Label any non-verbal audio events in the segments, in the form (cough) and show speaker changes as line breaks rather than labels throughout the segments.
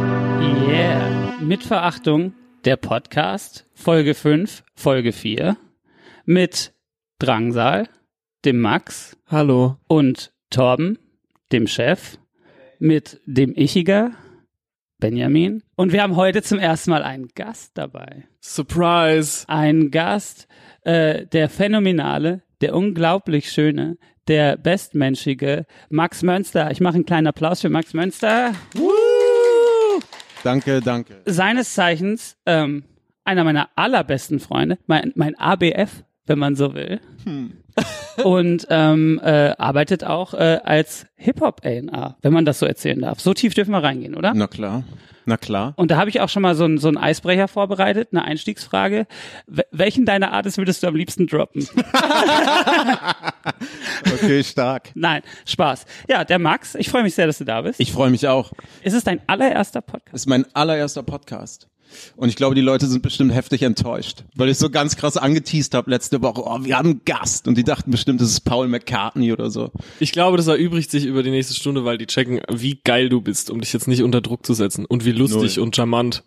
Yeah. Mit Verachtung der Podcast, Folge 5, Folge 4, mit Drangsal, dem Max
Hallo.
und Torben, dem Chef, mit dem Ichiger, Benjamin. Und wir haben heute zum ersten Mal einen Gast dabei.
Surprise.
Ein Gast, äh, der phänomenale, der unglaublich schöne, der bestmenschige Max Mönster. Ich mache einen kleinen Applaus für Max Mönster.
Danke, danke.
Seines Zeichens ähm, einer meiner allerbesten Freunde, mein, mein ABF, wenn man so will.
Hm.
Und ähm, äh, arbeitet auch äh, als Hip-Hop-ANA, wenn man das so erzählen darf. So tief dürfen wir reingehen, oder?
Na klar, na klar.
Und da habe ich auch schon mal so einen so einen Eisbrecher vorbereitet, eine Einstiegsfrage. Wel- welchen deiner Artes würdest du am liebsten
(laughs)
droppen?
Okay, stark.
Nein, Spaß. Ja, der Max, ich freue mich sehr, dass du da bist.
Ich freue mich auch.
ist es dein allererster Podcast?
Das ist mein allererster Podcast. Und ich glaube, die Leute sind bestimmt heftig enttäuscht, weil ich so ganz krass angeteased habe letzte Woche. Oh, wir haben einen Gast. Und die dachten bestimmt, das ist Paul McCartney oder so.
Ich glaube, das erübrigt sich über die nächste Stunde, weil die checken, wie geil du bist, um dich jetzt nicht unter Druck zu setzen und wie lustig
Null.
und charmant.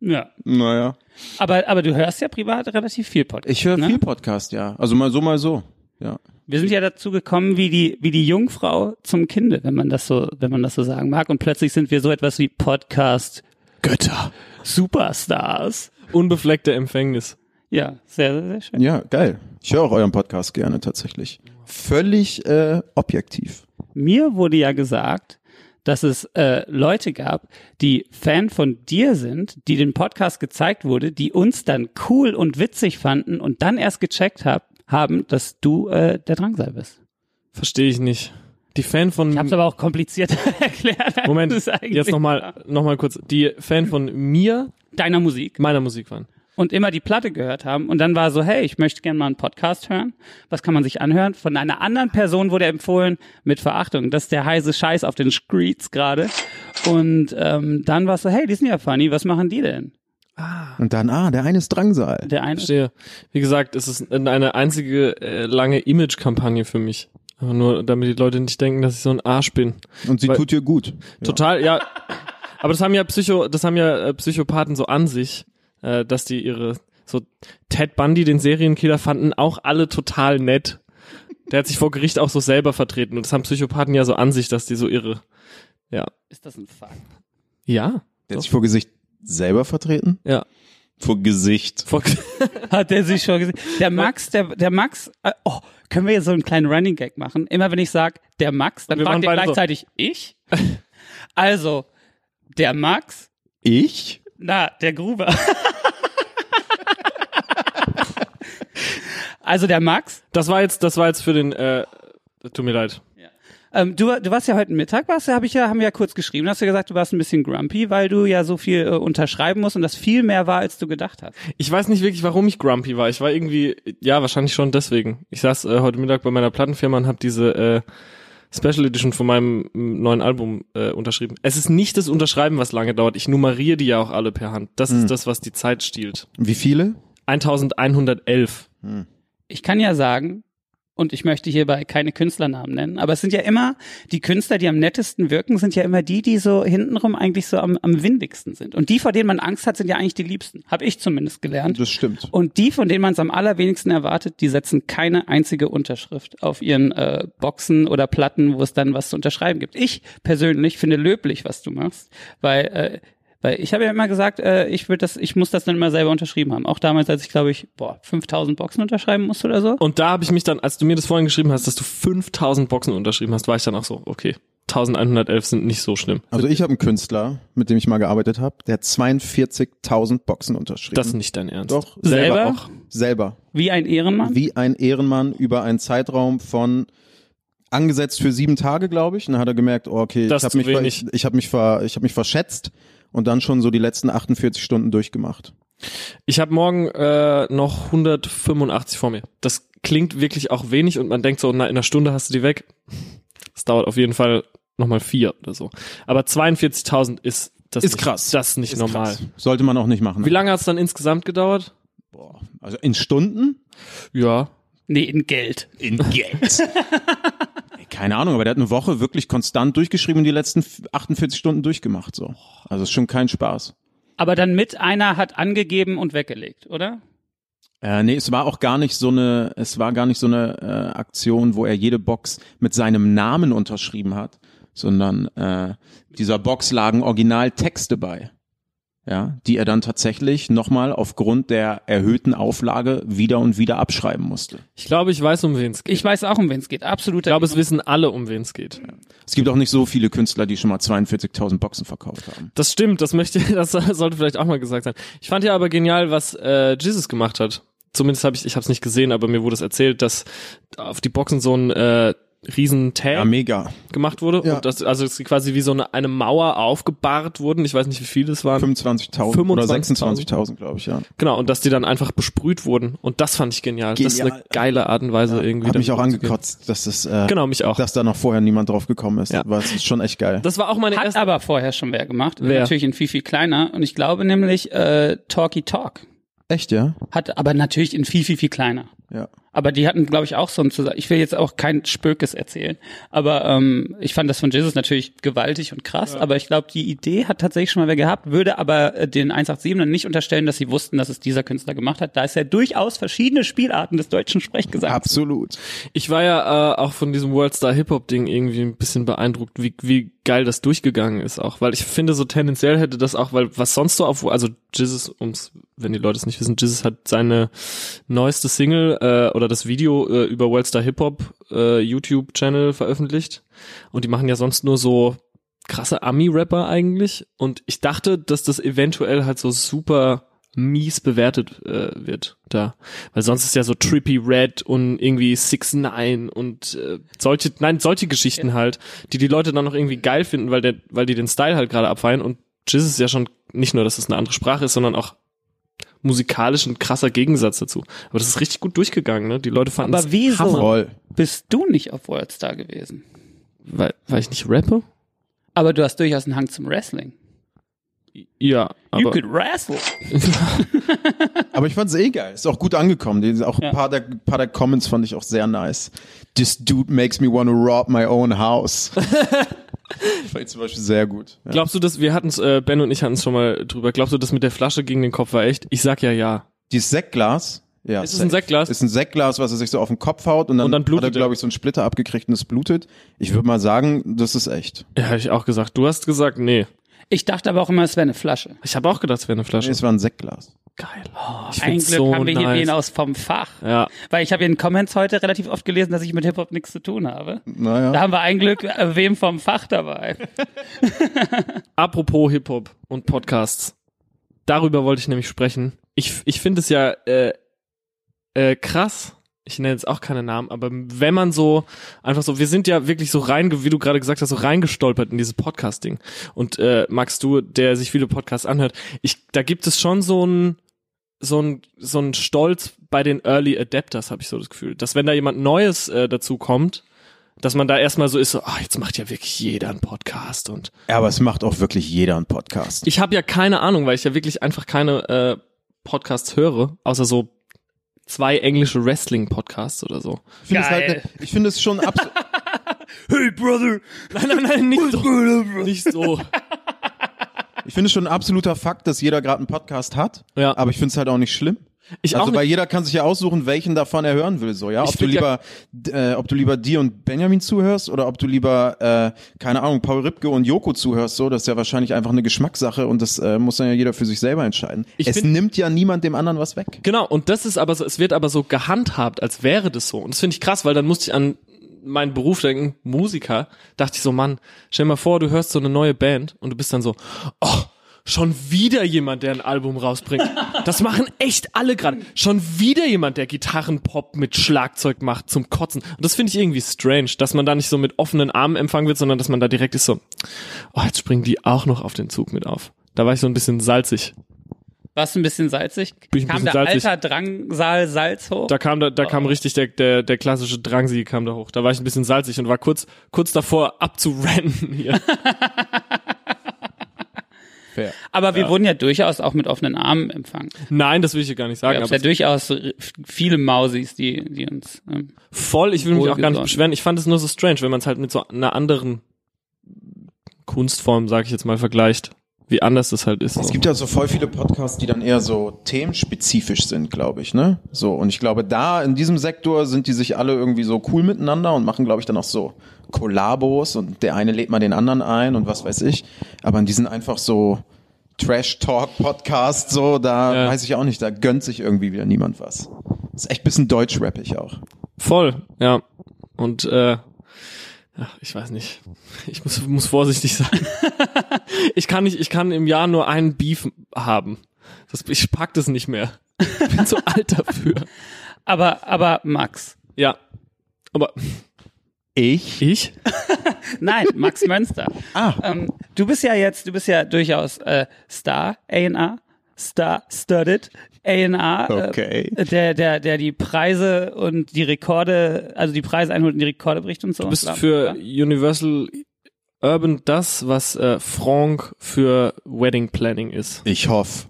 Ja.
Naja.
Aber, aber du hörst ja privat relativ viel Podcast.
Ich höre
ne?
viel Podcast, ja. Also mal so, mal so. Ja.
Wir sind ja dazu gekommen, wie die, wie die Jungfrau zum Kinde, wenn man das so, wenn man das so sagen mag. Und plötzlich sind wir so etwas wie Podcast
Götter.
Superstars.
Unbefleckte Empfängnis.
Ja, sehr, sehr, sehr schön.
Ja, geil. Ich höre auch euren Podcast gerne tatsächlich. Völlig äh, objektiv.
Mir wurde ja gesagt, dass es äh, Leute gab, die Fan von dir sind, die den Podcast gezeigt wurde, die uns dann cool und witzig fanden und dann erst gecheckt hab, haben, dass du äh, der Drangsal bist.
Verstehe ich nicht. Die Fan von
Ich habe es aber auch kompliziert (laughs) erklärt. als
Moment,
es eigentlich
jetzt nochmal noch mal kurz. Die Fan von mir,
deiner Musik.
meiner Musik waren.
und immer die Platte gehört haben und dann war so, hey, ich möchte gerne mal einen Podcast hören. Was kann man sich anhören? Von einer anderen Person wurde empfohlen mit Verachtung. Das ist der heiße Scheiß auf den Streets gerade. Und ähm, dann war es so, hey, die sind ja funny, was machen die denn?
Und dann, ah, der eine ist Drangsal.
Der eine
Verstehe. Wie gesagt, es ist eine einzige äh, lange Image-Kampagne für mich. Aber nur, damit die Leute nicht denken, dass ich so ein Arsch bin.
Und sie
Weil-
tut dir gut. Ja.
Total, ja. Aber das haben ja Psycho, das haben ja äh, Psychopathen so an sich, äh, dass die ihre so Ted Bundy, den Serienkiller, fanden auch alle total nett. Der hat sich vor Gericht auch so selber vertreten und das haben Psychopathen ja so an sich, dass die so ihre ja
ist das ein Fakt?
ja
Der hat sich vor Gesicht selber vertreten?
ja
Vor Gesicht.
vor,
Hat er sich schon gesehen? Der Max, der, der Max, äh, oh, können wir jetzt so einen kleinen Running Gag machen? Immer wenn ich sag, der Max, dann
Wir
fragt
machen
ihr
beide so.
gleichzeitig ich. Also, der Max,
Ich?
Na, der Gruber. (laughs) also der Max,
(laughs) das war jetzt das war jetzt für den äh, tut mir leid
ähm, du, du warst ja heute Mittag, warst, ja, hab ich ja, haben wir ja kurz geschrieben, hast du gesagt, du warst ein bisschen grumpy, weil du ja so viel äh, unterschreiben musst und das viel mehr war, als du gedacht hast.
Ich weiß nicht wirklich, warum ich grumpy war. Ich war irgendwie, ja, wahrscheinlich schon deswegen. Ich saß äh, heute Mittag bei meiner Plattenfirma und habe diese äh, Special Edition von meinem m, neuen Album äh, unterschrieben. Es ist nicht das Unterschreiben, was lange dauert. Ich nummeriere die ja auch alle per Hand. Das ist das, was die Zeit stiehlt.
Wie viele?
1111.
Hm.
Ich kann ja sagen, und ich möchte hierbei keine Künstlernamen nennen, aber es sind ja immer, die Künstler, die am nettesten wirken, sind ja immer die, die so hintenrum eigentlich so am, am windigsten sind. Und die, vor denen man Angst hat, sind ja eigentlich die liebsten. Hab ich zumindest gelernt.
Das stimmt.
Und die, von denen man es am allerwenigsten erwartet, die setzen keine einzige Unterschrift auf ihren äh, Boxen oder Platten, wo es dann was zu unterschreiben gibt. Ich persönlich finde löblich, was du machst, weil äh, weil ich habe ja immer gesagt, äh, ich würde das, ich muss das dann immer selber unterschrieben haben. Auch damals, als ich glaube ich, boah, 5000 Boxen unterschreiben musste oder so.
Und da habe ich mich dann, als du mir das vorhin geschrieben hast, dass du 5000 Boxen unterschrieben hast, war ich dann auch so, okay, 1111 sind nicht so schlimm.
Also ich habe einen Künstler, mit dem ich mal gearbeitet habe, der hat 42.000 Boxen unterschrieben.
Das ist nicht dein Ernst.
Doch,
Selber?
selber, auch. Selber.
Wie ein Ehrenmann.
Wie ein Ehrenmann über einen Zeitraum von angesetzt für sieben Tage, glaube ich. Und dann hat er gemerkt, oh, okay,
Das
ich
ist zu
habe mich, ver-
wenig.
ich, ich hab mich, ver- ich hab mich verschätzt und dann schon so die letzten 48 Stunden durchgemacht.
Ich habe morgen äh, noch 185 vor mir. Das klingt wirklich auch wenig und man denkt so, na, in einer Stunde hast du die weg. Das dauert auf jeden Fall nochmal vier oder so. Aber 42.000 ist das
Ist
nicht,
krass.
Das ist nicht normal.
Sollte man auch nicht machen.
Wie lange hat es dann insgesamt gedauert?
Boah, also in Stunden?
Ja.
Nee, in Geld.
In (laughs) Geld. Keine Ahnung, aber der hat eine Woche wirklich konstant durchgeschrieben und die letzten 48 Stunden durchgemacht. So. Also ist schon kein Spaß.
Aber dann mit einer hat angegeben und weggelegt, oder?
Äh, nee, es war auch gar nicht so eine, es war gar nicht so eine äh, Aktion, wo er jede Box mit seinem Namen unterschrieben hat, sondern äh, dieser Box lagen original Texte bei, ja, die er dann tatsächlich nochmal aufgrund der erhöhten Auflage wieder und wieder abschreiben musste.
Ich glaube, ich weiß, um wen es geht.
Ich weiß auch, um wen es geht. Absoluter.
Ich glaube, es wissen alle, um wen es geht.
Es gibt auch nicht so viele Künstler, die schon mal 42.000 Boxen verkauft haben.
Das stimmt, das möchte, (laughs) das sollte vielleicht auch mal gesagt sein. Ich fand ja aber genial, was äh, Jesus gemacht hat. Zumindest habe ich, ich habe es nicht gesehen, aber mir wurde es erzählt, dass auf die Boxen so ein äh, riesen Tag
Ja, mega.
gemacht wurde
Ja.
und das also es quasi wie so eine, eine Mauer aufgebahrt wurden. Ich weiß nicht, wie viele es waren.
25.000 oder
25.000.
26.000, glaube ich, ja.
Genau, und dass die dann einfach besprüht wurden. Und das fand ich genial. Das ist eine
Genial.
geile Art und Weise irgendwie.
Hat mich auch
damit umzugehen.
angekotzt, dass das, äh,
Genau, mich auch.
dass da noch vorher niemand drauf gekommen ist.
Ja.
Aber es ist schon echt geil.
Das war auch meine
Hat
erste.
aber vorher schon wer gemacht.
Wer?
Natürlich in viel, viel kleiner. Und ich glaube nämlich, äh, Talky Talk.
echt, ja?
Hat aber natürlich in viel, viel, viel kleiner.
Ja.
Aber die hatten, glaube ich, auch so ein Zusammen. Ich will jetzt auch kein Spökes erzählen. Aber ähm, ich fand das von Jesus natürlich gewaltig und krass. Aber ich glaube, die Idee hat tatsächlich schon mal wer gehabt, würde aber äh, den 187 dann nicht unterstellen, dass sie wussten, dass es dieser Künstler gemacht hat, da es ja durchaus verschiedene Spielarten des deutschen Sprechgesangs
Absolut.
Ich war ja äh, auch von diesem Worldstar Hip Hop Ding irgendwie ein bisschen beeindruckt, wie, wie geil das durchgegangen ist auch, weil ich finde so tendenziell hätte das auch, weil was sonst so auf also Jesus ums wenn die Leute es nicht wissen, Jesus hat seine neueste Single äh, oder das Video äh, über Worldstar Hip Hop äh, YouTube Channel veröffentlicht und die machen ja sonst nur so krasse Ami Rapper eigentlich und ich dachte, dass das eventuell halt so super mies bewertet äh, wird da. Weil sonst ist ja so Trippy Red und irgendwie Six Nine und äh, solche, nein, solche Geschichten halt, die die Leute dann noch irgendwie geil finden, weil der, weil die den Style halt gerade abfeiern und Jizz ist ja schon nicht nur, dass es eine andere Sprache ist, sondern auch musikalisch ein krasser Gegensatz dazu. Aber das ist richtig gut durchgegangen, ne? Die Leute fanden
Aber wieso?
Voll.
Bist du nicht auf Worldstar gewesen?
weil, weil ich nicht rappe?
Aber du hast durchaus einen Hang zum Wrestling.
Ja,
you
aber
could wrestle.
Aber ich fand's eh geil. Ist auch gut angekommen. Die, auch
Ja.
ein paar der, paar der Comments fand ich auch sehr nice. This dude makes me wanna rob my
(laughs)
own house. fand ich zum Beispiel sehr gut. Ja.
glaubst du, dass wir hatten's, äh, Ben und ich hatten's schon mal drüber, glaubst du, das mit der Flasche gegen den Kopf war echt? Ich sag ja ja.
Dieses Sektglas. Ja,
Ist es ein Sektglas?
Ist ein Sektglas, was er sich so auf den Kopf haut und dann,
Und dann blutet
hat er,
er.
glaube ich, so einen Splitter abgekriegt und es blutet. Ich würde mal sagen, das ist echt.
Ja, hab ich auch gesagt. Du hast gesagt, nee.
Ich dachte aber auch immer, es wäre eine Flasche.
Ich habe auch gedacht, es wäre eine Flasche.
Es war ein Sektglas.
Geil. Oh, ich
Ein Glück
find's so
haben wir hier
nice.
den aus vom Fach.
Ja.
Weil ich habe in den Comments heute relativ oft gelesen, dass ich mit Hip-Hop nichts zu tun habe. Da
Naja.
haben wir ein Glück, äh, wem vom Fach dabei.
Apropos Hip-Hop und Podcasts. Darüber wollte ich nämlich sprechen. Ich, ich finde es ja äh, äh, krass. Ich nenne jetzt auch keine Namen, aber wenn man so einfach so, wir sind ja wirklich so rein, wie du gerade gesagt hast, so reingestolpert in dieses Podcasting. Und äh, Max, du, der sich viele Podcasts anhört, ich, da gibt es schon so ein so ein, so ein Stolz bei den Early Adapters, habe ich so das Gefühl. Dass wenn da jemand Neues äh, dazu kommt, dass man da erstmal so ist, so, ah, jetzt macht ja wirklich jeder einen Podcast und
Aber es macht auch wirklich jeder einen Podcast.
ich habe ja keine Ahnung, weil ich ja wirklich einfach keine äh, Podcasts höre, außer so zwei englische Wrestling-Podcasts oder so.
Ich finde es,
Geil.
halt, ne- ich finde es
(laughs)
schon absolut.
Hey, Brother! Nein, nein, nein, nicht so. Nicht so.
Ich finde es schon ein absoluter Fakt, dass jeder gerade einen Podcast hat.
Ja.
Aber ich finde es halt auch nicht schlimm.
Ich
also,
auch
weil
nicht.
jeder kann sich ja aussuchen, welchen davon er hören will, so, ja.
Ich
Ob du
find ja-
lieber, d- äh, ob du lieber dir und Benjamin zuhörst oder ob du lieber, äh, keine Ahnung, Paul Ripke und Joko zuhörst, so, das ist ja wahrscheinlich einfach eine Geschmackssache und das äh, muss dann ja jeder für sich selber entscheiden.
Ich
es
find-
nimmt ja niemand dem anderen was weg.
Genau, und das ist aber so, es wird aber so gehandhabt, als wäre das so. Und das finde ich krass, weil dann musste ich an meinen Beruf denken, Musiker, dachte ich so, Mann, stell mal vor, du hörst so eine neue Band und du bist dann so, oh, schon wieder jemand, der ein Album rausbringt. Das machen echt alle gerade. Schon wieder jemand, der Gitarrenpop mit Schlagzeug macht zum Kotzen. Und das finde ich irgendwie strange, dass man da nicht so mit offenen Armen empfangen wird, sondern dass man da direkt ist so, oh, jetzt springen die auch noch auf den Zug mit auf. Da war ich so ein bisschen salzig.
Warst du ein bisschen salzig?
Bin ich ein
Kam
bisschen
der
salzig.
alter Drangsal Salz hoch?
Da kam
Ah.
da, da kam richtig der, der der klassische Drangsi kam da hoch. Da war ich ein bisschen salzig und war (laughs) kurz kurz davor abzurennen hier.
fair.
Aber wir wurden ja durchaus auch mit offenen Armen empfangen.
Nein, das will ich hier gar nicht sagen.
Gab es ja
Aber
durchaus r- viele Mausis, die, die uns. Ähm,
voll, ich will mich auch gar nicht
Wohlgesonnen.
beschweren. Ich fand es nur so strange, wenn man es halt mit so einer anderen Kunstform, sag ich jetzt mal, vergleicht, wie anders das halt ist.
Es gibt ja so voll viele Podcasts, die dann eher so themenspezifisch sind, glaube ich, ne? So, und ich glaube, da in diesem Sektor sind die sich alle irgendwie so cool miteinander und machen, glaube ich, dann auch so Kollabos und der eine lädt mal den anderen ein und was weiß ich. Aber in diesen einfach so Trash-Talk-Podcasts, so, da
Ja.
weiß ich auch nicht, da gönnt sich irgendwie wieder niemand was. Ist echt ein bisschen deutschrappig auch.
Voll, ja. Und äh, ja, ich weiß nicht. Ich muss, muss vorsichtig
(laughs)
sein. ich kann nicht, ich kann im Jahr nur einen Beef haben. Das, ich pack das nicht mehr. Ich bin zu alt dafür.
aber, aber Max.
Ja. Aber
Ich?
ich?
Nein, Max Mönster.
Ah.
Ähm, du bist ja jetzt, du bist ja durchaus äh, Star A&R, Star Studded A&R,
Okay.
äh, der der der die Preise und die Rekorde, also die Preise einholt und die Rekorde bricht und so.
Du bist für Universal Urban das, was äh, Franck für Wedding Planning ist.
Ich hoffe.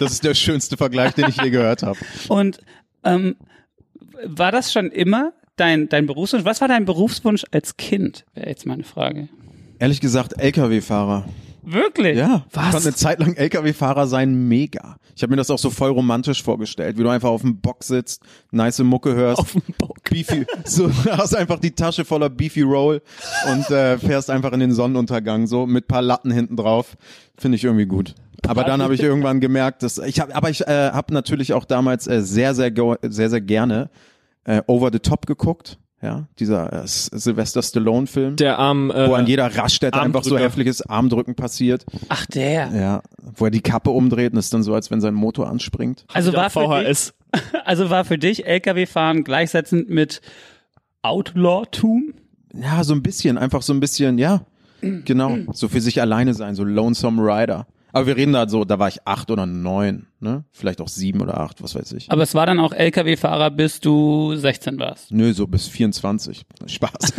Das ist der schönste Vergleich, den ich je gehört habe.
und ähm, war das schon immer dein dein Berufswunsch? Was war dein Berufswunsch als Kind? Wäre jetzt meine Frage.
Ehrlich gesagt, LKW-Fahrer.
Wirklich?
Ja,
Was?
ich konnte eine Zeit lang LKW-Fahrer sein, mega. Ich habe mir das auch so voll romantisch vorgestellt, wie du einfach auf dem Bock sitzt, nice Mucke hörst.
Auf dem Bock.
Beefy, so (laughs) hast einfach die Tasche voller Beefy Roll und äh, fährst einfach in den Sonnenuntergang so mit paar Latten hinten drauf. Finde ich irgendwie gut. Aber dann habe ich irgendwann gemerkt, dass ich habe, aber ich äh, habe natürlich auch damals äh, sehr, sehr, go- sehr, sehr gerne äh, Over the Top geguckt. Ja, dieser äh, S- Sylvester Stallone-Film,
Der arm
wo
äh,
an jeder Raststätte einfach so
Armdrücker.
heftiges Armdrücken passiert.
Ach der.
Ja, wo er die Kappe umdreht und ist dann so, als wenn sein Motor anspringt.
Also war für dich,
VHS.
also war für dich LKW fahren gleichsetzend mit Outlaw-tum?
Ja, so ein bisschen, einfach so ein bisschen, ja, genau, so für sich alleine sein, so Lonesome Rider. Aber wir reden da so, da war ich acht oder neun, ne? Vielleicht auch sieben oder acht, was weiß ich.
Aber es war dann auch LKW-Fahrer, bis du 16 warst.
Nö, so bis 24. (laughs) Spaß.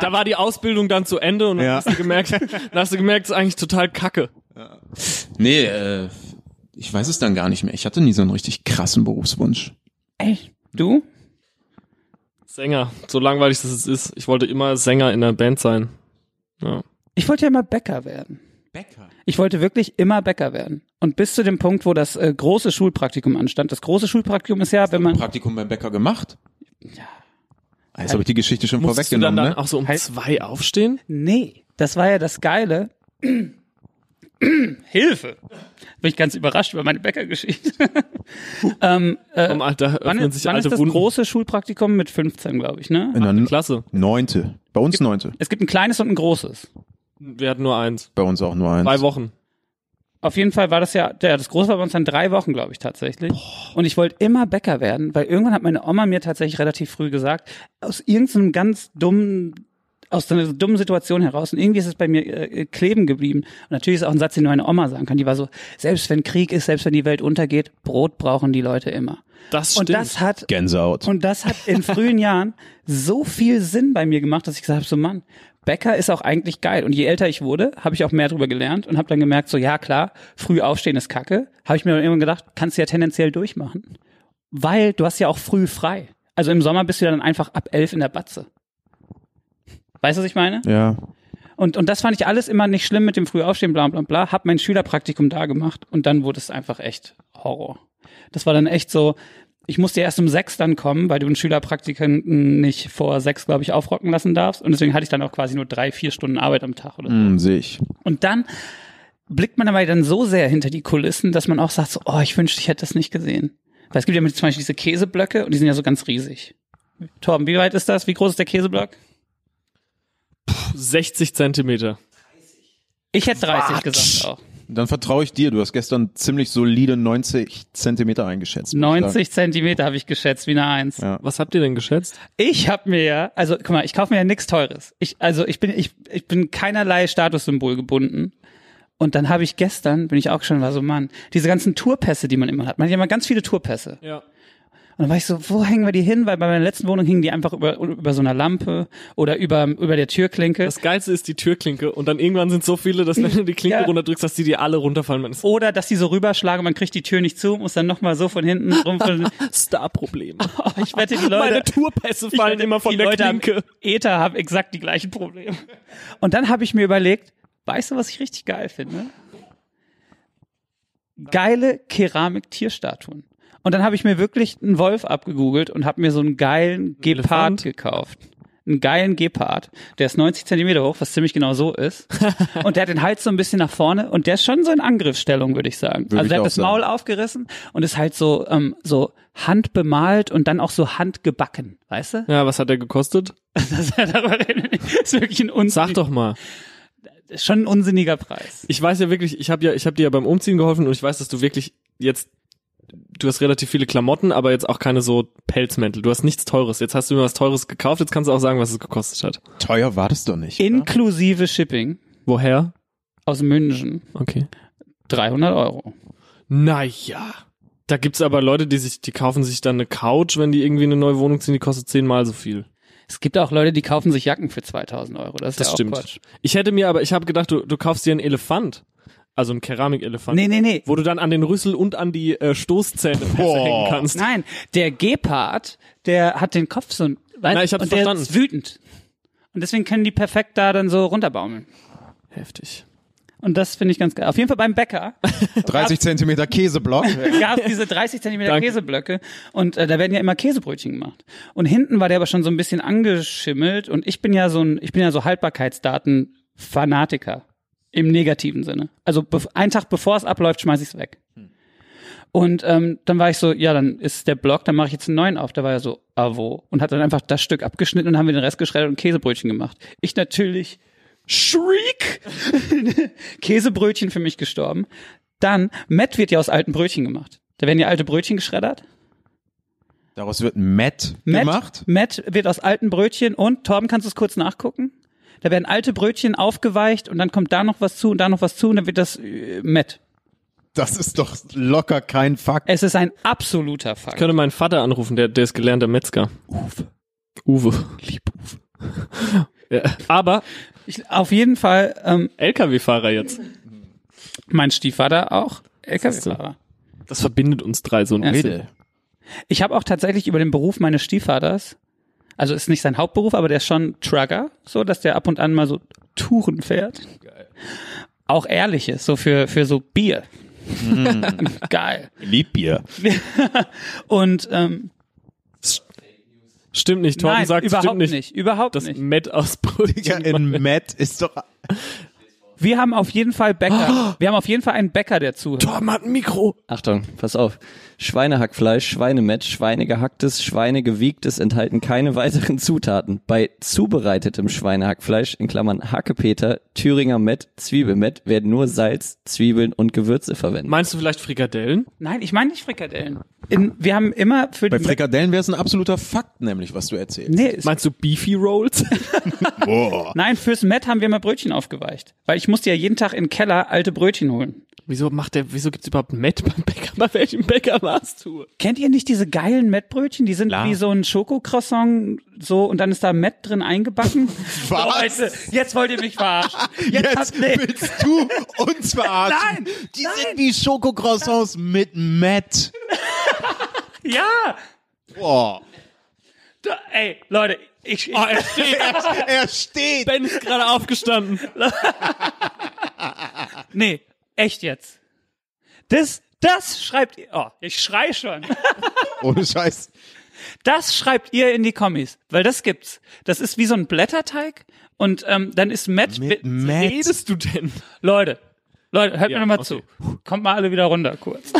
Da war die Ausbildung dann zu Ende und dann
Ja.
hast du
(laughs)
gemerkt, dann hast du gemerkt, das ist eigentlich total kacke.
nee, äh, ich weiß es dann gar nicht mehr. Ich hatte nie so einen richtig krassen Berufswunsch.
Echt? Du?
Sänger, so langweilig das jetzt ist. Ich wollte immer Sänger in einer Band sein. Ja.
Ich wollte ja immer Bäcker werden.
Bäcker.
Ich wollte wirklich immer Bäcker werden. Und bis zu dem Punkt, wo das äh, große Schulpraktikum anstand. Das große Schulpraktikum ist ja, wenn man.
Praktikum beim Bäcker gemacht? Ja. Jetzt habe ich die Geschichte schon
Musstest du dann, dann
vorweggenommen, ne?
auch so um
Halt.
zwei aufstehen?
Nee, das war ja das Geile. (clears throat) Hilfe! Bin ich ganz überrascht über meine Bäckergeschichte. ähm, äh,
Um, da öffnen
wann
sich
wann
alte
ist das
Wunden.
große Schulpraktikum mit 15, glaube ich, ne?
In der
Achte
N-
Klasse.
Neunte. Bei uns neunte.
Es gibt ein kleines und ein großes.
Wir hatten nur eins.
Bei uns auch nur eins.
Zwei Wochen.
Auf jeden Fall war das ja, der, das Große war bei uns dann drei Wochen, glaube ich, tatsächlich. Und ich wollte immer Bäcker werden, weil irgendwann hat meine Oma mir tatsächlich relativ früh gesagt, aus irgendeinem ganz dummen, aus so einer dummen Situation heraus. Und irgendwie ist es bei mir äh, kleben geblieben. Und natürlich ist auch ein Satz, den nur meine Oma sagen kann. Die war so, selbst wenn Krieg ist, selbst wenn die Welt untergeht, Brot brauchen die Leute immer.
Das
Und
stimmt.
das hat
Gänsehaut.
und das hat in frühen Jahren so viel Sinn bei mir gemacht, dass ich gesagt habe, so Mann, Bäcker ist auch eigentlich geil. Und je älter ich wurde, habe ich auch mehr darüber gelernt und habe dann gemerkt, so ja klar, früh aufstehen ist kacke. Habe ich mir dann irgendwann gedacht, kannst du ja tendenziell durchmachen, weil du hast ja auch früh frei. Also im Sommer bist du dann einfach ab elf in der Batze. Weißt du, was ich meine?
ja.
Und, und das fand ich alles immer nicht schlimm mit dem Frühaufstehen, bla bla bla. Hab mein Schülerpraktikum da gemacht und dann wurde es einfach echt Horror. Das war dann echt so, ich musste erst um sechs dann kommen, weil du einen Schülerpraktikanten nicht vor sechs, glaube ich, aufrocken lassen darfst. Und deswegen hatte ich dann auch quasi nur drei, vier Stunden Arbeit am Tag oder so.
Hm,
Mm, sehe ich.
Und dann blickt man dabei dann so sehr hinter die Kulissen, dass man auch sagt, so, oh, ich wünschte, ich hätte das nicht gesehen. Weil es gibt ja mit zum Beispiel diese Käseblöcke und die sind ja so ganz riesig. Torben, wie weit ist das? Wie groß ist der Käseblock?
60 Zentimeter.
Ich hätte 30 gesagt auch.
Dann vertraue ich dir. Du hast gestern ziemlich solide 90 Zentimeter eingeschätzt. muss ich
90 Zentimeter habe ich geschätzt, wie eine Eins.
Ja.
Was habt ihr denn geschätzt?
Ich habe mir ja, also guck mal, ich kaufe mir ja nichts Teures. Ich, also ich bin, ich, ich bin keinerlei Statussymbol gebunden. Und dann habe ich gestern, bin ich auch schon, war so, Mann, diese ganzen Tourpässe, die man immer hat. Man hat ja immer ganz viele Tourpässe.
Ja.
Und Und dann war ich so, wo hängen wir die hin? Weil bei meiner letzten Wohnung hingen die einfach über, über so einer Lampe oder über, über der Türklinke.
Das Geilste ist die Türklinke und dann irgendwann sind so viele, dass wenn du die Klinke
Ja.
runterdrückst, dass die dir alle runterfallen. Man ist
oder dass die so rüberschlagen, man kriegt die Tür nicht zu, muss dann nochmal so von
(laughs)
hinten rumpeln.
(laughs) Star-Problem. (laughs)
Oh, ich wette, die Leute.
Meine Tourpässe
Ich
fallen
wette,
immer von
die
der
Leute am
Klinke.
Ether haben exakt die gleichen Probleme. Und dann habe ich mir überlegt, weißt du, was ich richtig geil finde? Geile Keramik-Tierstatuen. Und dann habe ich mir wirklich einen Wolf abgegoogelt und habe mir so einen geilen Gepard
Elefant?
gekauft. Einen geilen Gepard. Der ist 90 Zentimeter hoch, was ziemlich genau so (laughs) ist. Und der hat den Hals so ein bisschen nach vorne und der ist schon so in Angriffsstellung, würde ich sagen.
Würde
also
ich
der
auch
hat das
sagen.
Maul aufgerissen und ist halt so, ähm, so handbemalt und dann auch so handgebacken, weißt
(laughs)
du? (laughs)
Ja, was hat der gekostet?
Das ist wirklich ein, uns
Sag doch mal.
schon ein unsinniger Preis.
Ich weiß ja wirklich, ich habe ja, ich habe dir ja beim Umziehen geholfen und ich weiß, dass du wirklich jetzt, du hast relativ viele Klamotten, aber jetzt auch keine so Pelzmäntel. Du hast nichts Teures. Jetzt hast du mir was Teures gekauft. Jetzt kannst du auch sagen, was es gekostet hat.
Teuer war das doch nicht. oder?
Inklusive Shipping
Woher?
aus München.
Okay.
300 Euro.
Naja. Da gibt's aber Leute, die sich, die kaufen sich dann eine Couch, wenn die irgendwie in eine neue Wohnung ziehen, die kostet zehnmal so viel.
Es gibt auch Leute, die kaufen sich Jacken für 2000 Euro. Das, ist
Das
ja auch
stimmt.
Quatsch.
Ich hätte mir aber, ich habe gedacht, du, du kaufst dir einen Elefant. Also einen Keramikelefant.
Nee, nee, nee.
Wo du dann an den Rüssel und an die äh, Stoßzähne festhängen kannst.
Nein, der Gepard, der hat den Kopf so ein,
Na, ich hab's
und der
verstanden.
ist wütend. Und deswegen können die perfekt da dann so runterbaumeln.
Heftig.
Und das finde ich ganz geil. Auf jeden Fall beim Bäcker
30 Zentimeter (laughs) Käseblock.
gab es diese 30 Zentimeter
Danke.
Käseblöcke und äh, da werden ja immer Käsebrötchen gemacht. Und hinten war der aber schon so ein bisschen angeschimmelt und ich bin ja so ein, ich bin ja so Haltbarkeitsdaten Fanatiker im negativen Sinne. Also bef- einen Tag bevor es abläuft, schmeiß ich es weg. Und ähm, dann war ich so, ja, dann ist der Block, dann mache ich jetzt einen neuen auf. Da war er so, ah wo? Und hat dann einfach das Stück abgeschnitten und haben wir den Rest geschreddert und Käsebrötchen gemacht. Ich natürlich Shriek! (laughs) Käsebrötchen für mich gestorben. Dann, Matt wird ja aus alten Brötchen gemacht. Da werden ja alte Brötchen geschreddert.
Daraus wird ein Matt,
Matt,
gemacht.
Matt wird aus alten Brötchen und, Torben, kannst du es kurz nachgucken? Da werden alte Brötchen aufgeweicht und dann kommt da noch was zu und da noch was zu und dann wird das äh, Matt.
Das ist doch locker kein Fakt.
Es ist ein absoluter
Ich
Fakt.
könnte meinen Vater anrufen, der, der ist gelernter Metzger. Uwe. Uwe. Lieb Uwe. (laughs) ja, aber
Ich, auf jeden Fall, ähm,
LKW-Fahrer jetzt.
mein Stiefvater auch,
ist so.
LKW-Fahrer.
Das verbindet uns drei so ein
Ja.
bisschen.
Ich habe auch tatsächlich über den Beruf meines Stiefvaters, also ist nicht sein Hauptberuf, aber der ist schon Trucker, so dass der ab und an mal so Touren fährt. Auch ehrliches, so für, für so Bier. (laughs) Geil.
Liebbier.
Und ähm,
Stimmt nicht, Torben
nein,
sagt
überhaupt
stimmt
nicht.
nicht.
Überhaupt
Das
nicht.
Met aus
Ja,
Brötchen.
in Matt ist doch.
Wir haben auf jeden Fall
Oh!
Bäcker. Wir haben auf jeden Fall einen Bäcker, der zuhört.
Torben hat ein Mikro.
Achtung, pass auf. Schweinehackfleisch, Schweinemett, Schweinegehacktes, Schweinegewiegtes enthalten keine weiteren Zutaten. Bei zubereitetem Schweinehackfleisch, in Klammern Hackepeter, Thüringer Mett, Zwiebelmett, werden nur Salz, Zwiebeln und Gewürze verwendet.
Meinst du vielleicht Frikadellen?
Nein, ich meine nicht Frikadellen. In, wir haben immer für
Bei
die-
Frikadellen wäre es ein absoluter Fakt, nämlich, was du erzählst.
Nee, es-
Meinst du Beefy Rolls?
Boah.
nein, fürs Met haben wir immer Brötchen aufgeweicht. Weil ich musste ja jeden Tag in den Keller alte Brötchen holen.
(laughs) wieso macht der, wieso gibt's überhaupt Met beim Bäcker? Bei welchem Bäcker warst du?
Kennt ihr nicht diese geilen Mettbrötchen? Die sind
Klar.
wie so ein Schokocroissant, so, und dann ist da Mett drin eingebacken.
(laughs) Was?
Leute, jetzt wollt ihr mich verarschen.
(laughs)
Jetzt, habt-
Jetzt
nee.
willst du uns verarschen.
Nein,
Die
nein.
sind wie Schokocroissants mit Matt.
Ja!
(laughs) Boah.
Da, ey, Leute, ich, oh, ich
(laughs) Er steht.
Ben ist gerade aufgestanden. (laughs)
nee, echt jetzt. Das, das schreibt ihr, oh, ich schrei schon.
Ohne Scheiß.
Das schreibt ihr in die Kommis, weil das gibt's. Das ist wie so ein Blätterteig und ähm, dann ist Matt.
Mit Matt.
Redest du denn?
Leute, Leute, hört
Ja,
mir nochmal
okay.
zu. Kommt mal alle wieder runter, kurz.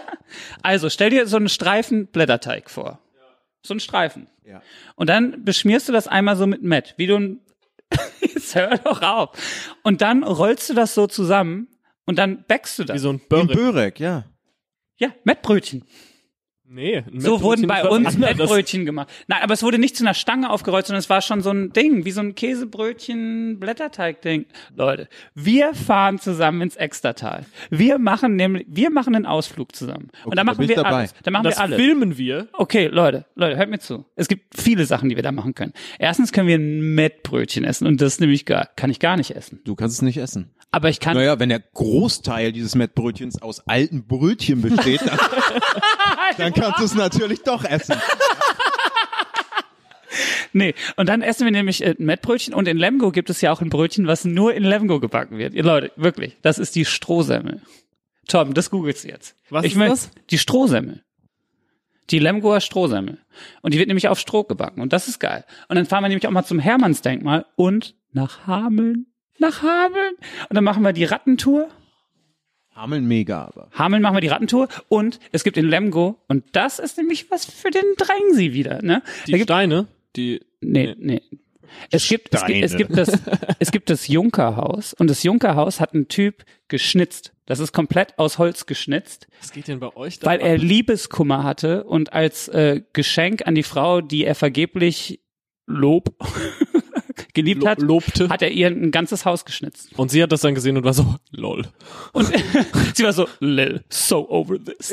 (laughs) also, stell dir so einen Streifen Blätterteig vor. So einen Streifen.
Ja.
Und dann beschmierst du das einmal so mit Matt, wie du ein. (laughs) Jetzt hör doch auf. Und dann rollst du das so zusammen und dann bäckst du das.
Wie so ein
In
Börre.
Börek, ja.
Ja, Mettbrötchen.
Nee. ein
So
Mettbrötchen
wurden
ist
bei
was
uns
(laughs) anderes.
Mettbrötchen gemacht. Nein, aber es wurde nicht zu einer Stange aufgerollt, sondern es war schon so ein Ding, wie so ein Käsebrötchen-Blätterteig-Ding. Leute, wir fahren zusammen ins Extertal. Wir machen nämlich, wir machen einen Ausflug zusammen.
Okay,
und da
da
machen
bin ich
wir
dabei.
alles. Da machen
Das
wir alles.
filmen wir.
Okay, Leute, Leute, hört mir zu. Es gibt viele Sachen, die wir da machen können. Erstens können wir ein Mettbrötchen essen und das ist nämlich gar, kann ich gar nicht essen.
Du kannst es nicht essen.
Aber ich kann, (laughs)
Naja, wenn der Großteil dieses Mettbrötchens aus alten Brötchen besteht, dann,
(laughs)
dann kannst du es natürlich doch essen.
nee. Und dann essen wir nämlich äh, ein Mettbrötchen und in Lemgo gibt es ja auch ein Brötchen, was nur in Lemgo gebacken wird. Ihr Leute, wirklich, das ist die Strohsemmel. Tom, das googelst du jetzt.
Was
ich
ist
mein-
das?
Die Strohsemmel. Die Lemgoer Strohsemmel. Und die wird nämlich auf Stroh gebacken und das ist geil. Und dann fahren wir nämlich auch mal zum Hermannsdenkmal und nach Hameln. Nach Hameln. Und dann machen wir die Rattentour.
Hameln mega, aber.
Hameln machen wir die Rattentour und es gibt in Lemgo und das ist nämlich was für den Drängsi wieder, ne? Da
Die
gibt,
Steine, die
nee, nee. Es gibt, es gibt, es
Steine.
gibt das, es gibt das Junkerhaus und das Junkerhaus hat ein Typ geschnitzt. Das ist komplett aus Holz geschnitzt,
Was geht denn bei euch da?
weil
ab?
er Liebeskummer hatte und als äh, Geschenk an die Frau, die er vergeblich Lob (laughs) geliebt
Lo-
hat,
lobte.
hat er ihr ein ganzes Haus geschnitzt.
und sie hat das dann gesehen und war so, lol.
Und sie war so, lil, so over
(laughs)
this.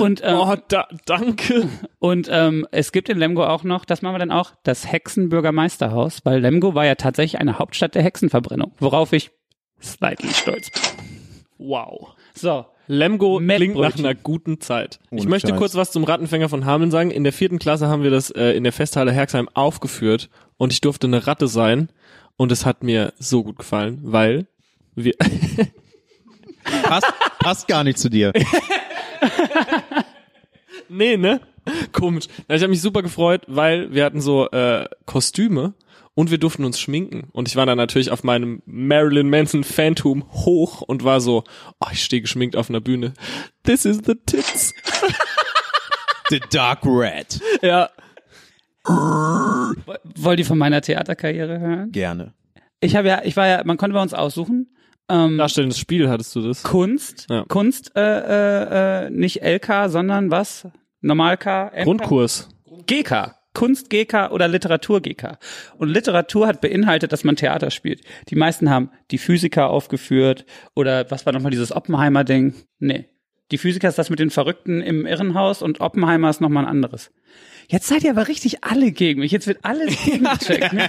und ähm,
oh, da, danke.
Und ähm, es gibt in Lemgo auch noch, das machen wir dann auch, das Hexenbürgermeisterhaus, weil Lemgo war ja tatsächlich eine Hauptstadt der Hexenverbrennung, worauf ich slightly stolz bin.
Wow.
So,
Lemgo klingt nach
Mettbrötchen.
einer guten Zeit. ich
Ohne
möchte
Scheiß.
kurz was zum Rattenfänger von Hameln sagen. In der vierten Klasse haben wir das äh, in der Festhalle Herxheim aufgeführt und ich durfte eine Ratte sein und es hat mir so gut gefallen, weil wir, (laughs)
Passt, passt gar nicht zu dir.
Nee, ne? Komisch. Na, ich habe mich super gefreut, weil wir hatten so äh, Kostüme und wir durften uns schminken. Und ich war dann natürlich auf meinem Marilyn Manson Phantom hoch und war so, oh, ich stehe geschminkt auf einer Bühne. This is the tits.
The Dark Red.
Ja.
wollt ihr von meiner Theaterkarriere hören?
Gerne.
Ich habe ja, ich war ja, man konnte bei uns aussuchen. Ähm,
Darstellendes Spiel hattest du das.
Kunst,
Ja.
Kunst, äh, äh, äh, nicht LK, sondern was? Normal K, MK?
Grundkurs.
GK. Kunst GK oder Literatur GK. Und Literatur hat beinhaltet, dass man Theater spielt. Die meisten haben die Physiker aufgeführt oder was war nochmal dieses Oppenheimer-Ding? Nee. Die Physiker ist das mit den Verrückten im Irrenhaus und Oppenheimer ist nochmal ein anderes. Jetzt seid ihr aber richtig alle gegen mich. Jetzt wird alles gecheckt. Ne?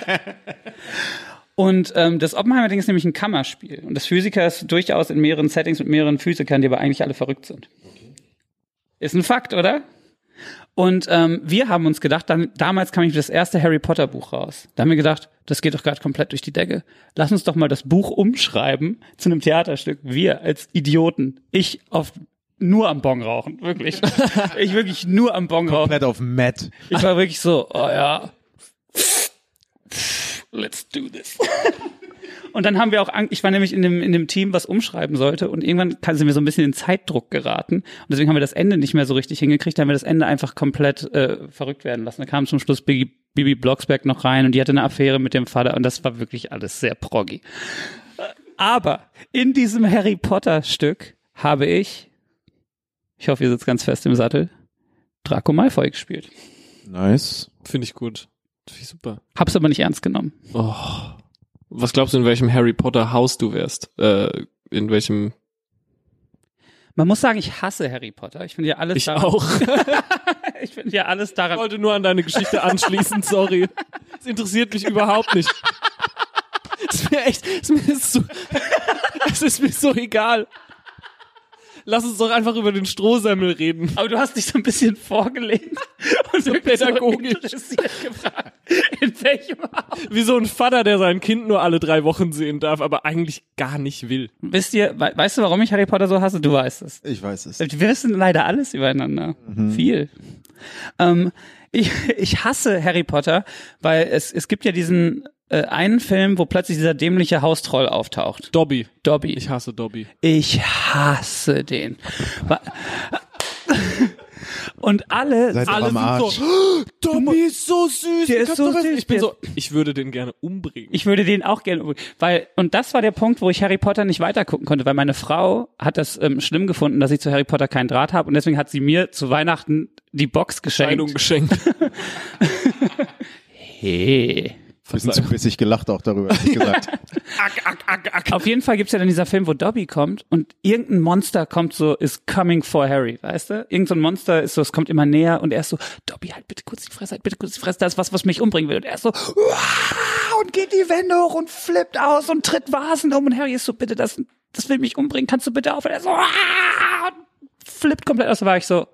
Und ähm, das Oppenheimer-Ding ist nämlich ein Kammerspiel. Und das Physiker ist durchaus in mehreren Settings mit mehreren Physikern, die aber eigentlich alle verrückt sind. Ist ein Fakt, oder? Und ähm, wir haben uns gedacht, dann, damals kam ich das erste Harry Potter Buch raus. Da haben wir gedacht, das geht doch gerade komplett durch die Decke. Lass uns doch mal das Buch umschreiben zu einem Theaterstück. Wir als Idioten. Ich auf nur am Bong rauchen, wirklich. Ich wirklich nur am Bong rauchen.
Komplett auf Matt.
Ich war wirklich so, oh ja, let's do this. Und dann haben wir auch, ang- ich war nämlich in dem, in dem Team, was umschreiben sollte und irgendwann kann- sind wir so ein bisschen in Zeitdruck geraten und deswegen haben wir das Ende nicht mehr so richtig hingekriegt, da haben wir das Ende einfach komplett äh, verrückt werden lassen. Da kam zum Schluss Bibi, Bibi Blocksberg noch rein und die hatte eine Affäre mit dem Vater und das war wirklich alles sehr proggy. Aber in diesem Harry Potter Stück habe ich, ich hoffe, ihr sitzt ganz fest im Sattel, Draco Malfoy gespielt.
Nice.
Finde ich gut. Finde ich super.
Hab's aber nicht ernst genommen.
Oh. Was glaubst du, in welchem Harry Potter Haus du wärst? Äh, in welchem?
Man muss sagen, ich hasse Harry Potter. Ich finde ja alles
Ich
daran.
auch.
(laughs) Ich finde ja alles
(laughs) Ich
daran.
wollte nur an deine Geschichte anschließen, sorry. Es interessiert mich überhaupt nicht. Es mir echt, es mir ist so, (laughs) es ist mir so egal. Lass uns doch einfach über den Strohsemmel reden.
Aber du hast dich so ein bisschen vorgelehnt (laughs) und so
pädagogisch.
interessiert gefragt, in welchem Haus.
Wie so ein Vater, der sein Kind nur alle drei Wochen sehen darf, aber eigentlich gar nicht will.
Wisst ihr, we weißt du, warum ich Harry Potter so hasse? Du weißt es.
Ich weiß es. Mhm.
Wir wissen leider alles übereinander. Viel. Ähm, ich, ich hasse Harry Potter, weil es, es gibt ja diesen äh, einen Film, wo plötzlich dieser dämliche Haustroll auftaucht.
Dobby.
Dobby.
Ich hasse Dobby.
Ich hasse den. Wa- Und alle,
Seid
alle
doch
sind
am Arsch.
so,
Tommy ist so süß.
Der ist
kannst
so
du was-
süß,
Ich bin
der
so, ich würde den gerne umbringen.
ich würde den auch gerne umbringen. Weil, und das war der Punkt, wo ich Harry Potter nicht weitergucken konnte, weil meine Frau hat das ähm, schlimm gefunden, dass ich zu Harry Potter keinen Draht habe und deswegen hat sie mir zu Weihnachten die Box
Scheidung
geschenkt.
geschenkt.
Hey.
Bisschen zu bissig gelacht auch darüber,
(laughs)
ehrlich gesagt.
Auf jeden Fall gibt's ja dann dieser Film, wo Dobby kommt und irgendein Monster kommt so, is coming for Harry, weißt du? Irgend so ein Monster ist so, es kommt immer näher und er ist so, Dobby, halt bitte kurz die Fresse, halt bitte kurz die Fresse, das ist was, was mich umbringen will. Und er ist so, "Uah!" und geht die Wände hoch und flippt aus und tritt Vasen um und Harry ist so, bitte, das, das will mich umbringen, kannst du bitte auf? Und er ist so, "Uah!" und flippt komplett aus, da war ich so,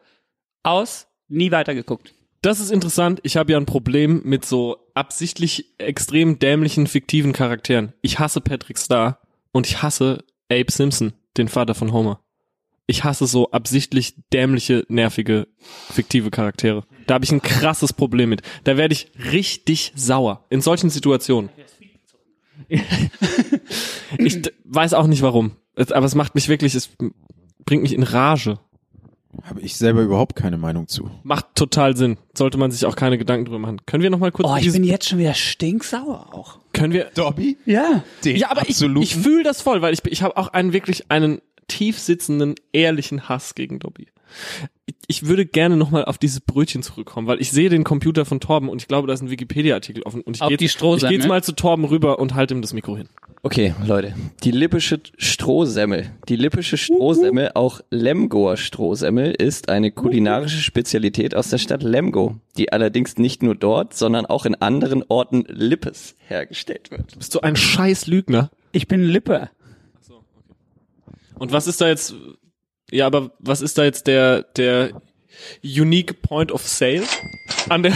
aus, nie weitergeguckt.
(laughs) Das ist interessant. Ich habe ja ein Problem mit so absichtlich extrem dämlichen fiktiven Charakteren. Ich hasse Patrick Star und ich hasse Abe Simpson, den Vater von Homer. Ich hasse so absichtlich dämliche, nervige, fiktive Charaktere. Da habe ich ein krasses Problem mit. Da werde ich richtig sauer. In solchen Situationen. Ich d- weiß auch nicht warum. Es- Aber es macht mich wirklich, es bringt mich in Rage.
Habe ich selber überhaupt keine Meinung zu.
Macht total Sinn. Sollte man sich auch keine Gedanken drüber machen. Können wir noch mal kurz
Oh, ich
dieses-
bin jetzt schon wieder stinksauer auch.
können wir
Dobby?
Ja.
Den
Ja, aber ich,
absoluten
ich fühle das voll, weil ich ich habe auch einen wirklich einen tief sitzenden ehrlichen Hass gegen Dobby. Ich, ich würde gerne noch mal auf dieses Brötchen zurückkommen, weil ich sehe den Computer von Torben und ich glaube, da ist ein Wikipedia Artikel offen und ich
Auf
gehe
die
ich
Strohsemmel.
geh jetzt mal zu Torben rüber und halte ihm das Mikro hin.
Okay, Leute. Die lippische Strohsemmel. Die lippische Strohsemmel, auch Lemgoer Strohsemmel, ist eine kulinarische Spezialität aus der Stadt Lemgo, die allerdings nicht nur dort, sondern auch in anderen Orten Lippes hergestellt wird.
Bist du ein scheiß Lügner?
Ich bin Lippe.
Und was ist da jetzt Ja, aber was ist da jetzt der der unique point of sale an der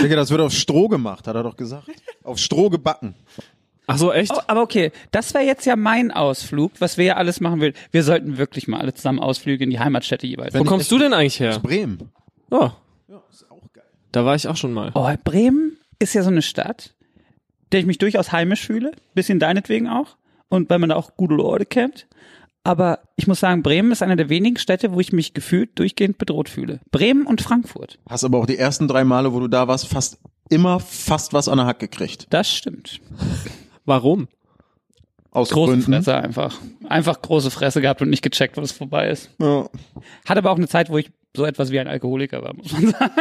Digga, das wird auf Stroh gemacht, hat er doch gesagt. Auf Stroh gebacken.
Ach so, echt?
Oh, aber okay, das wäre jetzt ja mein Ausflug, was wir ja alles machen will. Wir sollten wirklich mal alle zusammen Ausflüge in die Heimatstädte jeweils.
Wo kommst du denn eigentlich her?
Bremen.
Oh. Da war ich auch schon mal.
Oh, Bremen ist ja so eine Stadt, der ich mich durchaus heimisch fühle, bisschen deinetwegen auch und weil man da auch gute Leute kennt. Aber ich muss sagen, Bremen ist eine der wenigen Städte, wo ich mich gefühlt durchgehend bedroht fühle. Bremen und Frankfurt.
Hast aber auch die ersten drei Male, wo du da warst, fast immer fast was an der Hack gekriegt.
Das stimmt.
Warum?
Aus
Große
Gründen.
Fresse einfach. Einfach große Fresse gehabt und nicht gecheckt, wo es vorbei ist.
Ja.
Hat aber auch eine Zeit, wo ich so etwas wie ein Alkoholiker war, muss man sagen.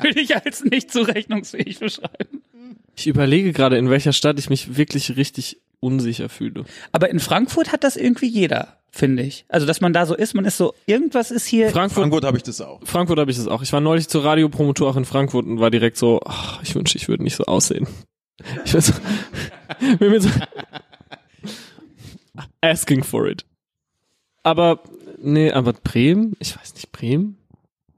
Würde ich als nicht zurechnungsfähig beschreiben.
Ich überlege gerade, in welcher Stadt ich mich wirklich richtig unsicher fühle.
Aber in Frankfurt hat das irgendwie jeder, finde ich. Also, dass man da so ist, man ist so, irgendwas ist hier.
Frankfurt,
Frankfurt habe ich das auch.
Frankfurt habe ich das auch. Ich war neulich zur Radiopromotor auch in Frankfurt und war direkt so, ach, ich wünsche, ich würde nicht so aussehen. (laughs) Ich war so, (laughs) bin mir so (laughs) asking for it. Aber, nee, aber Bremen, ich weiß nicht, Bremen?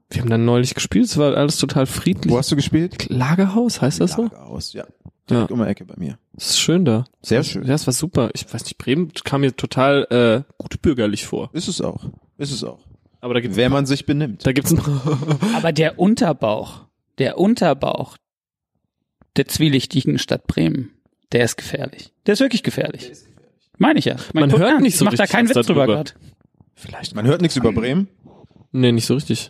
Wir haben dann neulich gespielt, es war alles total friedlich.
Wo hast du gespielt?
Lagerhaus, heißt das so?
Aus, ja.
Ja,
Um die Ecke bei mir.
es ist schön da.
Sehr schön.
Ja, es war super. Ich weiß nicht, Bremen kam mir total äh, gut bürgerlich vor.
Ist es auch. Ist es auch.
Aber da gibt's
Wenn man sich benimmt.
Da gibt's ein
Aber der Unterbauch, der Unterbauch der zwielichtigen Stadt Bremen, der ist gefährlich. Der ist wirklich gefährlich. Meine ich ja. Mein
Man
Gott,
hört
ernst,
nicht so
Ich mach da
richtig
keinen
was
Witz drüber
darüber.
gerade.
Vielleicht.
Man hört nichts über Bremen.
(laughs) Nee, nicht so richtig.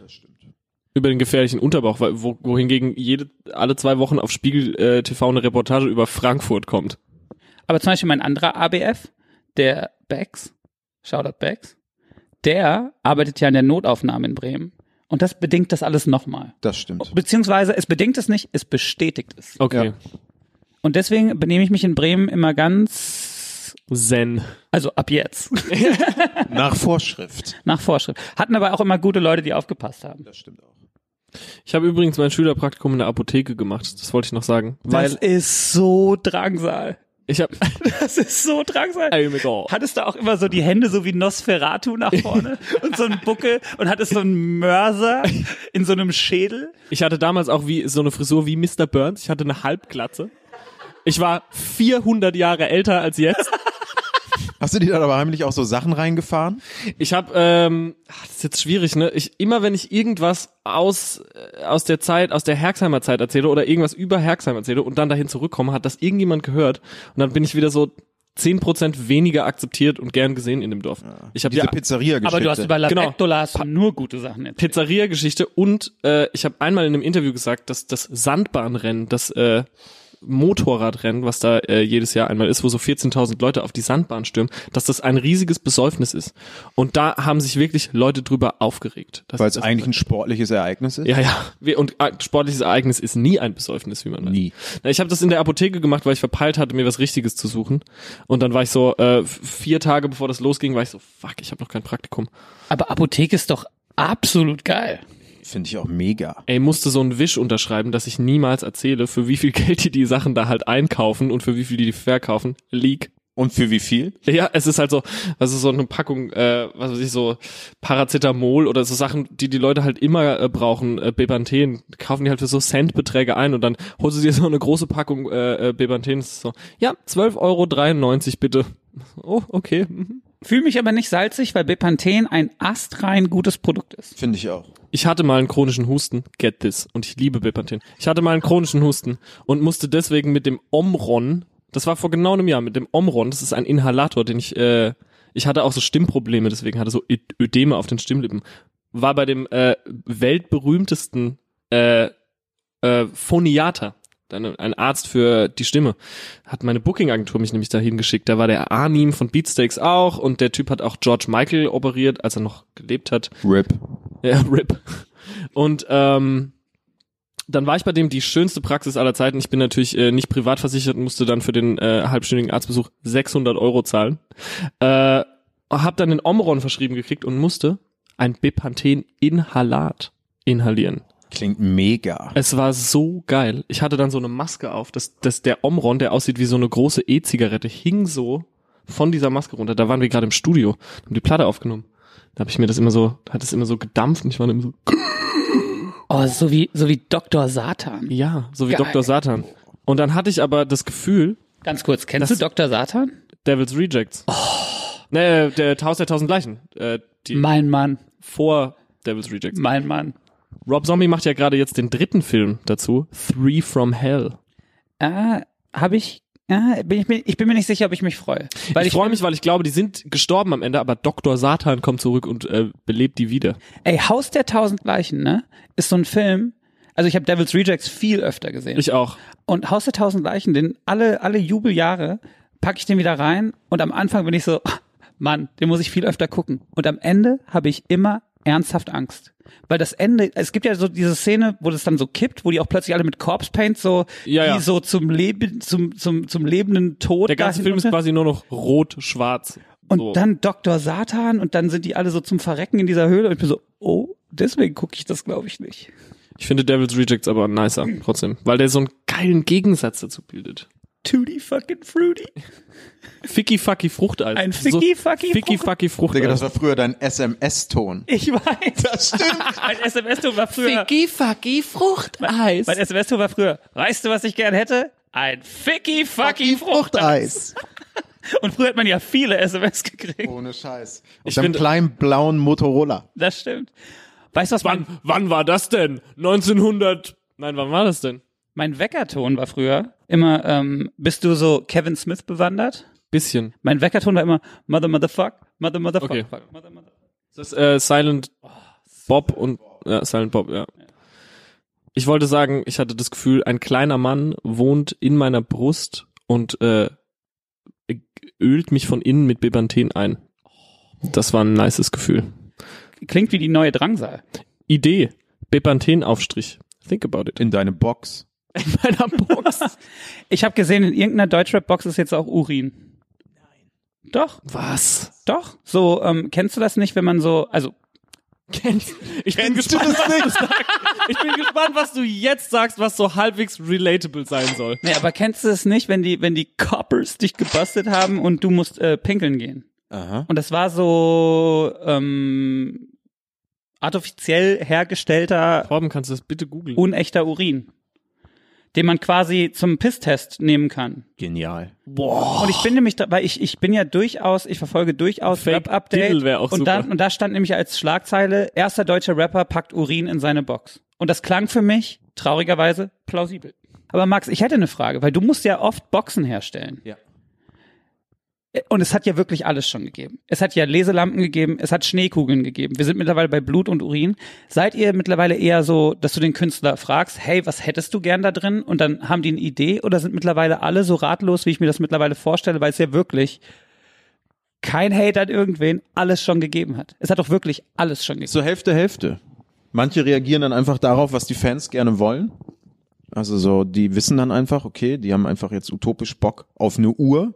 Über den gefährlichen Unterbauch, weil- wo, wohingegen jede, alle zwei Wochen auf Spiegel äh, TV eine Reportage über Frankfurt kommt.
Aber zum Beispiel mein anderer ABF, der Becks, Shoutout Becks, der arbeitet ja in der Notaufnahme in Bremen. Und das bedingt das alles nochmal.
Das stimmt.
Beziehungsweise es bedingt es nicht, es bestätigt es.
Okay.
Ja.
Und deswegen benehme ich mich in Bremen immer ganz,
Zen.
also ab jetzt,
Nach Vorschrift.
nach Vorschrift. Hatten aber auch immer gute Leute, die aufgepasst haben.
Das stimmt auch.
Ich habe übrigens mein Schülerpraktikum in der Apotheke gemacht. Das wollte ich noch sagen.
Das
Weil
ist so Drangsal.
ich habe.
Das ist so Drangsal.
Ey, mega.
Hattest du auch immer so die Hände so wie Nosferatu nach vorne und so einen Buckel und hattest so einen Mörser in so einem Schädel?
Ich hatte damals auch wie so eine Frisur wie Mr. Burns. Ich hatte eine Halbglatze. Ich war 400 Jahre älter als jetzt.
Hast du dir da aber heimlich auch so Sachen reingefahren?
Ich habe, ähm, ach, das ist jetzt schwierig, ne? Ich immer, wenn ich irgendwas aus äh, aus der Zeit, aus der Herxheimer Zeit erzähle oder irgendwas über Herxheim erzähle und dann dahin zurückkomme, hat das irgendjemand gehört und dann bin ich wieder so 10% weniger akzeptiert und gern gesehen in dem Dorf. Ich habe
Diese
die
Pizzeria-Geschichte.
Aber du hast über La
Genau.
Pectola hast du nur gute Sachen erzählt.
Pizzeria-Geschichte und äh, ich habe einmal in einem Interview gesagt, dass das Sandbahnrennen, das äh, Motorradrennen, was da äh, jedes Jahr einmal ist, wo so 14.000 Leute auf die Sandbahn stürmen, dass das ein riesiges Besäufnis ist. Und da haben sich wirklich Leute drüber aufgeregt. dass-
Weil es
dass-
eigentlich ein sportliches Ereignis ist.
ja, ja. Wir- Und äh, sportliches Ereignis ist nie ein Besäufnis, wie man weiß.
Nie.
Na, Ich habe das in der Apotheke gemacht, weil ich verpeilt hatte, mir was Richtiges zu suchen. Und dann war ich so, äh, f- vier Tage bevor das losging, war ich so, fuck, ich habe noch kein Praktikum.
Aber Apotheke ist doch absolut geil.
Finde ich auch mega.
Ey, musste so einen Wisch unterschreiben, dass ich niemals erzähle, für wie viel (laughs) Geld die die Sachen da halt einkaufen und für wie viel die die verkaufen. Leak.
Und für wie viel?
Ja, es ist halt so, also so eine Packung, äh, was weiß ich, so Paracetamol oder so Sachen, die die Leute halt immer äh, brauchen, äh, Bepanthen, kaufen die halt für so Centbeträge ein und dann holst du dir so eine große Packung äh, äh, Bepanthen, ist so, ja, 12,93 Euro bitte. Oh, okay. mhm.
Fühle mich aber nicht salzig, weil Bepanthen ein astrein gutes Produkt ist.
Finde ich auch.
Ich hatte mal einen chronischen Husten, get this, und ich liebe Bepanthen. Ich hatte mal einen chronischen Husten und musste deswegen mit dem Omron, das war vor genau einem Jahr, mit dem Omron, das ist ein Inhalator, den ich, äh, ich hatte auch so Stimmprobleme, deswegen hatte so Ö- Ödeme auf den Stimmlippen. War bei dem äh, weltberühmtesten äh, äh, Phoniater, ein, ein Arzt für die Stimme, hat meine Booking-Agentur mich nämlich dahin geschickt. Da war der Arnim von Beatsteaks auch und der Typ hat auch George Michael operiert, als er noch gelebt hat.
RIP.
Ja, (laughs) RIP. Und ähm, dann war ich bei dem die schönste Praxis aller Zeiten. Ich bin natürlich äh, nicht privat versichert und musste dann für den äh, halbstündigen Arztbesuch 600 Euro zahlen. Äh, hab dann den Omron verschrieben gekriegt und musste ein Bepanthen-Inhalat inhalieren.
Klingt mega.
Es war so geil. Ich hatte dann so eine Maske auf, dass, dass der Omron, der aussieht wie so eine große E-Zigarette, hing so von dieser Maske runter. Da waren wir gerade im Studio, haben die Platte aufgenommen. Da habe ich mir das immer so, hat es immer so gedampft und ich war dann immer so,
Oh, so wie, so wie Dr. Satan.
Ja, so wie
Geil.
Dr. Satan. Und dann hatte ich aber das Gefühl,
Ganz kurz, kennst
Das-
du Dr. Satan?
Devil's Rejects. Oh. Nee, der Haus der tausend Leichen. Äh, die
Mein Mann,
vor Devil's Rejects.
mein Mann.
Rob Zombie macht ja gerade jetzt den dritten Film dazu. Three from Hell.
Ah, habe ich, ah, bin ich, mir- ich bin mir nicht sicher, ob ich mich freue. Weil
ich
ich,
freue mich, weil ich glaube, die sind gestorben am Ende, aber Dr. Satan kommt zurück und äh, belebt die wieder.
ey, Haus der tausend Leichen, ne? Ist so ein Film. Also ich habe Devil's Rejects viel öfter gesehen.
Ich auch.
Und Haus der tausend Leichen, den alle, alle Jubeljahre packe ich den wieder rein und am Anfang bin ich so, (laughs) Mann, den muss ich viel öfter gucken. Und am Ende habe ich immer ernsthaft Angst. Weil das Ende, es gibt ja so diese Szene, wo das dann so kippt, wo die auch plötzlich alle mit Corpse Paint so,
Ja,
die
ja.
so zum Leben, zum, zum, zum lebenden Tod.
Der ganze
dahin
Film ist
unter-
quasi nur noch rot-schwarz.
und
so.
dann Dr. Satan und dann sind die alle so zum Verrecken in dieser Höhle und ich bin so, oh, deswegen gucke ich das glaube ich nicht.
Ich finde Devil's Rejects aber nicer trotzdem, weil der so einen geilen Gegensatz dazu bildet.
Tutti fucking fruity.
Ficky Fucky Fruchteis.
Ein Ficky Fucky
Ficky
Frucht-
Fucky Fruchteis.
Digga, das war früher dein SMS-Ton.
Ich weiß.
(laughs)
Das stimmt. Mein SMS-Ton war früher.
Fucky Fruchteis.
Mein SMS-Tour war früher, weißt du, was ich gern hätte? Ein ficky fucky Fruchteis.
Fruchteis.
Und früher hat man ja viele SMS gekriegt.
(laughs) Ohne Scheiß.
Ich
Auf deinem
finde-
kleinen blauen Motorola.
Das stimmt. Weißt du, was mein,
Wann, wann war das denn? 1900. Nein, wann war das denn?
mein Weckerton war früher? Immer, ähm, bist du so Kevin Smith bewandert?
Bisschen.
Mein Weckerton war immer Mother Motherfuck, Mother Motherfuck.
Okay.
Fuck, Mother, mother.
Das ist äh, Silent Bob und ja, Silent Bob, ja. Ich wollte sagen, ich hatte das Gefühl, ein kleiner Mann wohnt in meiner Brust und äh, ölt mich von innen mit Bepanthen ein. Das war ein nices Gefühl.
Klingt wie die neue
(laughs)
Drangsal.
Idee. Bepanthen-Aufstrich. Think about it.
In deine Box.
In meiner Box.
(laughs) Ich habe gesehen, in irgendeiner Deutschrap-Box ist jetzt auch Urin. Nein. Doch,
Was?
doch. So, ähm, kennst du das nicht, wenn man so, also
Kennst, ich bin gespannt, was du
(laughs)
sagst. Ich bin gespannt, was du jetzt sagst, was so halbwegs relatable sein soll.
Nee, aber kennst du es nicht, wenn die, wenn die Coppers dich gebastelt haben und du musst äh, pinkeln gehen?
Aha.
Und das war so ähm, artifiziell hergestellter,
Torben, kannst du das bitte googeln?
unechter Urin, den man quasi zum Pisstest nehmen kann.
Genial.
Und ich bin nämlich, da, weil ich, ich bin ja durchaus, ich verfolge durchaus
Fake Diddle wär auch
und,
super.
Dann, und da stand nämlich als Schlagzeile, erster deutscher Rapper packt Urin in seine Box. Und das klang für mich, traurigerweise, plausibel. Aber Max, ich hätte eine Frage, weil du musst ja oft Boxen herstellen.
Ja.
und es hat ja wirklich alles schon gegeben. Es hat ja Leselampen gegeben, es hat Schneekugeln gegeben. Wir sind mittlerweile bei Blut und Urin. Seid ihr mittlerweile eher so, dass du den Künstler fragst, hey, was hättest du gern da drin? Und dann haben die eine Idee oder sind mittlerweile alle so ratlos, wie ich mir das mittlerweile vorstelle, weil es ja wirklich kein Hate an irgendwen alles schon gegeben hat. Es hat doch wirklich alles schon gegeben.
So Hälfte, Hälfte. Manche reagieren dann einfach darauf, was die Fans gerne wollen. Also so, die wissen dann einfach, okay, die haben einfach jetzt utopisch Bock auf eine Uhr.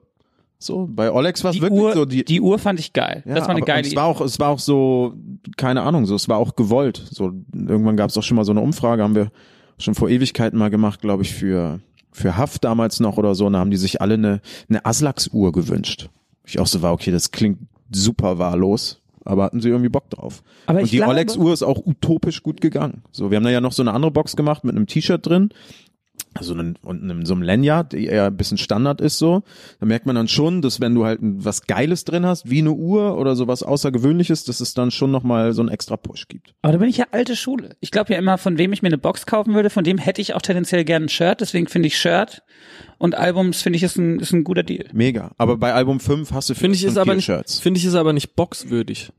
So, bei Olex war es
Die
wirklich
Uhr,
so,
die,
die,
Uhr fand ich geil.
Ja,
das war eine
aber- und
geile
es
Idee.
war auch, es war auch so, keine Ahnung, so, es war auch gewollt. So, irgendwann gab es auch schon mal so eine Umfrage, haben wir schon vor Ewigkeiten mal gemacht, glaube ich, für, für Haft damals noch oder so. Und da haben die sich alle eine, eine Aslaks-Uhr gewünscht. Ich auch so war, okay, das klingt super wahllos, aber hatten sie irgendwie Bock drauf.
Aber ich
Und die
glaube-
Olex-Uhr ist auch utopisch gut gegangen. So, wir haben da ja noch so eine andere Box gemacht mit einem T-Shirt drin also einen, und einem, so einem Lanyard, die eher ein bisschen Standard ist so, da merkt man dann schon, dass wenn du halt ein- was Geiles drin hast, wie eine Uhr oder sowas Außergewöhnliches, dass es dann schon nochmal so einen extra Push gibt.
Aber da bin ich ja alte Schule. Ich glaube ja immer, von wem ich mir eine Box kaufen würde, von dem hätte ich auch tendenziell gerne ein Shirt. Deswegen finde ich Shirt und Albums finde ich ist ein, ist ein guter Deal.
Mega. Aber bei Album 5 hast du
Finde ich, ist
schon
aber
vier
nicht,
Shirts.
finde ich, ist aber nicht boxwürdig.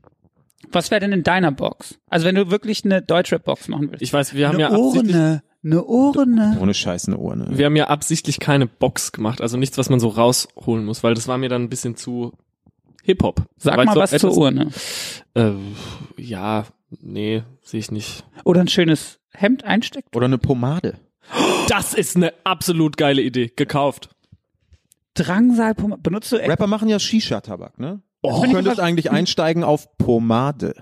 Was wäre denn in deiner Box? Also wenn du wirklich eine Deutschrap-Box machen willst.
Ich weiß, wir haben
eine
ja absichtlich,
Urne, eine Urne.
Ohne Scheiß eine Uhr, ne?
wir haben ja absichtlich keine Box gemacht, also nichts, was man so rausholen muss, weil das war mir dann ein bisschen zu Hip-Hop.
Sag
Weil
mal
so
was zur
etwas-
Urne.
Äh, ja, nee, sehe ich nicht.
Oder ein schönes Hemd einsteckt.
Oder eine Pomade.
Das ist eine absolut geile Idee. Gekauft.
Drangsal, Pom- benutzt du echt?
Rapper machen ja Shisha-Tabak, ne?
Oh.
Du könntest eigentlich einsteigen auf Pomade.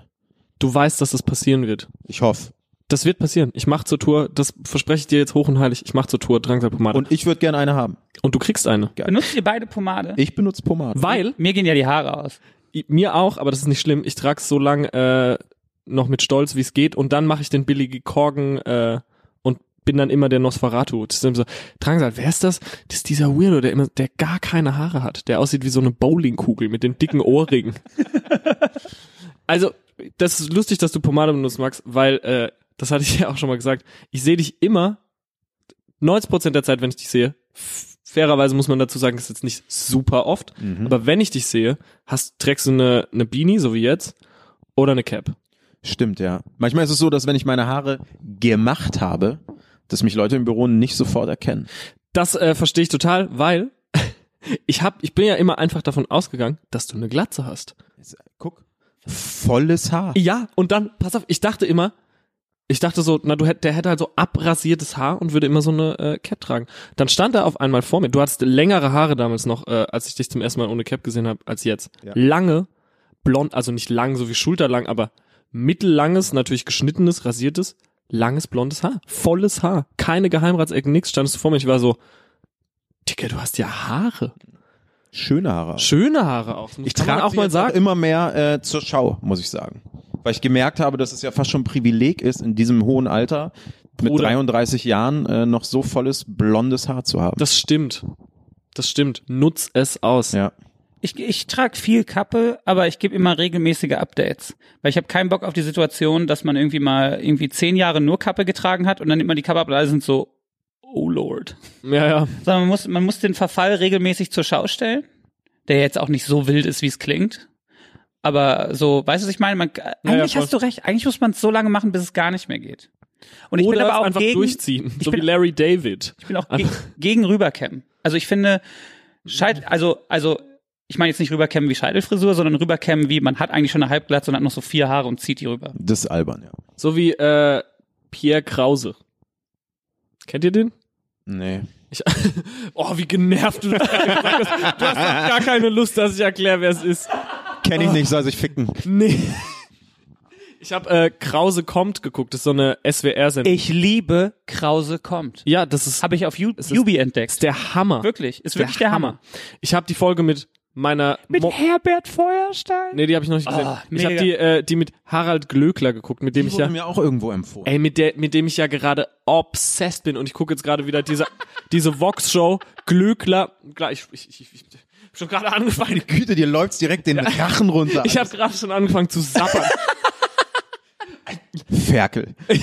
Du weißt, dass das passieren wird.
Ich hoffe.
Das wird passieren. Ich mach zur Tour, das verspreche ich dir jetzt hoch und heilig. Ich mach zur Tour Drangsal Pomade. Und,
Und ich würde gerne eine haben.
du kriegst eine.
Benutzt ihr beide Pomade?
Ich benutze Pomade.
Weil,
Mir gehen ja die Haare aus.
i- mir auch, aber das ist nicht schlimm, ich trage so lang äh, noch mit Stolz, wie es geht. Und dann mache ich den Billy Korgen äh, und bin dann immer der Nosferatu. Das ist immer so, Drangsal, wer ist das? Das ist dieser Weirdo, der immer, der gar keine Haare hat. Der aussieht wie so eine Bowlingkugel mit den dicken Ohrringen. also, das ist lustig, dass du Pomade benutzt, Max, weil, äh, das hatte ich (laughs) ja auch schon mal gesagt, ich sehe dich immer 90% der Zeit, wenn ich dich sehe, f- fairerweise muss man dazu sagen, das ist jetzt nicht super oft, aber wenn ich dich sehe, hast, trägst du eine, eine Beanie, so wie jetzt, oder eine Cap.
Stimmt, ja. Manchmal ist es so, dass wenn ich meine Haare gemacht habe, dass mich Leute im Büro nicht sofort erkennen.
Das äh, verstehe ich total, weil (laughs) ich hab, ich bin ja immer einfach davon ausgegangen, dass du eine Glatze hast.
äh, Guck. Volles Haar.
Ja, und dann, pass auf, ich dachte immer, ich dachte so, na, du hätt, der hätte halt so abrasiertes Haar und würde immer so eine äh, Cap tragen. Dann stand er auf einmal vor mir. Du hattest längere Haare damals noch, äh, als ich dich zum ersten Mal ohne Cap gesehen habe, als jetzt.
Ja.
Lange, blond, also nicht lang, so wie schulterlang, aber mittellanges, natürlich geschnittenes, rasiertes, langes, blondes Haar. Volles Haar. Keine Geheimratsecken, nix. Standest du vor mir, ich war so, Digga, du hast ja Haare.
Schöne Haare.
Schöne Haare auch.
Ich
Kann man
trage
auch
sie
mal
jetzt
sagen.
immer mehr äh, zur Schau, muss ich sagen. Weil ich gemerkt habe, dass es ja fast schon ein Privileg ist, in diesem hohen Alter mit
Bruder.
33 Jahren äh, noch so volles blondes Haar zu haben.
Das stimmt. Das stimmt. Nutz es aus.
ja.
Ich, ich trage viel Kappe, aber ich gebe immer regelmäßige Updates. Weil ich habe keinen Bock auf die Situation, dass man irgendwie mal irgendwie zehn Jahre nur Kappe getragen hat und dann nimmt man die Kappe ab und alle sind so, oh Lord.
Ja, ja.
Sondern man muss, man muss den Verfall regelmäßig zur Schau stellen, der jetzt auch nicht so wild ist, wie es klingt. Aber so, weißt du, was ich meine? Man, eigentlich
voll.
hast du recht, eigentlich muss man es so lange machen, bis es gar nicht mehr geht. Und ich
Oder
bin aber auch
einfach
gegen,
durchziehen,
ich
so wie
bin-
Larry David.
Ich bin auch ge gegen Rüberkämmen. Also ich finde, Scheid also, also ich meine jetzt nicht Rüberkämmen wie Scheitelfrisur, sondern Rüberkämmen wie, man hat eigentlich schon eine Halbglatze und hat noch so vier Haare und zieht die rüber.
Das ist albern, ja.
So wie äh, Pierre Krause. Kennt ihr den?
Nee.
Ich, oh, wie genervt du das gerade gesagt hast. Du hast doch gar keine Lust, dass ich erkläre, wer es ist.
Kenn Ah. ich nicht, soll sich ficken.
Nee. Ich habe äh, Krause kommt geguckt. Das ist so eine SWR-Sendung.
Ich liebe Krause kommt.
Ja, das ist,
Habe ich auf
Es ist-
Yubi entdeckt.
ist der Hammer.
Wirklich, ist wirklich der Hammer.
Ich habe die Folge mit meiner Mo-
Herbert Feuerstein.
Nee, die habe ich noch nicht gesehen.
Ah,
ich habe
mega.
die, äh, die mit Harald Glöckler geguckt, mit dem
Die
ich ja,
wurde mir auch irgendwo empfohlen.
ey, mit der, mit dem ich ja gerade obsessed bin und ich gucke jetzt gerade wieder diese, diese Vox-Show Glöckler. Klar, ich, ich, ich, ich hab schon gerade angefangen.
Güte, dir läuft's direkt den Rachen runter.
Ich habe gerade schon angefangen zu sappern.
Ferkel.
Ich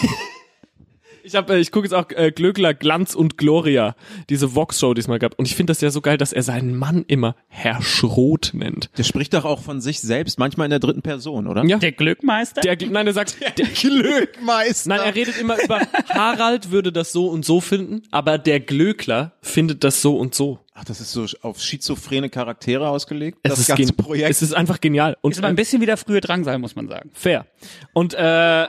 Ich, hab, äh, ich gucke jetzt auch äh, Glöckler Glanz und Gloria, diese Vox-Show, die es mal gab. Und ich finde das ja so geil, dass er seinen Mann immer Herr Schroth nennt.
Der spricht doch auch von sich selbst, manchmal in der dritten Person, oder?
Ja.
Der Glückmeister?
Der, nein, er sagt, der Glöckmeister. Nein, er redet immer über, Harald würde das so und so finden, aber der Glöckler findet das so und so.
Ach, das ist so auf schizophrene Charaktere ausgelegt.
Es
das
ist
ganze
gen-
Projekt.
Es ist einfach genial. Und
ist aber ein bisschen wieder früher Drangsal, muss man sagen.
Fair. Und äh,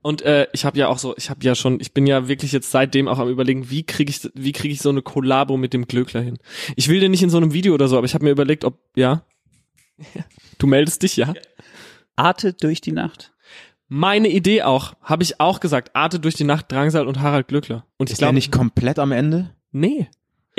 und äh, ich habe ja auch so, ich habe ja schon, ich bin ja wirklich jetzt seitdem auch am überlegen, wie kriege ich wie kriege ich so eine Kollabo mit dem Glöckler hin. Ich will den nicht in so einem Video oder so, aber ich habe mir überlegt, ob ja. Du meldest dich, ja?
Arte durch die Nacht.
Meine Idee auch, habe ich auch gesagt, Arte durch die Nacht, Drangsal und Harald Glöckler. Und ich
ist der
glaube
nicht komplett am Ende?
nee.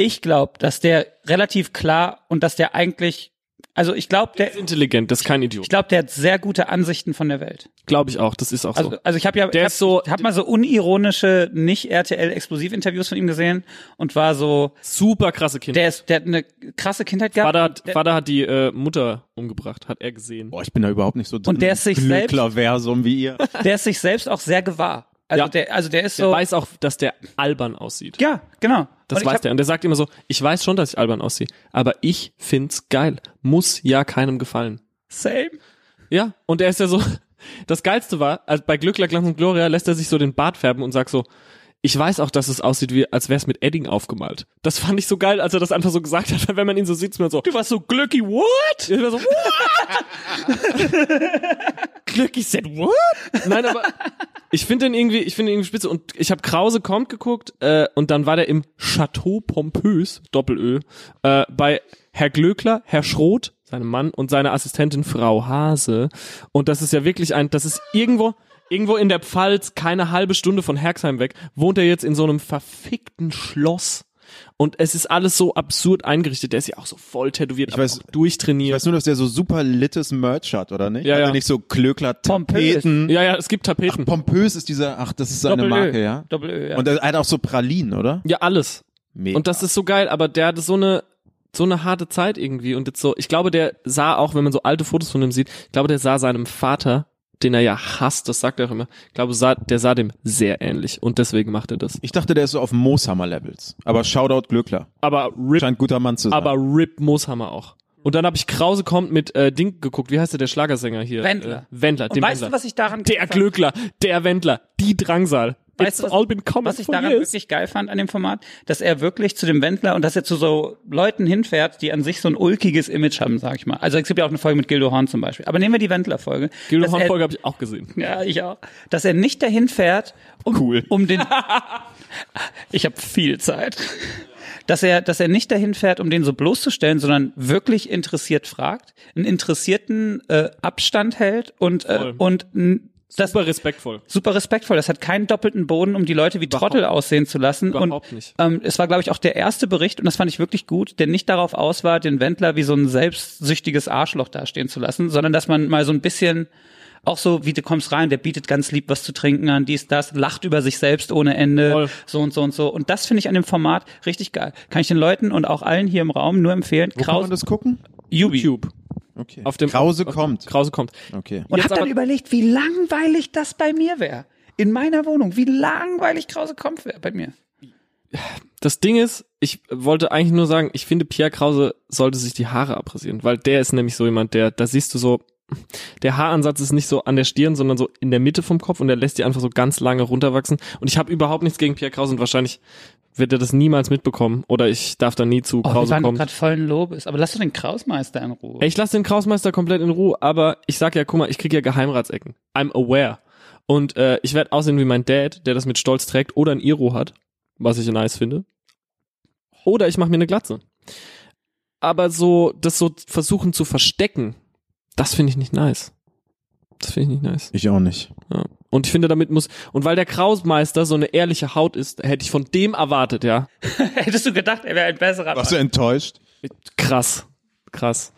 Ich glaube, dass der relativ klar und dass der eigentlich, also ich glaube, der,
Der ist intelligent, das ist kein Idiot.
ich glaube, der hat sehr gute Ansichten von der Welt.
Glaube ich auch, das ist auch so.
Also, also ich habe ja,
Der
ich hab,
ist so-
ich hab mal so unironische, nicht RTL-Exklusiv-Interviews von ihm gesehen und war so,
Super krasse Kind.
der ist, der hat eine krasse Kindheit gehabt.
Vater hat,
der-
Vater hat die äh, Mutter umgebracht, hat er gesehen.
Boah, ich bin da überhaupt nicht so drin.
der ist sich selbst-
Glöckler-Versum wie
(laughs)
ihr.
der ist sich selbst auch sehr gewahr. Also
Ja.
der, also der ist
Der
so,
weiß auch, dass der albern aussieht.
ja, genau.
Das
Und ich
weiß
hab-
der. Und der sagt immer so, ich weiß schon, dass ich albern aussehe, aber ich find's geil. Muss ja keinem gefallen.
Same.
Ja, und er ist ja so, (laughs) das Geilste war, also bei Glückler, Glanz und Gloria lässt er sich so den Bart färben und sagt so, ich weiß auch, dass es aussieht, wie, als wär's mit Edding aufgemalt. Das fand ich so geil, als er das einfach so gesagt hat, (laughs) weil wenn man ihn so sieht, ist man so,
Du warst so glücky, what?
ich war so, what? Glücklich said what? Nein, aber ich finde den irgendwie, ich finde ihn irgendwie spitze und ich habe Krause kommt geguckt äh, und dann war der im Chateau Pompeus Doppelö äh, bei Herr Glöckler, Herr Schroth, seinem Mann und seiner Assistentin Frau Hase und das ist ja wirklich ein, das ist irgendwo Irgendwo in der Pfalz, keine halbe Stunde von Herxheim weg, wohnt er jetzt in so einem verfickten Schloss. Und es ist alles so absurd eingerichtet. Der ist ja auch so voll tätowiert, aber
weiß-
auch durchtrainiert.
Ich weiß nur, dass der so super littes Merch hat, oder nicht?
Ja,
Hat er
ja.
nicht so Glöckler-Tapeten.
Ja, ja, es gibt Tapeten.
Pompös ist dieser, ach, das ist seine
Doppel-Ö.
Marke, ja?
Doppel Ö, ja.
Und er hat auch so Pralinen, oder?
ja, alles.
Mega.
Und das ist so geil, aber der hatte so eine so eine harte Zeit irgendwie und jetzt so, ich glaube, der sah auch, wenn man so alte Fotos von ihm sieht, ich glaube, der sah seinem Vater, den er ja hasst, das sagt er auch immer, ich glaube, sah, der sah dem sehr ähnlich und deswegen macht er das.
ich dachte, der ist so auf Mooshammer-Levels. Aber Shoutout Glöckler.
Aber Rip,
Scheint guter Mann zu sein.
aber Rip Mooshammer auch. Und dann habe ich Krause kommt mit äh, Ding geguckt, wie heißt der, der Schlagersänger hier?
Wendler.
Äh, Wendler,
Und
dem
weißt du,
Wendler.
was ich daran
der
gefallen-
Glöckler, der Wendler, die Drangsal.
Weißt
It's
du, was-
all been coming
Was ich
for
daran
years.
wirklich geil fand an dem Format, dass er wirklich zu dem Wendler und dass er zu so Leuten hinfährt, die an sich so ein ulkiges Image haben, sag ich mal. Also es gibt ja auch eine Folge mit Gildo Horn zum Beispiel. Aber nehmen wir die Wendler-Folge.
Gildo
Dass er-
Hornfolge habe ich auch gesehen.
Ja, ich auch. Dass er nicht dahin fährt, um,
Cool.
um den. ich habe viel Zeit. Dass er, dass er nicht dahin fährt, um den so bloßzustellen, sondern wirklich interessiert fragt, einen interessierten äh, Abstand hält und äh,
Voll.
und n- das
Super respektvoll.
super respektvoll. Das hat keinen doppelten Boden, um die Leute wie Trottel aussehen zu lassen.
Überhaupt
und
nicht.
Ähm, es war, glaube ich, auch der erste Bericht, und das fand ich wirklich gut, der nicht darauf aus war, den Wendler wie so ein selbstsüchtiges Arschloch dastehen zu lassen, sondern dass man mal so ein bisschen auch so, wie du kommst rein, der bietet ganz lieb was zu trinken an, dies, das, lacht über sich selbst ohne Ende,
Voll.
so und so und so. Und das finde ich an dem Format richtig geil. Kann ich den Leuten und auch allen hier im Raum nur empfehlen.
Wo kann man
Kraus,
das gucken?
Jubi.
Cube.
Okay.
Auf dem
Krause
auf,
kommt.
Krause kommt.
Okay.
Und
Jetzt
hab dann
aber-
überlegt, wie langweilig das bei mir wäre. In meiner Wohnung, wie langweilig Krause Kampf wäre bei mir.
Das Ding ist, ich wollte eigentlich nur sagen, ich finde Pierre Krause sollte sich die Haare abrasieren, weil der ist nämlich so jemand, der, da siehst du so, der Haaransatz ist nicht so an der Stirn, sondern so in der Mitte vom Kopf und der lässt die einfach so ganz lange runterwachsen. Und ich habe überhaupt nichts gegen Pierre Krause und wahrscheinlich wird er das niemals mitbekommen oder ich darf da nie zu
Oh, wir
Krause
waren
kommen.
gerade vollen Lobes. Aber lass doch den Krausmeister in Ruhe.
Ey, Ich lasse den Krausmeister komplett in Ruhe, aber ich sag ja, guck mal, ich krieg ja Geheimratsecken. I'm aware. Und äh, ich werde aussehen wie mein Dad, der das mit Stolz trägt oder ein Iro hat, was ich nice finde. Oder ich mache mir eine Glatze. Aber so, das so versuchen zu verstecken, das finde ich nicht nice. Das finde ich nicht nice.
Ich auch nicht.
Ja. Und ich finde, damit muss. Und weil der Krausmeister so eine ehrliche Haut ist, hätte ich von dem erwartet, ja.
(laughs) Hättest du gedacht, er wäre ein besserer
Warst du enttäuscht?
Krass. Krass.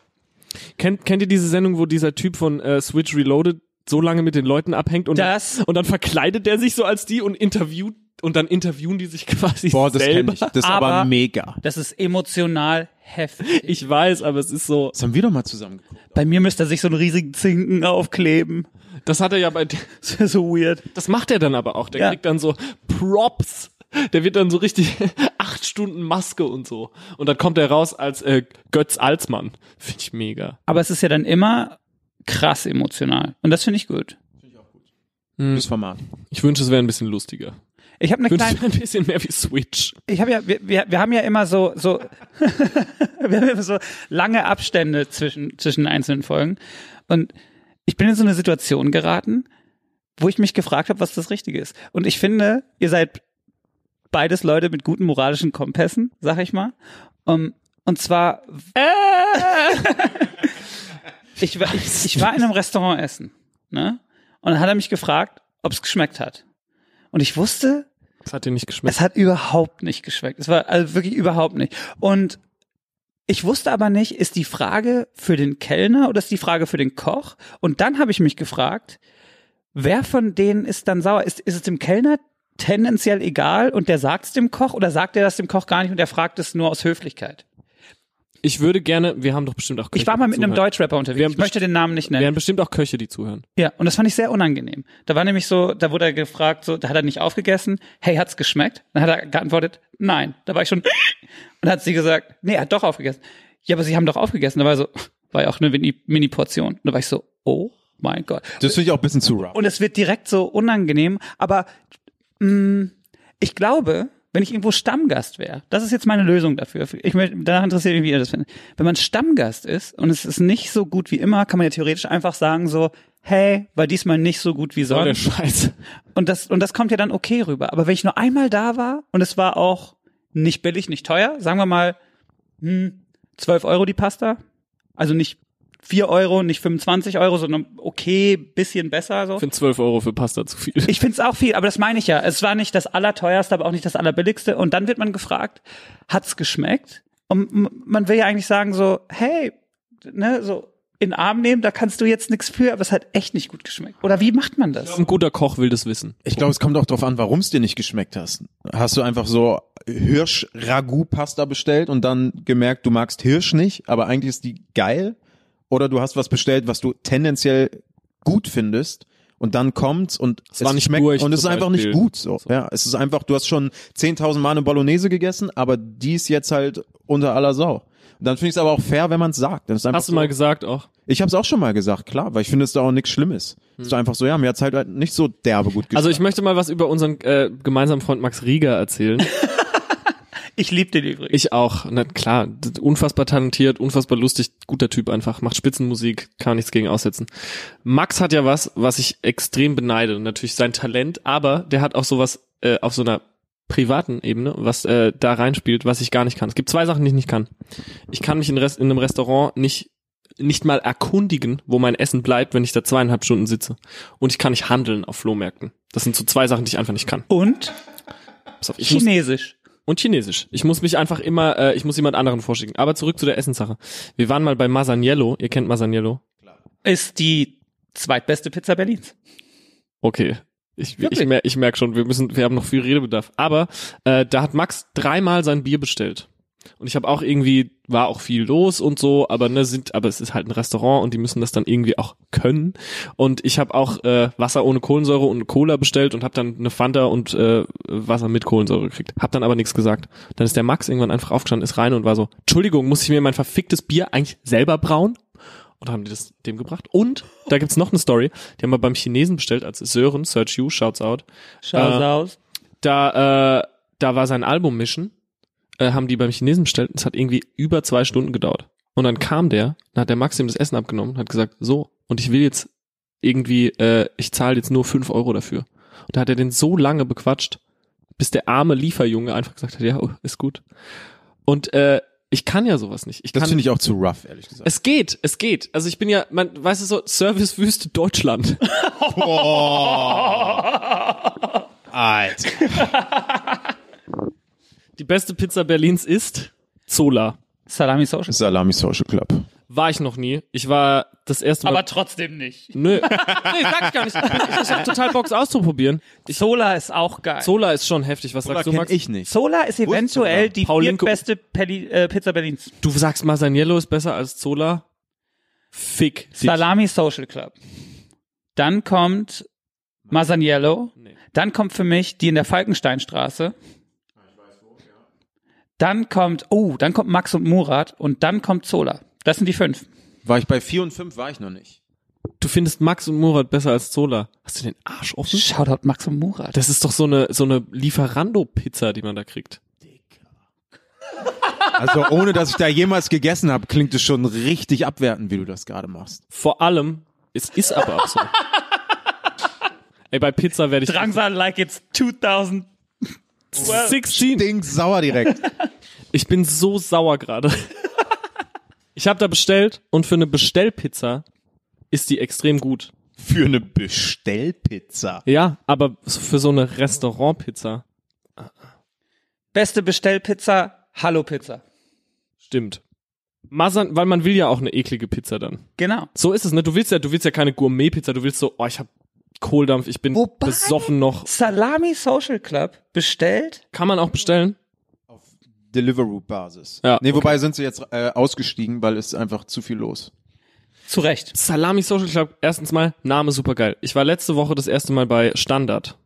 Kennt, kennt ihr diese Sendung, wo dieser Typ von äh, Switch Reloaded so lange mit den Leuten abhängt und,
Das-
und dann verkleidet der sich so als die und interviewt und dann interviewen die sich (laughs) quasi
Boah, das
selber.
kenne ich. Das ist aber,
Aber-
mega.
Das ist emotional heftig.
Ich weiß, aber es ist so.
Das haben wir doch mal zusammen geguckt.
Bei mir müsste er sich so einen riesigen Zinken aufkleben. (laughs)
Das hat er ja bei.
Das wäre so weird.
Das macht er dann aber auch. Der
Ja.
kriegt dann so Props. Der wird dann so richtig (laughs) acht Stunden Maske und so. Und dann kommt er raus als äh, Götz Alsmann. Finde ich mega.
Aber es ist ja dann immer krass emotional. Und das finde ich gut.
Das Format.
Ich wünsche, es wäre ein bisschen lustiger.
Ich habe eine
Ich
kleine,
wünsche, es wäre ein bisschen mehr wie Switch.
ich habe ja, wir, wir, wir haben ja immer so, so, (laughs) wir haben ja immer so lange Abstände zwischen, zwischen einzelnen Folgen. Und ich bin in so eine Situation geraten, wo ich mich gefragt habe, was das Richtige ist. Und ich finde, ihr seid beides Leute mit guten moralischen Kompässen, sag ich mal. Um, und zwar, (laughs) ich, war- ich, ich war in einem Restaurant essen, ne? Und dann hat er mich gefragt, ob es geschmeckt hat. Und ich wusste,
Das hat dir nicht geschmeckt.
es hat überhaupt nicht geschmeckt. Es war also wirklich überhaupt nicht. Und ich wusste aber nicht, ist die Frage für den Kellner oder ist die Frage für den Koch? Und dann habe ich mich gefragt, wer von denen ist dann sauer? Ist, ist es dem Kellner tendenziell egal und der sagt es dem Koch oder sagt er das dem Koch gar nicht und er fragt es nur aus Höflichkeit?
Ich würde gerne, wir haben doch bestimmt auch Köche.
Ich war mal mit
die
einem ne?
zuhören.
Deutschrapper
Wir
unterwegs.
haben
Ich möchte den Namen nicht
Wir
nennen.
haben bestimmt auch Köche, die zuhören.
Ja, und das fand ich sehr unangenehm. Da war nämlich so, da wurde er gefragt, so, da hat er nicht aufgegessen, hey, hat's geschmeckt? Dann hat er geantwortet, nein. Da war ich schon, (laughs) und hat sie gesagt, nee, er hat doch aufgegessen. Ja, aber sie haben doch aufgegessen. Da war er so, (laughs) war ja auch eine Mini- Mini-Portion. Da war ich so, oh mein Gott.
Das finde ich auch ein bisschen zu rough.
Und es wird direkt so unangenehm, aber mh, ich glaube, wenn ich irgendwo Stammgast wäre, das ist jetzt meine Lösung dafür. Ich möchte, danach interessiert mich, wie ihr das findet. Wenn man Stammgast ist und es ist nicht so gut wie immer, kann man ja theoretisch einfach sagen so, hey, war diesmal nicht so gut wie
Oh, der
sonst.
Scheiß.
Und das, und das kommt ja dann okay rüber. Aber wenn ich nur einmal da war und es war auch nicht billig, nicht teuer, sagen wir mal, hm, 12 Euro die Pasta, also nicht 4 Euro, nicht 25 Euro, sondern okay, bisschen besser, so.
Ich finde 12 Euro für Pasta zu viel.
Ich find's auch viel, aber das meine ich ja. Es war nicht das Allerteuerste, aber auch nicht das Allerbilligste. Und dann wird man gefragt, hat's geschmeckt? Und m- man will ja eigentlich sagen so, hey, ne, so in den Arm nehmen, da kannst du jetzt nichts für, aber es hat echt nicht gut geschmeckt. Oder wie macht man das?
Ein guter Koch will das wissen.
Ich glaube, es kommt auch drauf an, warum es dir nicht geschmeckt hast. Hast du einfach so Hirsch-Ragout-Pasta bestellt und dann gemerkt, du magst Hirsch nicht, aber eigentlich ist die geil? Oder du hast was bestellt, was du tendenziell gut findest und dann kommt's und es,
war nicht
schmeckt
Gurch
und es ist
zum
einfach nicht
Beispiel.
gut so. Ja, es ist einfach, du hast schon 10.000 Mal eine Bolognese gegessen, aber die ist jetzt halt unter aller Sau. Und dann finde ich es aber auch fair, wenn man es sagt. Dann ist einfach
Hast du
so,
mal gesagt auch?
ich habe es auch schon mal gesagt, klar, weil ich finde es da auch nichts Schlimmes. Es ist einfach so, ja, mir hat's halt halt nicht so derbe gut geschmeckt.
Hm. Also ich möchte mal was über unseren äh, gemeinsamen Freund Max Rieger erzählen.
Ich lieb den übrigens.
Ich auch. Na klar, d- unfassbar talentiert, unfassbar lustig, guter Typ einfach, macht Spitzenmusik, kann nichts gegen aussetzen. Max hat ja was, was ich extrem beneide, natürlich sein Talent, aber der hat auch sowas äh, auf so einer privaten Ebene, was äh, da reinspielt, was ich gar nicht kann. Es gibt zwei Sachen, die ich nicht kann. Ich kann mich in, Rest, in einem Restaurant nicht nicht mal erkundigen, wo mein Essen bleibt, wenn ich da zweieinhalb Stunden sitze. Und ich kann nicht handeln auf Flohmärkten. Das sind so zwei Sachen, die ich einfach nicht kann.
Und
Pass auf, ich muss
Chinesisch.
und Chinesisch. Ich muss mich einfach immer, äh, ich muss jemand anderen vorschicken. Aber zurück zu der Essenssache. Wir waren mal bei Masaniello. Ihr kennt Masaniello.
Ist die zweitbeste Pizza Berlins.
Okay. Ich, ich, mer ich merke schon, wir müssen, wir haben noch viel Redebedarf. Aber äh, da hat Max dreimal sein Bier bestellt. Und ich habe auch irgendwie, war auch viel los und so, aber ne, sind, aber es ist halt ein Restaurant und die müssen das dann irgendwie auch können. Und ich habe auch äh, Wasser ohne Kohlensäure und Cola bestellt und habe dann eine Fanta und äh, Wasser mit Kohlensäure gekriegt. Hab dann aber nichts gesagt. Dann ist der Max irgendwann einfach aufgestanden, ist rein und war so, Entschuldigung, muss ich mir mein verficktes Bier eigentlich selber brauen? Und haben die das dem gebracht. Und da gibt's noch eine Story, die haben wir beim Chinesen bestellt, als Sören, Search You, shouts out
Schau's
Äh,
aus.
da, äh, da war sein Album mischen, äh, haben die beim Chinesen bestellt und es hat irgendwie über zwei Stunden gedauert. Und dann kam der, dann hat der Max ihm das Essen abgenommen und hat gesagt, so, und ich will jetzt irgendwie, äh, ich zahle jetzt nur fünf Euro dafür. Und da hat er den so lange bequatscht, bis der arme Lieferjunge einfach gesagt hat, ja, oh, ist gut. Und äh, ich kann ja sowas nicht. Ich
Das
kann
finde ich auch zu rough, ehrlich
(laughs)
gesagt.
es geht, es geht. Also ich bin ja, man, weißt du so, Servicewüste (laughs) Deutschland.
Alter.
Die beste Pizza Berlins ist Zola.
Salami Social.
Salami Social Club.
War ich noch nie. Ich war, das erste Mal.
Aber trotzdem nicht.
Nö. (laughs) nee, sag ich gar nicht. Ich, ich hab total Bock, es auszuprobieren.
Sola ist auch geil.
Zola ist schon heftig. Was sagst du,
kenn
Max?
ich nicht.
Sola ist eventuell die
Paulinko-
viertbeste Pelli, äh, Pizza Berlins.
Du sagst Masaniello ist besser als Zola. Fick.
Salami Social Club. Dann kommt Masaniello.
Nee.
Dann kommt für mich die in der Falkensteinstraße. Dann kommt, oh, dann kommt Max und Murat und dann kommt Zola. Das sind die fünf.
War ich bei vier und fünf war ich noch nicht.
Du findest Max und Murat besser als Zola. Hast du den Arsch offen?
Shoutout Max und Murat.
Das ist doch so eine, so eine Lieferando-Pizza, die man da kriegt.
Also ohne, dass ich da jemals gegessen habe, klingt es schon richtig abwertend, wie du das gerade machst.
Vor allem, es ist aber (laughs) auch so. Ey, bei Pizza werde ich
Drangsal like it's 2000.
16.
Ding sauer direkt.
Ich bin so sauer gerade. Ich habe da bestellt und für eine Bestellpizza ist die extrem gut.
(laughs) Für eine Bestellpizza.
Ja, aber für so eine Restaurantpizza
Beste Bestellpizza, Hallo Pizza.
stimmt. Masan, weil man will ja auch eine eklige Pizza dann.
Genau.
So ist es, ne? Du willst ja, du willst ja keine Gourmet-Pizza, du willst so, oh, ich hab Kohldampf, ich bin
Wobei-
besoffen noch.
Salami Social Club bestellt.
Kann man auch bestellen?
Deliveroo-Basis.
Ja,
nee, wobei sind sie jetzt äh, ausgestiegen, weil es ist einfach zu viel los.
Zu Recht.
Salami Social Club, erstens mal, Name supergeil. Ich war letzte Woche das erste Mal bei Standard.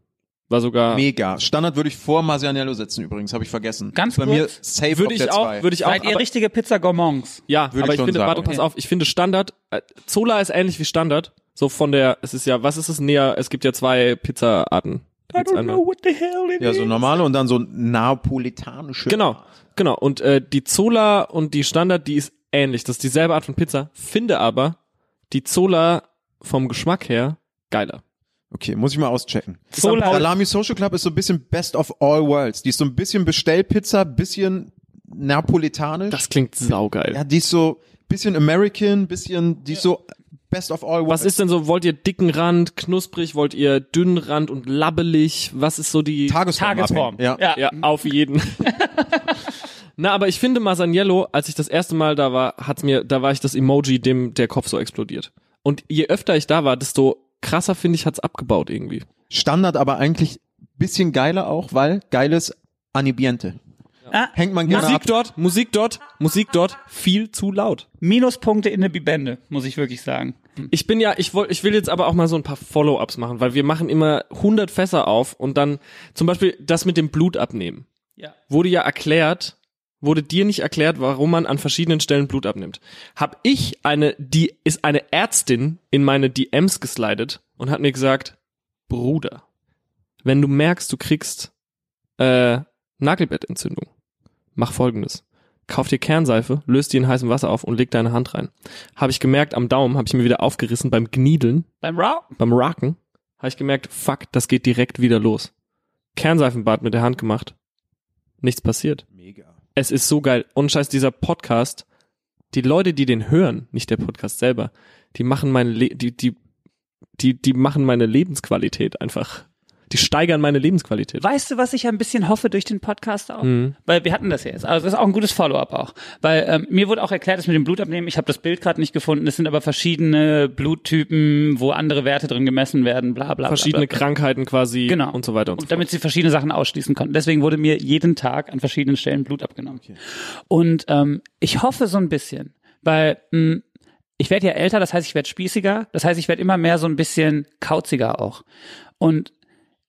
War sogar.
Mega. Standard würde ich vor Masianello setzen übrigens, habe ich vergessen.
Ganz
Bei
kurz.
mir safe
Würde
auf
ich
der
auch,
zwei.
würde ich auch.
Seid ihr
aber-
richtige Pizza Gourmands?
Ja,
Würde
aber
ich
ich
schon
finde,
sagen.
warte, pass auf, ich finde Standard, äh, Zola ist ähnlich wie Standard, so von der, es ist ja, was ist es näher, es gibt ja zwei Pizzaarten. Da gibt's einmal-
what the hell it
Ja, so normale und dann so napolitanische.
Genau, genau. Und äh, die Zola und die Standard, die ist ähnlich, das ist dieselbe Art von Pizza, finde aber die Zola vom Geschmack her geiler.
Okay, muss ich mal auschecken.
Zola-
Salami Social Club ist so ein bisschen best of all worlds. Die ist so ein bisschen Bestellpizza, bisschen napolitanisch.
Das klingt saugeil.
ja, die ist so bisschen American, bisschen, die ist so best of all worlds.
Was ist denn so, wollt ihr dicken Rand, knusprig, wollt ihr dünnen Rand und labbelig? Was ist so die
Tagesform?
Tagesform.
abhängig. Ja.
Ja.
Ja, auf jeden. (laughs) Na, aber ich finde Masaniello, als ich das erste Mal da war, hat's mir, da war ich das Emoji, dem der Kopf so explodiert. Und je öfter ich da war, desto krasser finde ich, hat's abgebaut irgendwie.
Standard aber eigentlich bisschen geiler auch, weil geiles Anibiente.
Ah,
Hängt man gerne
Musik
ab.
dort, Musik dort, Musik dort, viel zu laut.
Minuspunkte in der Bibende, muss ich wirklich sagen.
Ich bin ja, ich wollte, ich will jetzt aber auch mal so ein paar Follow-ups machen, weil wir machen immer 100 Fässer auf und dann zum Beispiel das mit dem Blut abnehmen.
Ja.
wurde ja erklärt, wurde dir nicht erklärt, warum man an verschiedenen Stellen Blut abnimmt. Hab ich eine, die ist eine Ärztin in meine DMs geslidet und hat mir gesagt, Bruder, wenn du merkst, du kriegst äh, Nagelbettentzündung, mach folgendes. Kauf dir Kernseife, löst die in heißem Wasser auf und leg deine Hand rein. Habe ich gemerkt, am Daumen habe ich mir wieder aufgerissen beim Gniedeln
Beim Raw.
beim Rocken habe ich gemerkt, fuck, das geht direkt wieder los. Kernseifenbad mit der Hand gemacht. Nichts passiert.
Mega.
Es ist so geil. Und scheiß dieser Podcast, die Leute, die den hören, nicht der Podcast selber, die machen meine Le die die die die machen meine Lebensqualität einfach. Die steigern meine Lebensqualität.
Weißt du, was ich ein bisschen hoffe durch den Podcast auch?
Mhm.
Weil wir hatten das ja jetzt. Also das ist auch ein gutes Follow-up auch. Weil ähm, mir wurde auch erklärt, dass mit dem Blutabnehmen, ich habe das Bild gerade nicht gefunden, es sind aber verschiedene Bluttypen, wo andere Werte drin gemessen werden, bla bla bla.
Verschiedene
bla.
Krankheiten quasi
Genau.
und so weiter und so
Und damit sie verschiedene Sachen ausschließen konnten. Deswegen wurde mir jeden Tag an verschiedenen Stellen Blut abgenommen. Und ähm, ich hoffe so ein bisschen, weil mh, ich werde ja älter, das heißt, ich werde spießiger, das heißt, ich werde immer mehr so ein bisschen kauziger auch. Und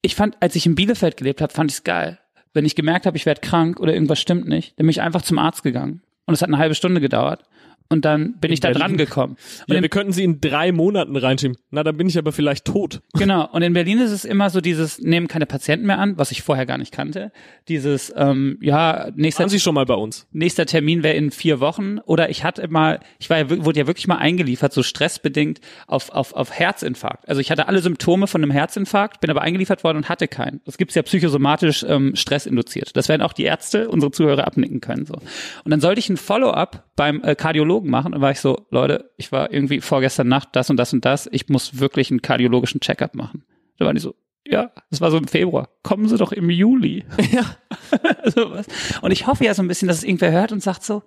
ich fand, als ich in Bielefeld gelebt habe, fand ich es geil. Wenn ich gemerkt habe, ich werde krank oder irgendwas stimmt nicht, dann bin ich einfach zum Arzt gegangen. Und es hat eine halbe Stunde gedauert. Und dann bin ich da
Berlin.
dran gekommen. Und
Ja,
in
wir könnten sie in drei Monaten reinschieben. Na, dann bin ich aber vielleicht tot.
Genau, und in Berlin ist es immer so dieses, nehmen keine Patienten mehr an, was ich vorher gar nicht kannte. Dieses, ähm, ja, nächster,
Waren sie schon mal bei uns?
nächster Termin wäre in vier Wochen. Oder ich hatte mal, ich war ja, wir- wurde ja wirklich mal eingeliefert, so stressbedingt, auf, auf, auf Herzinfarkt. Also ich hatte alle Symptome von einem Herzinfarkt, bin aber eingeliefert worden und hatte keinen. Das gibt's ja psychosomatisch ähm, stressinduziert. Das werden auch die Ärzte, unsere Zuhörer abnicken können. so. Und dann sollte ich ein Follow-up beim äh, Kardiologen machen und war ich so, Leute, ich war irgendwie vorgestern Nacht das und das und das, ich muss wirklich einen kardiologischen Check-up machen. Da waren die so, ja, das war so im Februar. Kommen Sie doch im Juli. (laughs) Ja. (laughs) Sowas. Und ich hoffe ja so ein bisschen, dass es irgendwer hört und sagt so,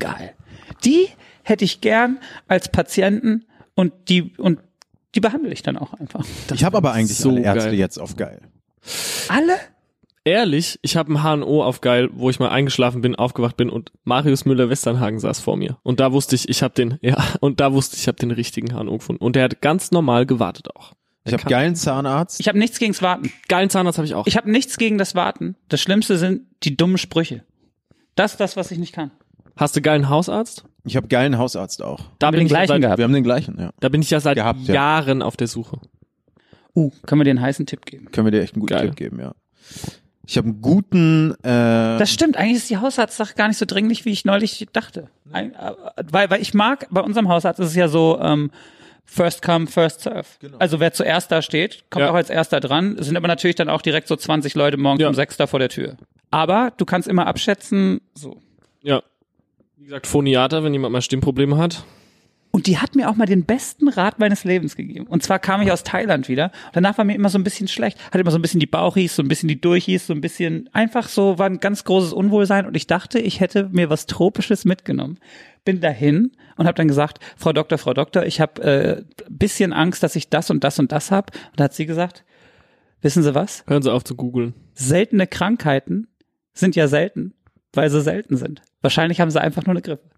geil. Die hätte ich gern als Patienten und die und die behandle ich dann auch einfach.
ich habe aber eigentlich
so
alle Ärzte
geil.
jetzt auf geil.
Alle?
Ehrlich, ich habe ein HNO auf geil, wo ich mal eingeschlafen bin, aufgewacht bin und Marius Müller Westernhagen saß vor mir und da wusste ich, ich habe den (laughs) ja und da wusste ich, ich habe den richtigen HNO gefunden und der hat ganz normal gewartet auch.
Ich habe geilen Zahnarzt.
Ich habe nichts gegens Warten.
Geilen Zahnarzt habe ich auch.
Ich habe nichts gegen das Warten. Das Schlimmste sind die dummen Sprüche. Das ist das, was ich nicht kann.
Hast du geilen Hausarzt?
Ich habe geilen Hausarzt auch.
Da
Haben wir den
ich ja
gleichen
seit,
gehabt?
Wir haben den gleichen, ja.
da bin ich ja seit
Gehabt, ja.
Jahren auf der Suche.
Uh, können wir dir einen heißen Tipp geben?
Können wir dir echt einen guten
Geil.
Tipp geben, ja. Ich habe einen guten äh,
Das stimmt. Eigentlich ist die Hausarztsache gar nicht so dringlich, wie ich neulich dachte. Ein, äh, weil, weil ich mag, bei unserem Hausarzt ist es ja so, ähm, First come, first serve. Also wer zuerst da steht, kommt
Genau. Ja.
auch als erster dran. Es sind aber natürlich dann auch direkt so 20 Leute morgens
Ja.
um sechs da vor der Tür. Aber du kannst immer abschätzen, so.
Ja. Wie gesagt, Phoniater, wenn jemand mal Stimmprobleme hat.
Und die hat mir auch mal den besten Rat meines Lebens gegeben. Und zwar kam ich aus Thailand wieder. Danach war mir immer so ein bisschen schlecht. Hatte immer so ein bisschen die Bauchis, so ein bisschen die Durchis, so ein bisschen einfach so, war ein ganz großes Unwohlsein. Und ich dachte, ich hätte mir was Tropisches mitgenommen. Bin dahin und habe dann gesagt, Frau Doktor, Frau Doktor, ich habe äh, bisschen Angst, dass ich das und das und das habe. Und da hat sie gesagt, wissen Sie was?
Hören Sie auf zu googeln.
Seltene Krankheiten sind ja selten, weil sie selten sind. Wahrscheinlich haben sie einfach nur eine Grippe.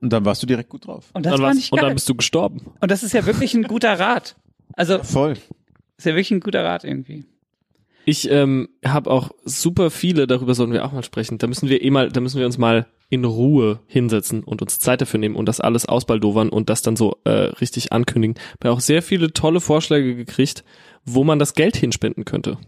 und dann warst du direkt gut drauf.
Und das
dann
war
war's-
nicht
und
geil.
dann bist du gestorben.
Und das ist ja wirklich ein guter Rat. Also
Voll.
ist ja wirklich ein guter Rat irgendwie.
Ich ähm, habe auch super viele, darüber sollten wir auch mal sprechen. Da müssen wir eh mal, da müssen wir uns mal in Ruhe hinsetzen und uns Zeit dafür nehmen und das alles ausbaldowern und das dann so äh, richtig ankündigen. Ich habe auch sehr viele tolle Vorschläge gekriegt, wo man das Geld hinspenden könnte.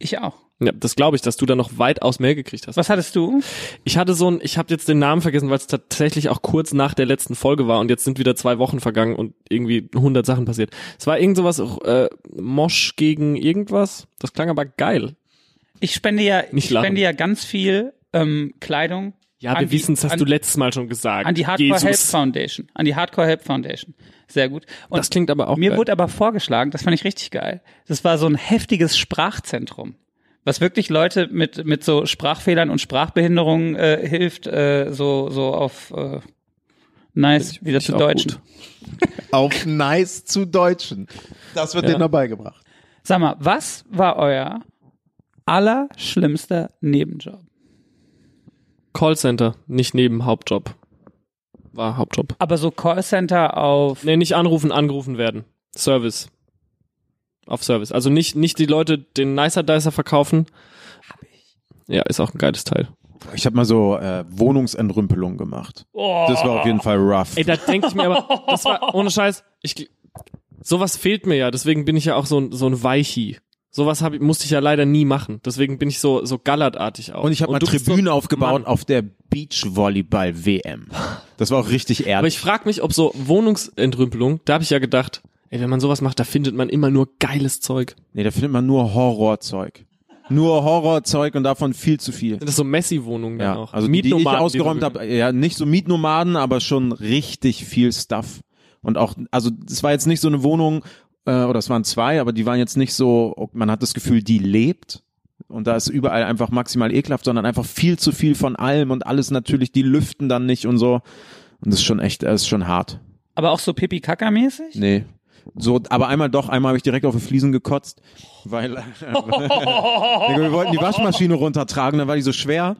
Ich auch.
Ja, das glaube ich, dass du da noch weitaus mehr gekriegt hast.
Was hattest du?
Ich hatte so ein, ich habe jetzt den Namen vergessen, weil es tatsächlich auch kurz nach der letzten Folge war und jetzt sind wieder zwei Wochen vergangen und irgendwie 100 Sachen passiert. Es war irgend sowas, äh, Mosch gegen irgendwas. Das klang aber geil.
Ich spende ja,
Nicht
ich
lachen.
spende ja ganz viel ähm, Kleidung.
Ja,
an
wir
die-
wissen, das hast
an,
du letztes Mal schon gesagt.
an die Hardcore Help
Jesus.
Foundation. An die Hardcore Help Foundation. Sehr gut. Und
Das klingt aber auch
mir
geil.
wurde aber vorgeschlagen, das fand ich richtig geil. Das war so ein heftiges Sprachzentrum, was wirklich Leute mit mit so Sprachfehlern und Sprachbehinderungen äh, hilft, äh, so so auf äh, nice wieder zu
auch
Deutschen.
gut.
Auf nice zu Deutschen. Das wird
Ja.
denen noch beigebracht.
Sag mal, was war euer allerschlimmster Nebenjob?
Callcenter, nicht neben Hauptjob. War Hauptjob.
Aber so Callcenter auf.
Nee, nicht anrufen, angerufen werden. Service. Auf Service. Also nicht, nicht die Leute den Nicer Dicer verkaufen. Ja, ist auch ein geiles Teil.
Ich habe mal so äh, Wohnungsentrümpelung gemacht. Das war auf jeden Fall rough.
Oh. Ey, da denke ich mir aber,
(laughs)
das war ohne Scheiß, ich gl- sowas fehlt mir ja, deswegen bin ich ja auch so ein so ein Weichi. Sowas hab, ich- musste ich ja leider nie machen, deswegen bin ich so so gallertartig auch.
und ich habe mal
du bist
Tribüne
so,
aufgebaut
Mann.
auf der Beachvolleyball WM. Das war auch richtig
Aber
ehrlich.
ich frag mich, ob so Wohnungsentrümpelung, da habe ich ja gedacht, ey, wenn man sowas macht, da findet man immer nur geiles Zeug.
Nee, da findet man nur Horrorzeug. Nur Horrorzeug und davon viel zu viel.
Sind das so Messi Wohnungen
Ja,
dann auch?
also die, die ich
Mietnomaden,
ausgeräumt
so-
habe, ja, nicht so Mietnomaden, aber schon richtig viel Stuff. Und auch, also es war jetzt nicht so eine Wohnung, äh, oder es waren zwei, aber die waren jetzt nicht so, man hat das Gefühl, die lebt. Und da ist überall einfach maximal ekelhaft, sondern einfach viel zu viel von allem und alles natürlich, die lüften dann nicht und so. Und das ist schon echt, das ist schon hart.
Aber auch so pipi kaka mäßig
Nee. So, aber einmal doch, einmal habe ich direkt auf die Fliesen gekotzt, (laughs) weil Ja, wir wollten die Waschmaschine runtertragen, dann war die so schwer.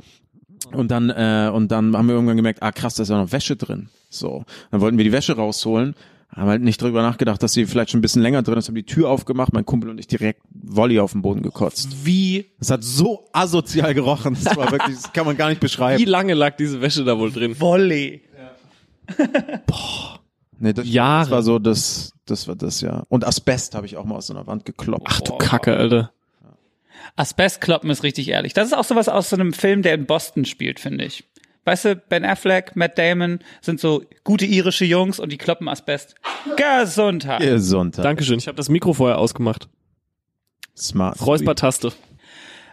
Und dann, äh, und dann haben wir irgendwann gemerkt, ah krass, da ist ja noch Wäsche drin. So. Dann wollten wir die Wäsche rausholen, haben halt nicht drüber nachgedacht, dass sie vielleicht schon ein bisschen länger drin ist, haben die Tür aufgemacht, mein Kumpel und ich direkt Volley auf den Boden gekotzt.
Wie
Das hat so asozial gerochen, das war wirklich, das kann man gar nicht
wie (laughs)
beschreiben.
lange lag diese Wäsche da wohl drin?
Volley.
Nee, das,
Jahre.
das war so das, das war das, ja. Und Asbest habe ich auch mal aus so einer Wand gekloppt.
Ach du Kacke, Alter.
Asbestkloppen ist richtig ehrlich. Das ist auch sowas aus so einem Film, der in Boston spielt, finde ich. Weißt du, Ben Affleck, Matt Damon sind so gute irische Jungs und die kloppen Asbest. Gesundheit.
Gesundheit.
Dankeschön. Ich habe das Mikro vorher ausgemacht.
Smart.
Räuspertaste.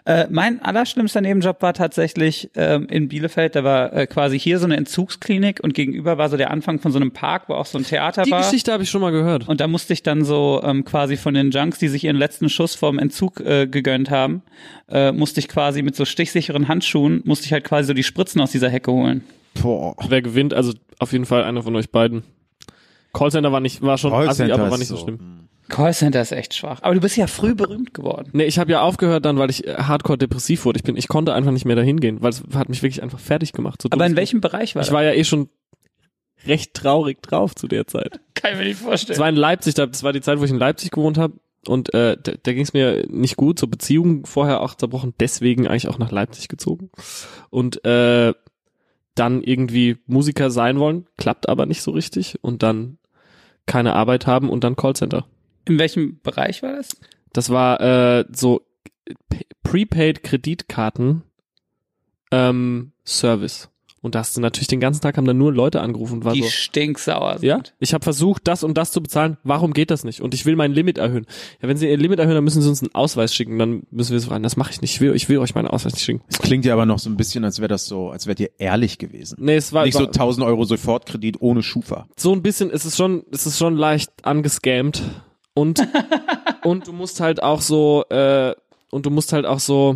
Äh, mein allerschlimmster Nebenjob war tatsächlich ähm, in Bielefeld. Da war äh, quasi hier so eine Entzugsklinik und gegenüber war so der Anfang von so einem Park, wo auch so ein Theater
Die
war.
Geschichte habe ich schon mal gehört.
Und da musste ich dann so ähm, quasi von den Junks, die sich ihren letzten Schuss vorm Entzug äh, gegönnt haben, äh, musste ich quasi mit so stichsicheren Handschuhen, musste ich halt quasi so die Spritzen aus dieser Hecke holen.
Boah.
Wer gewinnt, also auf jeden Fall einer von euch beiden. Callcenter war nicht, war schon assi,
Callcenter
aber war
ist
nicht so,
so. Hm.
schlimm.
Callcenter ist echt schwach. Aber du bist ja früh berühmt geworden.
Nee, ich habe ja aufgehört dann, weil ich äh, hardcore depressiv wurde. Ich bin, ich konnte einfach nicht mehr dahin gehen, weil es hat mich wirklich einfach fertig gemacht. So dumm
Aber in
es
welchem Bereich war
Ich war ja eh schon recht traurig drauf zu der Zeit.
das? Kann ich mir nicht
Das
vorstellen.
war in Leipzig, da- das war die Zeit, wo ich in Leipzig gewohnt habe. Und äh, da, da ging es mir nicht gut, so Beziehungen vorher auch zerbrochen, deswegen eigentlich auch nach Leipzig gezogen. Und äh, dann irgendwie Musiker sein wollen, klappt aber nicht so richtig. Und dann keine Arbeit haben und dann Callcenter.
in welchem Bereich war das?
Das war äh, so P- prepaid Kreditkarten ähm, Service. Und da hast du natürlich den ganzen Tag haben dann nur Leute angerufen und war
Die
so.
stinksauer sind.
Ja, ich habe versucht, das und das zu bezahlen. Warum geht das nicht? Und ich will mein Limit erhöhen. Ja, wenn Sie Ihr Limit erhöhen, dann müssen Sie uns einen Ausweis schicken. Dann müssen wir es rein. Das mache ich nicht. Ich will, ich will euch meinen Ausweis nicht schicken.
Es klingt ja aber noch so ein bisschen, als wäre das so, als wärt ihr ehrlich gewesen.
Nee, es war,
Nicht so
war
1000 Euro Sofortkredit ohne Schufa.
so ein bisschen. Es ist schon, es ist schon leicht angescammt. Und und du musst halt auch so äh, und du musst halt auch so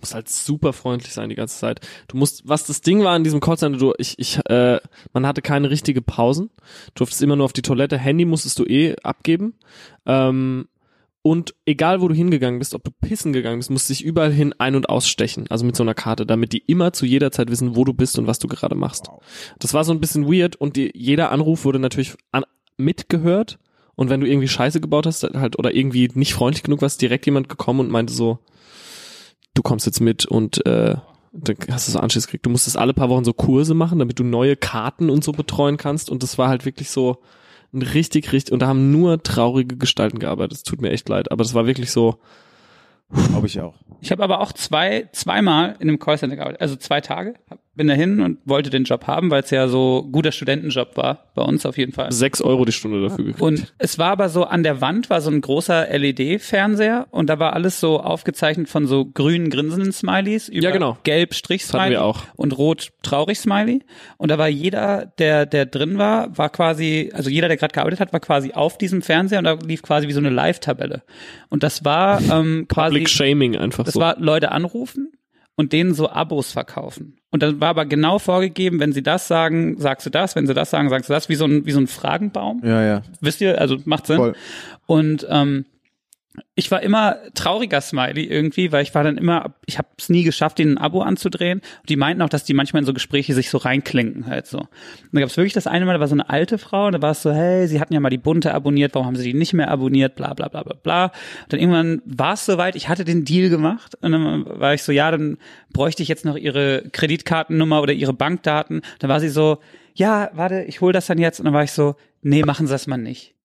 musst halt super freundlich sein die ganze Zeit. Du musst, was das Ding war an diesem Callcenter, du, ich, ich, äh, man hatte keine richtige Pausen, durftest immer nur auf die Toilette, Handy musstest du eh abgeben. Ähm, und egal wo du hingegangen bist, ob du pissen gegangen bist, musst du dich überall hin ein- und ausstechen, also mit so einer Karte, damit die immer zu jeder Zeit wissen, wo du bist und was du gerade machst. Das war so ein bisschen weird und die, jeder Anruf wurde natürlich an, mitgehört. Und wenn du irgendwie Scheiße gebaut hast, halt, oder irgendwie nicht freundlich genug warst, direkt jemand gekommen und meinte so, du kommst jetzt mit und äh, dann hast du so Anschiss gekriegt. Du musstest alle paar Wochen so Kurse machen, damit du neue Karten und so betreuen kannst. Und das war halt wirklich so ein richtig, richtig, und da haben nur traurige Gestalten gearbeitet. Es tut mir echt leid, aber das war wirklich so,
Glaube ich auch.
Ich habe aber auch zwei, zweimal in einem Callcenter gearbeitet, also zwei Tage. Hab- Bin dahin und wollte den Job haben, weil es ja so guter Studentenjob war, bei uns auf jeden Fall.
sechs Euro die Stunde dafür gekriegt.
Und es war aber so, an der Wand war so ein großer LED-Fernseher und da war alles so aufgezeichnet von so grünen grinsenden Smileys über
Ja, genau.
gelb Strich
hatten
Smiley
wir auch.
und rot traurig Smiley. Und da war jeder, der, der drin war, war quasi, also jeder, der gerade gearbeitet hat, war quasi auf diesem Fernseher und da lief quasi wie so eine Live-Tabelle. Und das war ähm, quasi.
(laughs) Public Shaming einfach
Das
so.
war Leute anrufen und denen so Abos verkaufen. Und dann war aber genau vorgegeben, wenn sie das sagen, sagst du das, wenn sie das sagen, sagst du das, wie so ein, wie so ein Fragenbaum.
Ja, ja.
Wisst ihr, also macht Sinn.
Voll.
Und ähm, ich war immer trauriger Smiley irgendwie, weil ich war dann immer, ich habe es nie geschafft, denen ein Abo anzudrehen. Und die meinten auch, dass die manchmal in so Gespräche sich so reinklinken halt so. Und da gab es wirklich das eine Mal, da war so eine alte Frau und da war es so, hey, sie hatten ja mal die Bunte abonniert, warum haben sie die nicht mehr abonniert, bla bla bla bla bla. Und dann irgendwann war es soweit, ich hatte den Deal gemacht und dann war ich so, ja, dann bräuchte ich jetzt noch ihre Kreditkartennummer oder ihre Bankdaten. Dann war sie so, ja, warte, ich hol das dann jetzt. Und dann war ich so, nee, machen Sie das mal nicht.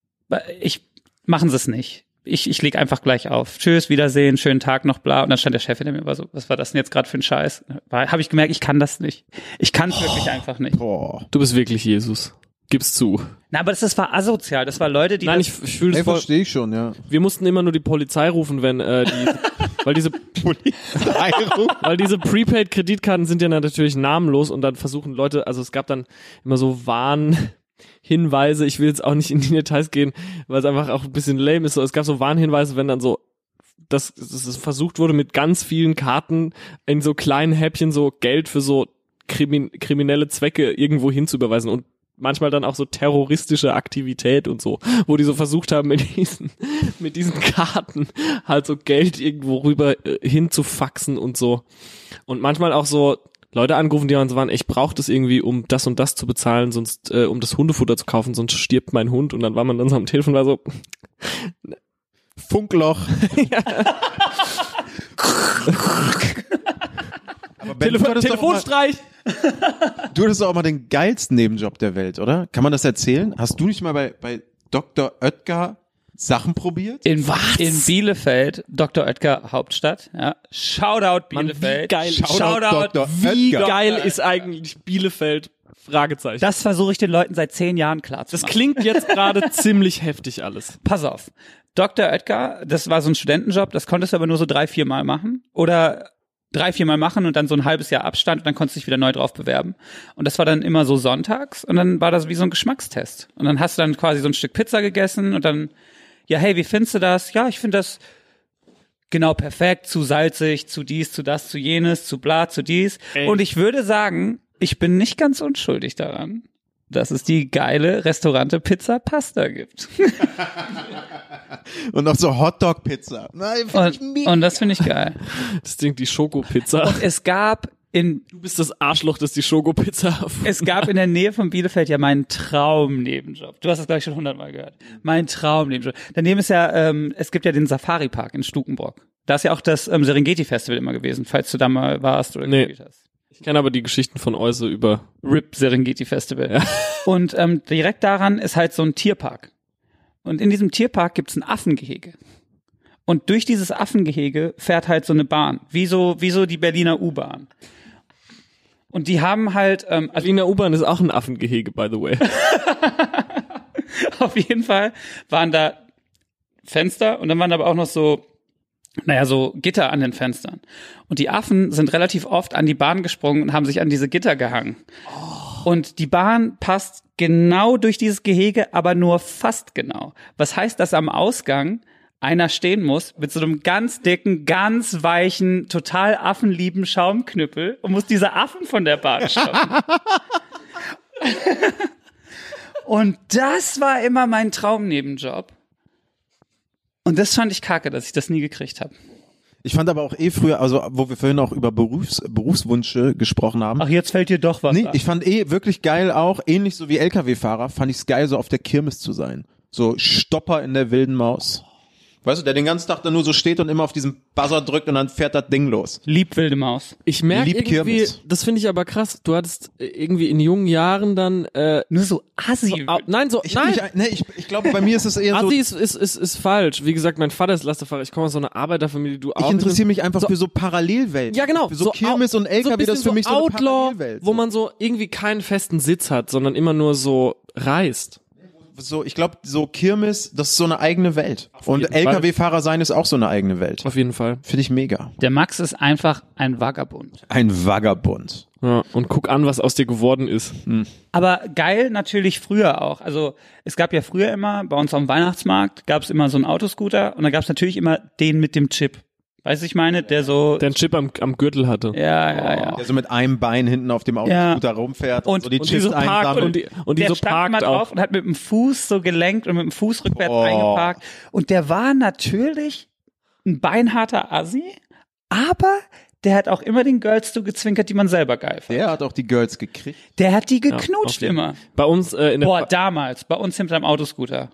Ich machen Sie es nicht. Ich, ich leg einfach gleich auf. Tschüss, Wiedersehen, schönen Tag noch, bla. Und dann stand der Chef hinter mir und war so, was war das denn jetzt gerade für ein Scheiß? Habe ich gemerkt, ich kann das nicht. Ich kann es wirklich einfach nicht.
Boah.
Du bist wirklich Jesus. Gib's zu.
Na, aber das, das war asozial. Das war Leute, die
Nein,
das,
ich, ich fühle es voll.
ich schon, ja.
Wir mussten immer nur die Polizei rufen, wenn äh, die, (laughs) weil diese Weil diese Prepaid-Kreditkarten sind ja natürlich namenlos und dann versuchen Leute, also es gab dann immer so Warnhinweise, ich will jetzt auch nicht in die Details gehen, weil es einfach auch ein bisschen lame ist. So, Es gab so Warnhinweise, wenn dann so das, das es versucht wurde, mit ganz vielen Karten in so kleinen Häppchen so Geld für so krimin kriminelle Zwecke irgendwo hinzuüberweisen und manchmal dann auch so terroristische Aktivität und so, wo die so versucht haben, mit diesen, mit diesen Karten halt so Geld irgendwo rüber äh, hinzufaxen und so. Und manchmal auch so Leute angerufen, die dann so waren, ich brauche das irgendwie, um das und das zu bezahlen, sonst, äh, um das Hundefutter zu kaufen, sonst stirbt mein Hund. Und dann war man dann so am Telefon, war
(laughs)
so,
(laughs) Funkloch. Aber Ben,
Telefon,
hattest doch auch mal-
Telefonstreich!
Du hattest doch auch mal den geilsten Nebenjob der Welt, oder? Kann man das erzählen? Hast du nicht mal bei, bei Dr. Oetker Sachen probiert?
in, in Bielefeld, Dr. Oetker Hauptstadt, ja. Shoutout
Mann,
Bielefeld.
wie geil.
Shoutout.
Dr.
Wie
Oetker.
geil ist eigentlich Bielefeld? Fragezeichen. Das,
Das versuche ich den Leuten seit zehn Jahren klar zu machen.
klingt jetzt (laughs) gerade ziemlich heftig alles.
Pass auf. Dr. Oetker, das war so ein Studentenjob, das konntest du aber nur so drei, vier Mal machen. Oder drei, vier Mal machen und dann so ein halbes Jahr Abstand und dann konntest du dich wieder neu drauf bewerben. Und das war dann immer so sonntags und dann war das wie so ein Geschmackstest. Und dann hast du dann quasi so ein Stück Pizza gegessen und dann, ja, hey, wie findest du das? Ja, ich finde das genau perfekt, zu salzig, zu dies, zu das, zu jenes, zu bla, zu dies.
Ey.
Und ich würde sagen, ich bin nicht ganz unschuldig daran. dass es die geile Restaurante Pizza Pasta gibt.
Und noch so Hotdog-Pizza. Nein, find ich
Und,
mega.
und das finde ich geil.
Das Ding, die Schokopizza. (laughs)
Es gab in
Du bist das Arschloch, das die Schokopizza erfunden
es gab in der Nähe von Bielefeld ja meinen Traumnebenjob. Du hast das gleich schon hundertmal gehört. Mein Traumnebenjob. Daneben ist ja, ähm, es gibt ja den Safari Park in Stukenbrock. Da ist ja auch das ähm, Serengeti Festival immer gewesen, falls du da mal warst oder
Nee.
gespielt hast.
Ich kenne aber die Geschichten von Euse über.
RIP Serengeti Festival. Und ähm, direkt daran ist halt so ein Tierpark. Und in diesem Tierpark gibt's ein Affengehege. Und durch dieses Affengehege fährt halt so eine Bahn, wie so, wie so die Berliner U-Bahn. Und die haben halt, ähm, also
Berliner U-Bahn ist auch ein Affengehege, by the way.
(laughs) auf jeden Fall waren da Fenster und dann waren aber auch noch so, naja, so Gitter an den Fenstern. Und die Affen sind relativ oft an die Bahn gesprungen und haben sich an diese Gitter gehangen. Und die Bahn passt genau durch dieses Gehege, aber nur fast genau. Was heißt, dass am Ausgang einer stehen muss mit so einem ganz dicken, ganz weichen, total affenlieben Schaumknüppel und muss diese Affen von der Bahn stoppen. und das war immer mein Traumnebenjob. Und das fand ich kacke, dass ich das nie gekriegt habe.
Ich fand aber auch eh früher, also wo wir vorhin auch über Berufs, Berufswünsche gesprochen haben.
Ach, jetzt fällt dir doch was
Nee,
ein.
ich fand eh wirklich geil auch, ähnlich so wie LKW-Fahrer, fand ich's geil, so auf der Kirmes zu sein. So Stopper in der wilden Maus. Weißt du, der den ganzen Tag dann nur so steht und immer auf diesen Buzzer drückt und dann fährt das Ding los.
Lieb wilde Maus.
Ich merke
Lieb
irgendwie,
Kirmes.
das finde ich aber krass. Du hattest äh, irgendwie in jungen Jahren dann äh,
Nur so assi.
au- nein, so
Ich,
nein.
Ich, nee, ich, ich glaube, bei mir ist es eher so,
Assi
ich
ist, ist, ist, ist falsch. Wie gesagt, mein Vater ist Lasterfahrer. Ich komme aus so einer Arbeiterfamilie, du auch.
interessiere mich einfach
So-
für so Parallelwelten.
Ja, genau.
Für so, Kirmes
au-
und LKW,
so ein
das ist
bisschen
für mich so, eine
Outlaw,
Parallelwelt.
wo man so irgendwie keinen festen Sitz hat, sondern immer nur so reist.
so, ich glaube, so Kirmes, das ist so eine eigene Welt. Und
jeden Fall.
LKW-Fahrer sein ist auch so eine eigene Welt.
Auf jeden Fall.
Finde ich mega.
Der Max ist einfach ein Vagabund.
Ein Vagabund.
Ja, und guck an, was aus dir geworden ist.
Aber geil natürlich früher auch. Also es gab ja früher immer, bei uns am Weihnachtsmarkt gab es immer so einen Autoscooter und da gab es natürlich immer den mit dem Chip. Weißt du, ich meine, der so.
Der einen Chip am, am Gürtel hatte.
ja, ja, ja.
Der so mit einem Bein hinten auf dem Autoscooter rumfährt
Und-
und so die
und
Chips
so parkt
einsammelt.
und die, und die
der
so
stand immer
parkt
drauf
auch.
und hat mit dem Fuß so gelenkt und mit dem Fuß rückwärts
Boah.
eingeparkt. Und der war natürlich ein beinharter Assi, aber der hat auch immer den Girls zugezwinkert, die man selber geil fand.
Der hat auch die Girls gekriegt.
Der hat die
Ja,
geknutscht
auf jeden-
immer.
Bei uns äh, in der
Boah, damals, bei uns hinterm Autoscooter.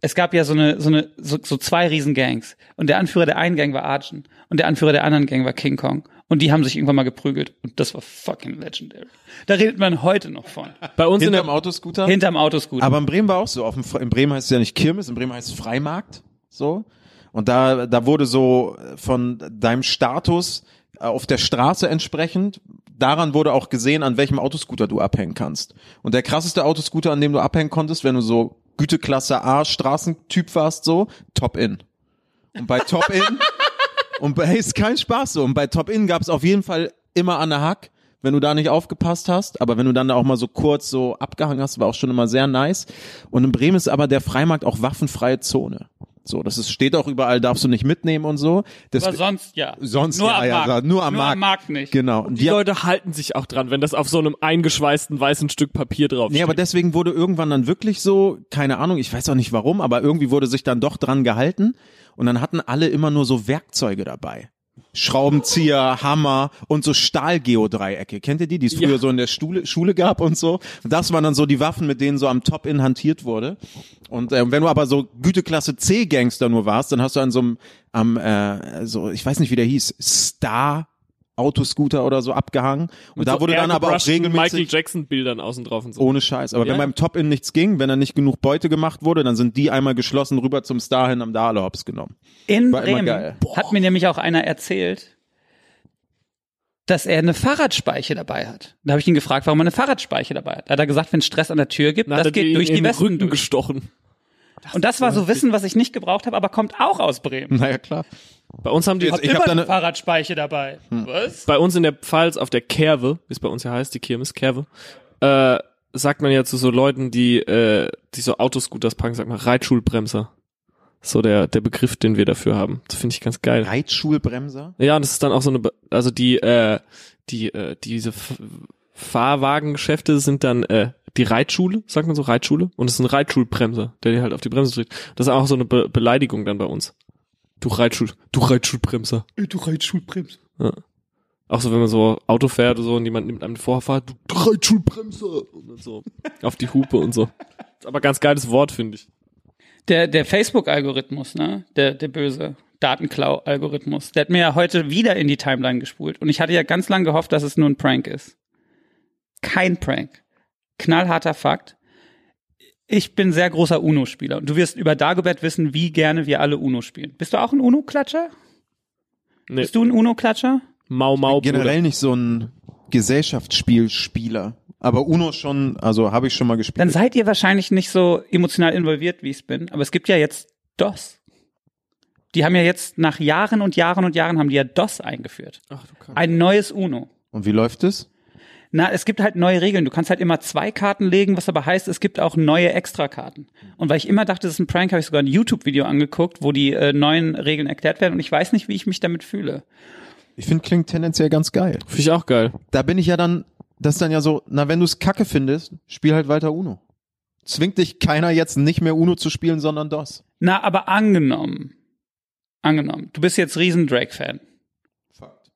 Es gab ja so eine, so eine, so, so zwei Riesengangs. Und der Anführer der einen Gang war Arjun. Und der Anführer der anderen Gang war King Kong. Und die haben sich irgendwann mal geprügelt. Und das war fucking legendary. Da redet man heute noch von.
bei uns in der
Hinterm Autoscooter.
Hinterm Autoscooter.
Aber in Bremen war auch so. Auf dem, Fre- in Bremen heißt es ja nicht Kirmes, in Bremen heißt es Freimarkt. So. Und da, da wurde so von deinem Status äh, auf der Straße entsprechend, daran wurde auch gesehen, an welchem Autoscooter du abhängen kannst. Und der krasseste Autoscooter, an dem du abhängen konntest, wenn du so Güteklasse A Straßentyp warst, so, Top In. Und bei Top In, und bei, hey, ist kein Spaß so. Und bei Top In gab es auf jeden Fall immer an der Hack, wenn du da nicht aufgepasst hast. Aber wenn du dann da auch mal so kurz so abgehangen hast, war auch schon immer sehr nice. Und in Bremen ist aber der Freimarkt auch waffenfreie Zone. So, das ist, steht auch überall, darfst du nicht mitnehmen und so. Das,
Aber sonst ja.
sonst
nur
ja,
am
ja,
Markt.
nur am Markt.
nicht.
genau. Und
Die
die-
Leute halten sich auch dran, wenn das auf so einem eingeschweißten weißen Stück Papier drauf
Nee, aber deswegen wurde irgendwann dann wirklich so, keine Ahnung, ich weiß auch nicht warum, aber irgendwie wurde sich dann doch dran gehalten und dann hatten alle immer nur so Werkzeuge dabei. Schraubenzieher, Hammer und so Stahlgeodreiecke. Kennt ihr die, die es früher
Ja.
so in der Schule, Schule gab und so? Und das waren dann so die Waffen, mit denen so am Top in hantiert wurde. Und äh, wenn du aber so Güteklasse C Gangster nur warst, dann hast du an so einem, am, äh, so, ich weiß nicht, wie der hieß, Star Autoscooter oder so abgehangen. Und da
so
wurde dann aber auch
airgebrushten
regelmäßig Oh,
Michael Jackson Bildern außen drauf und so.
ohne Scheiß. Aber
Ja.
wenn beim Top-In nichts ging, wenn dann nicht genug Beute gemacht wurde, dann sind die einmal geschlossen rüber zum Star hin, am da alle hops genommen. (laughs)
In
War immer
Bremen
geil.
hat mir nämlich auch einer erzählt, dass er eine Fahrradspeiche dabei hat. Da habe ich ihn gefragt, warum er eine Fahrradspeiche dabei hat. Da hat er gesagt, wenn es Stress an der Tür gibt,
Dann hat
das
er die
geht durch
in
die
den Rücken
Westen durch.
gestochen.
Und das war so Wissen, was ich nicht gebraucht habe, aber kommt auch aus Bremen.
Naja, klar.
Bei uns haben die,
Jetzt- Hm. Ich hab
Immer
da Hm.
eine
ne-
Fahrradspeiche dabei. Was?
bei uns in der Pfalz auf der Kerwe, wie es bei uns ja heißt, die Kirmes Kerwe, äh, sagt man ja zu so Leuten, die, äh, die so Autoscooters parken, sagt man Reitschulbremser. So der, der Begriff, den wir dafür haben. Das finde ich ganz geil.
Reitschulbremser?
Ja, und das ist dann auch so eine, Be- also die, äh, die, äh, diese F Fahrwagengeschäfte sind dann, äh, die Reitschule, sagt man so, Reitschule. Und es ist ein Reitschulbremser, der dir halt auf die Bremse drückt. Das ist auch so eine Be Beleidigung dann bei uns. Du Reitschul, du Reitschulbremser. Ey, Du Reitschulbremser. Ja. Auch so, wenn man so Auto fährt oder so und jemand nimmt einem die Vorfahrt, du, du Reitschulbremser. Und dann so auf die Hupe und so. Ist aber ganz geiles Wort, finde ich.
Der, der Facebook-Algorithmus, ne? Der, der böse Datenklau-Algorithmus, der hat mir ja heute wieder in die Timeline gespult. Und ich hatte ja ganz lange gehofft, dass es nur ein Prank ist. Kein Prank. Knallharter Fakt. Ich bin sehr großer UNO-Spieler und du wirst über Dagobert wissen, wie gerne wir alle UNO spielen. Bist du auch ein UNO-Klatscher?
Nee.
Bist du ein UNO-Klatscher?
Mau Mau
Generell nicht so ein Gesellschaftsspielspieler. Aber Uno schon, also habe ich schon mal gespielt.
Dann seid ihr wahrscheinlich nicht so emotional involviert, wie ich bin. Aber es gibt ja jetzt DOS. Die haben ja jetzt nach Jahren und Jahren und Jahren haben die ja DOS eingeführt.
Bruder. Ach, du Kacke.
Ein neues UNO.
Und wie läuft es?
Na, es gibt halt neue Regeln. Du kannst halt immer zwei Karten legen, was aber heißt, es gibt auch neue Extrakarten. Und weil ich immer dachte, das ist ein Prank, habe ich sogar ein YouTube-Video angeguckt, wo die äh, neuen Regeln erklärt werden. Und ich weiß nicht, wie ich mich damit fühle.
Ich finde, klingt tendenziell ganz geil.
Finde ich auch geil.
Da bin ich ja dann, das ist dann ja so, na, wenn du es kacke findest, spiel halt weiter Uno. Zwingt dich keiner jetzt nicht mehr Uno zu spielen, sondern DOS.
Na, aber angenommen, angenommen, du bist jetzt riesen Drake-Fan.
Fakt.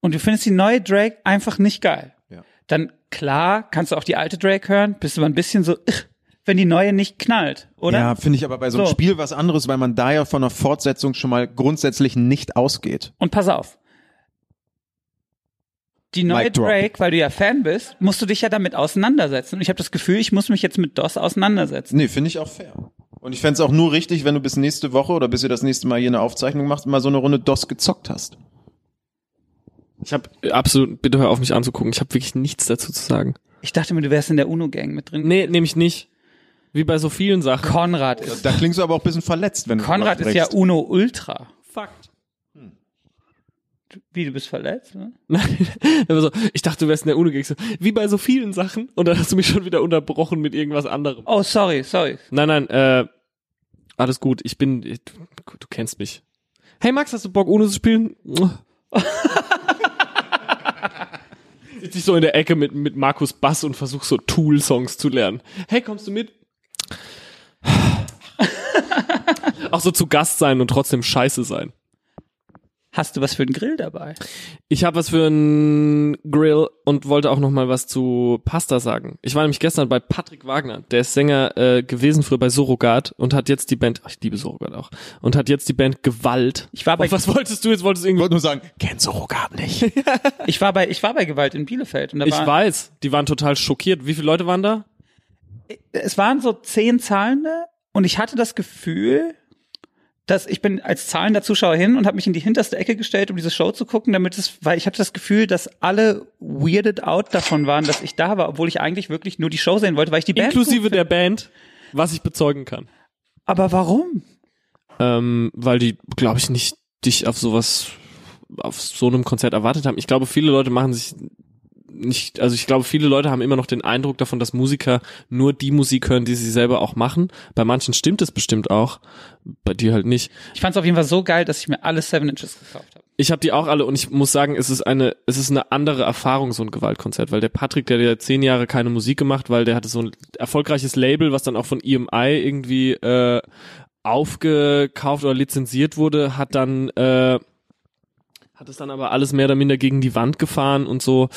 und du findest die neue Drake einfach nicht geil,
Ja.
dann klar kannst du auch die alte Drake hören, bist aber ein bisschen so, "Ugh", wenn die neue nicht knallt, oder?
Ja, finde ich aber bei so einem
So.
Spiel was anderes, weil man da ja von einer Fortsetzung schon mal grundsätzlich nicht ausgeht.
Und pass auf. Die neue
Mic drop.
Drake, weil du ja Fan bist, musst du dich ja damit auseinandersetzen. Und ich habe das Gefühl, ich muss mich jetzt mit DOS auseinandersetzen.
Nee, finde ich auch fair. Und ich fänd's auch nur richtig, wenn du bis nächste Woche oder bis ihr das nächste Mal hier eine Aufzeichnung macht, mal so eine Runde DOS gezockt hast.
Ich habe absolut, bitte hör auf mich anzugucken. Ich habe wirklich nichts dazu zu sagen.
Ich dachte mir, du wärst in der UNO-Gang mit drin.
Nee, nämlich nicht. Wie bei so vielen Sachen.
Konrad ist,
Da klingst du aber auch ein bisschen verletzt, wenn du
Konrad ist ja
sprichst.
UNO Ultra.
Fakt.
Du- Wie, du bist verletzt? Ne?
Nein, aber so, ich dachte, du wärst in der UNO gingst. Wie bei so vielen Sachen. Und dann hast du mich schon wieder unterbrochen mit irgendwas anderem.
Oh, sorry, sorry.
Nein, nein, äh, alles gut. Ich bin, ich, du, du kennst mich. Hey Max, hast du Bock, UNO zu spielen? (laughs) Sitz ich so in der Ecke mit, mit Markus Bass und versuch so Tool-Songs zu lernen. Hey, kommst du mit? Auch so zu Gast sein und trotzdem scheiße sein.
Hast du was für einen Grill dabei?
Ich habe was für einen Grill und wollte auch noch mal was zu Pasta sagen. Ich war nämlich gestern bei Patrick Wagner, der ist Sänger äh, gewesen früher bei Surrogat und hat jetzt die Band, ach, ich liebe Surrogat auch, und hat jetzt die Band Gewalt.
Ich war bei-
und was wolltest du jetzt? Wolltest du
Ich
irgendwie?
wollte nur sagen, kennst du Rogat nicht.
Ich war bei, ich war bei Gewalt in Bielefeld. Und da
Ich
war,
weiß, die waren total schockiert. Wie viele Leute waren da?
es waren so zehn Zahlende und ich hatte das Gefühl, dass ich bin als zahlender Zuschauer hin und habe mich in die hinterste Ecke gestellt, um diese Show zu gucken, damit es, weil ich hatte das Gefühl, dass alle weirded out davon waren, dass ich da war, obwohl ich eigentlich wirklich nur die Show sehen wollte, weil ich die Band.
Inklusive
gut
der Band, was ich bezeugen kann.
find. Aber warum?
ähm, weil die, glaube ich, nicht dich auf sowas, auf so einem Konzert erwartet haben. Ich glaube, viele Leute machen sich nicht, also ich glaube, viele Leute haben immer noch den Eindruck davon, dass Musiker nur die Musik hören, die sie selber auch machen. Bei manchen stimmt es bestimmt auch, bei dir halt nicht.
Ich fand es auf jeden Fall so geil, dass ich mir alle Seven Inches gekauft habe.
Ich habe die auch alle und ich muss sagen, es ist eine, es ist eine andere Erfahrung, so ein Gewaltkonzert, weil der Patrick, der hat ja zehn Jahre keine Musik gemacht, weil der hatte so ein erfolgreiches Label, was dann auch von EMI irgendwie äh, aufgekauft oder lizenziert wurde, hat dann äh, hat es dann aber alles mehr oder minder gegen die Wand gefahren und so,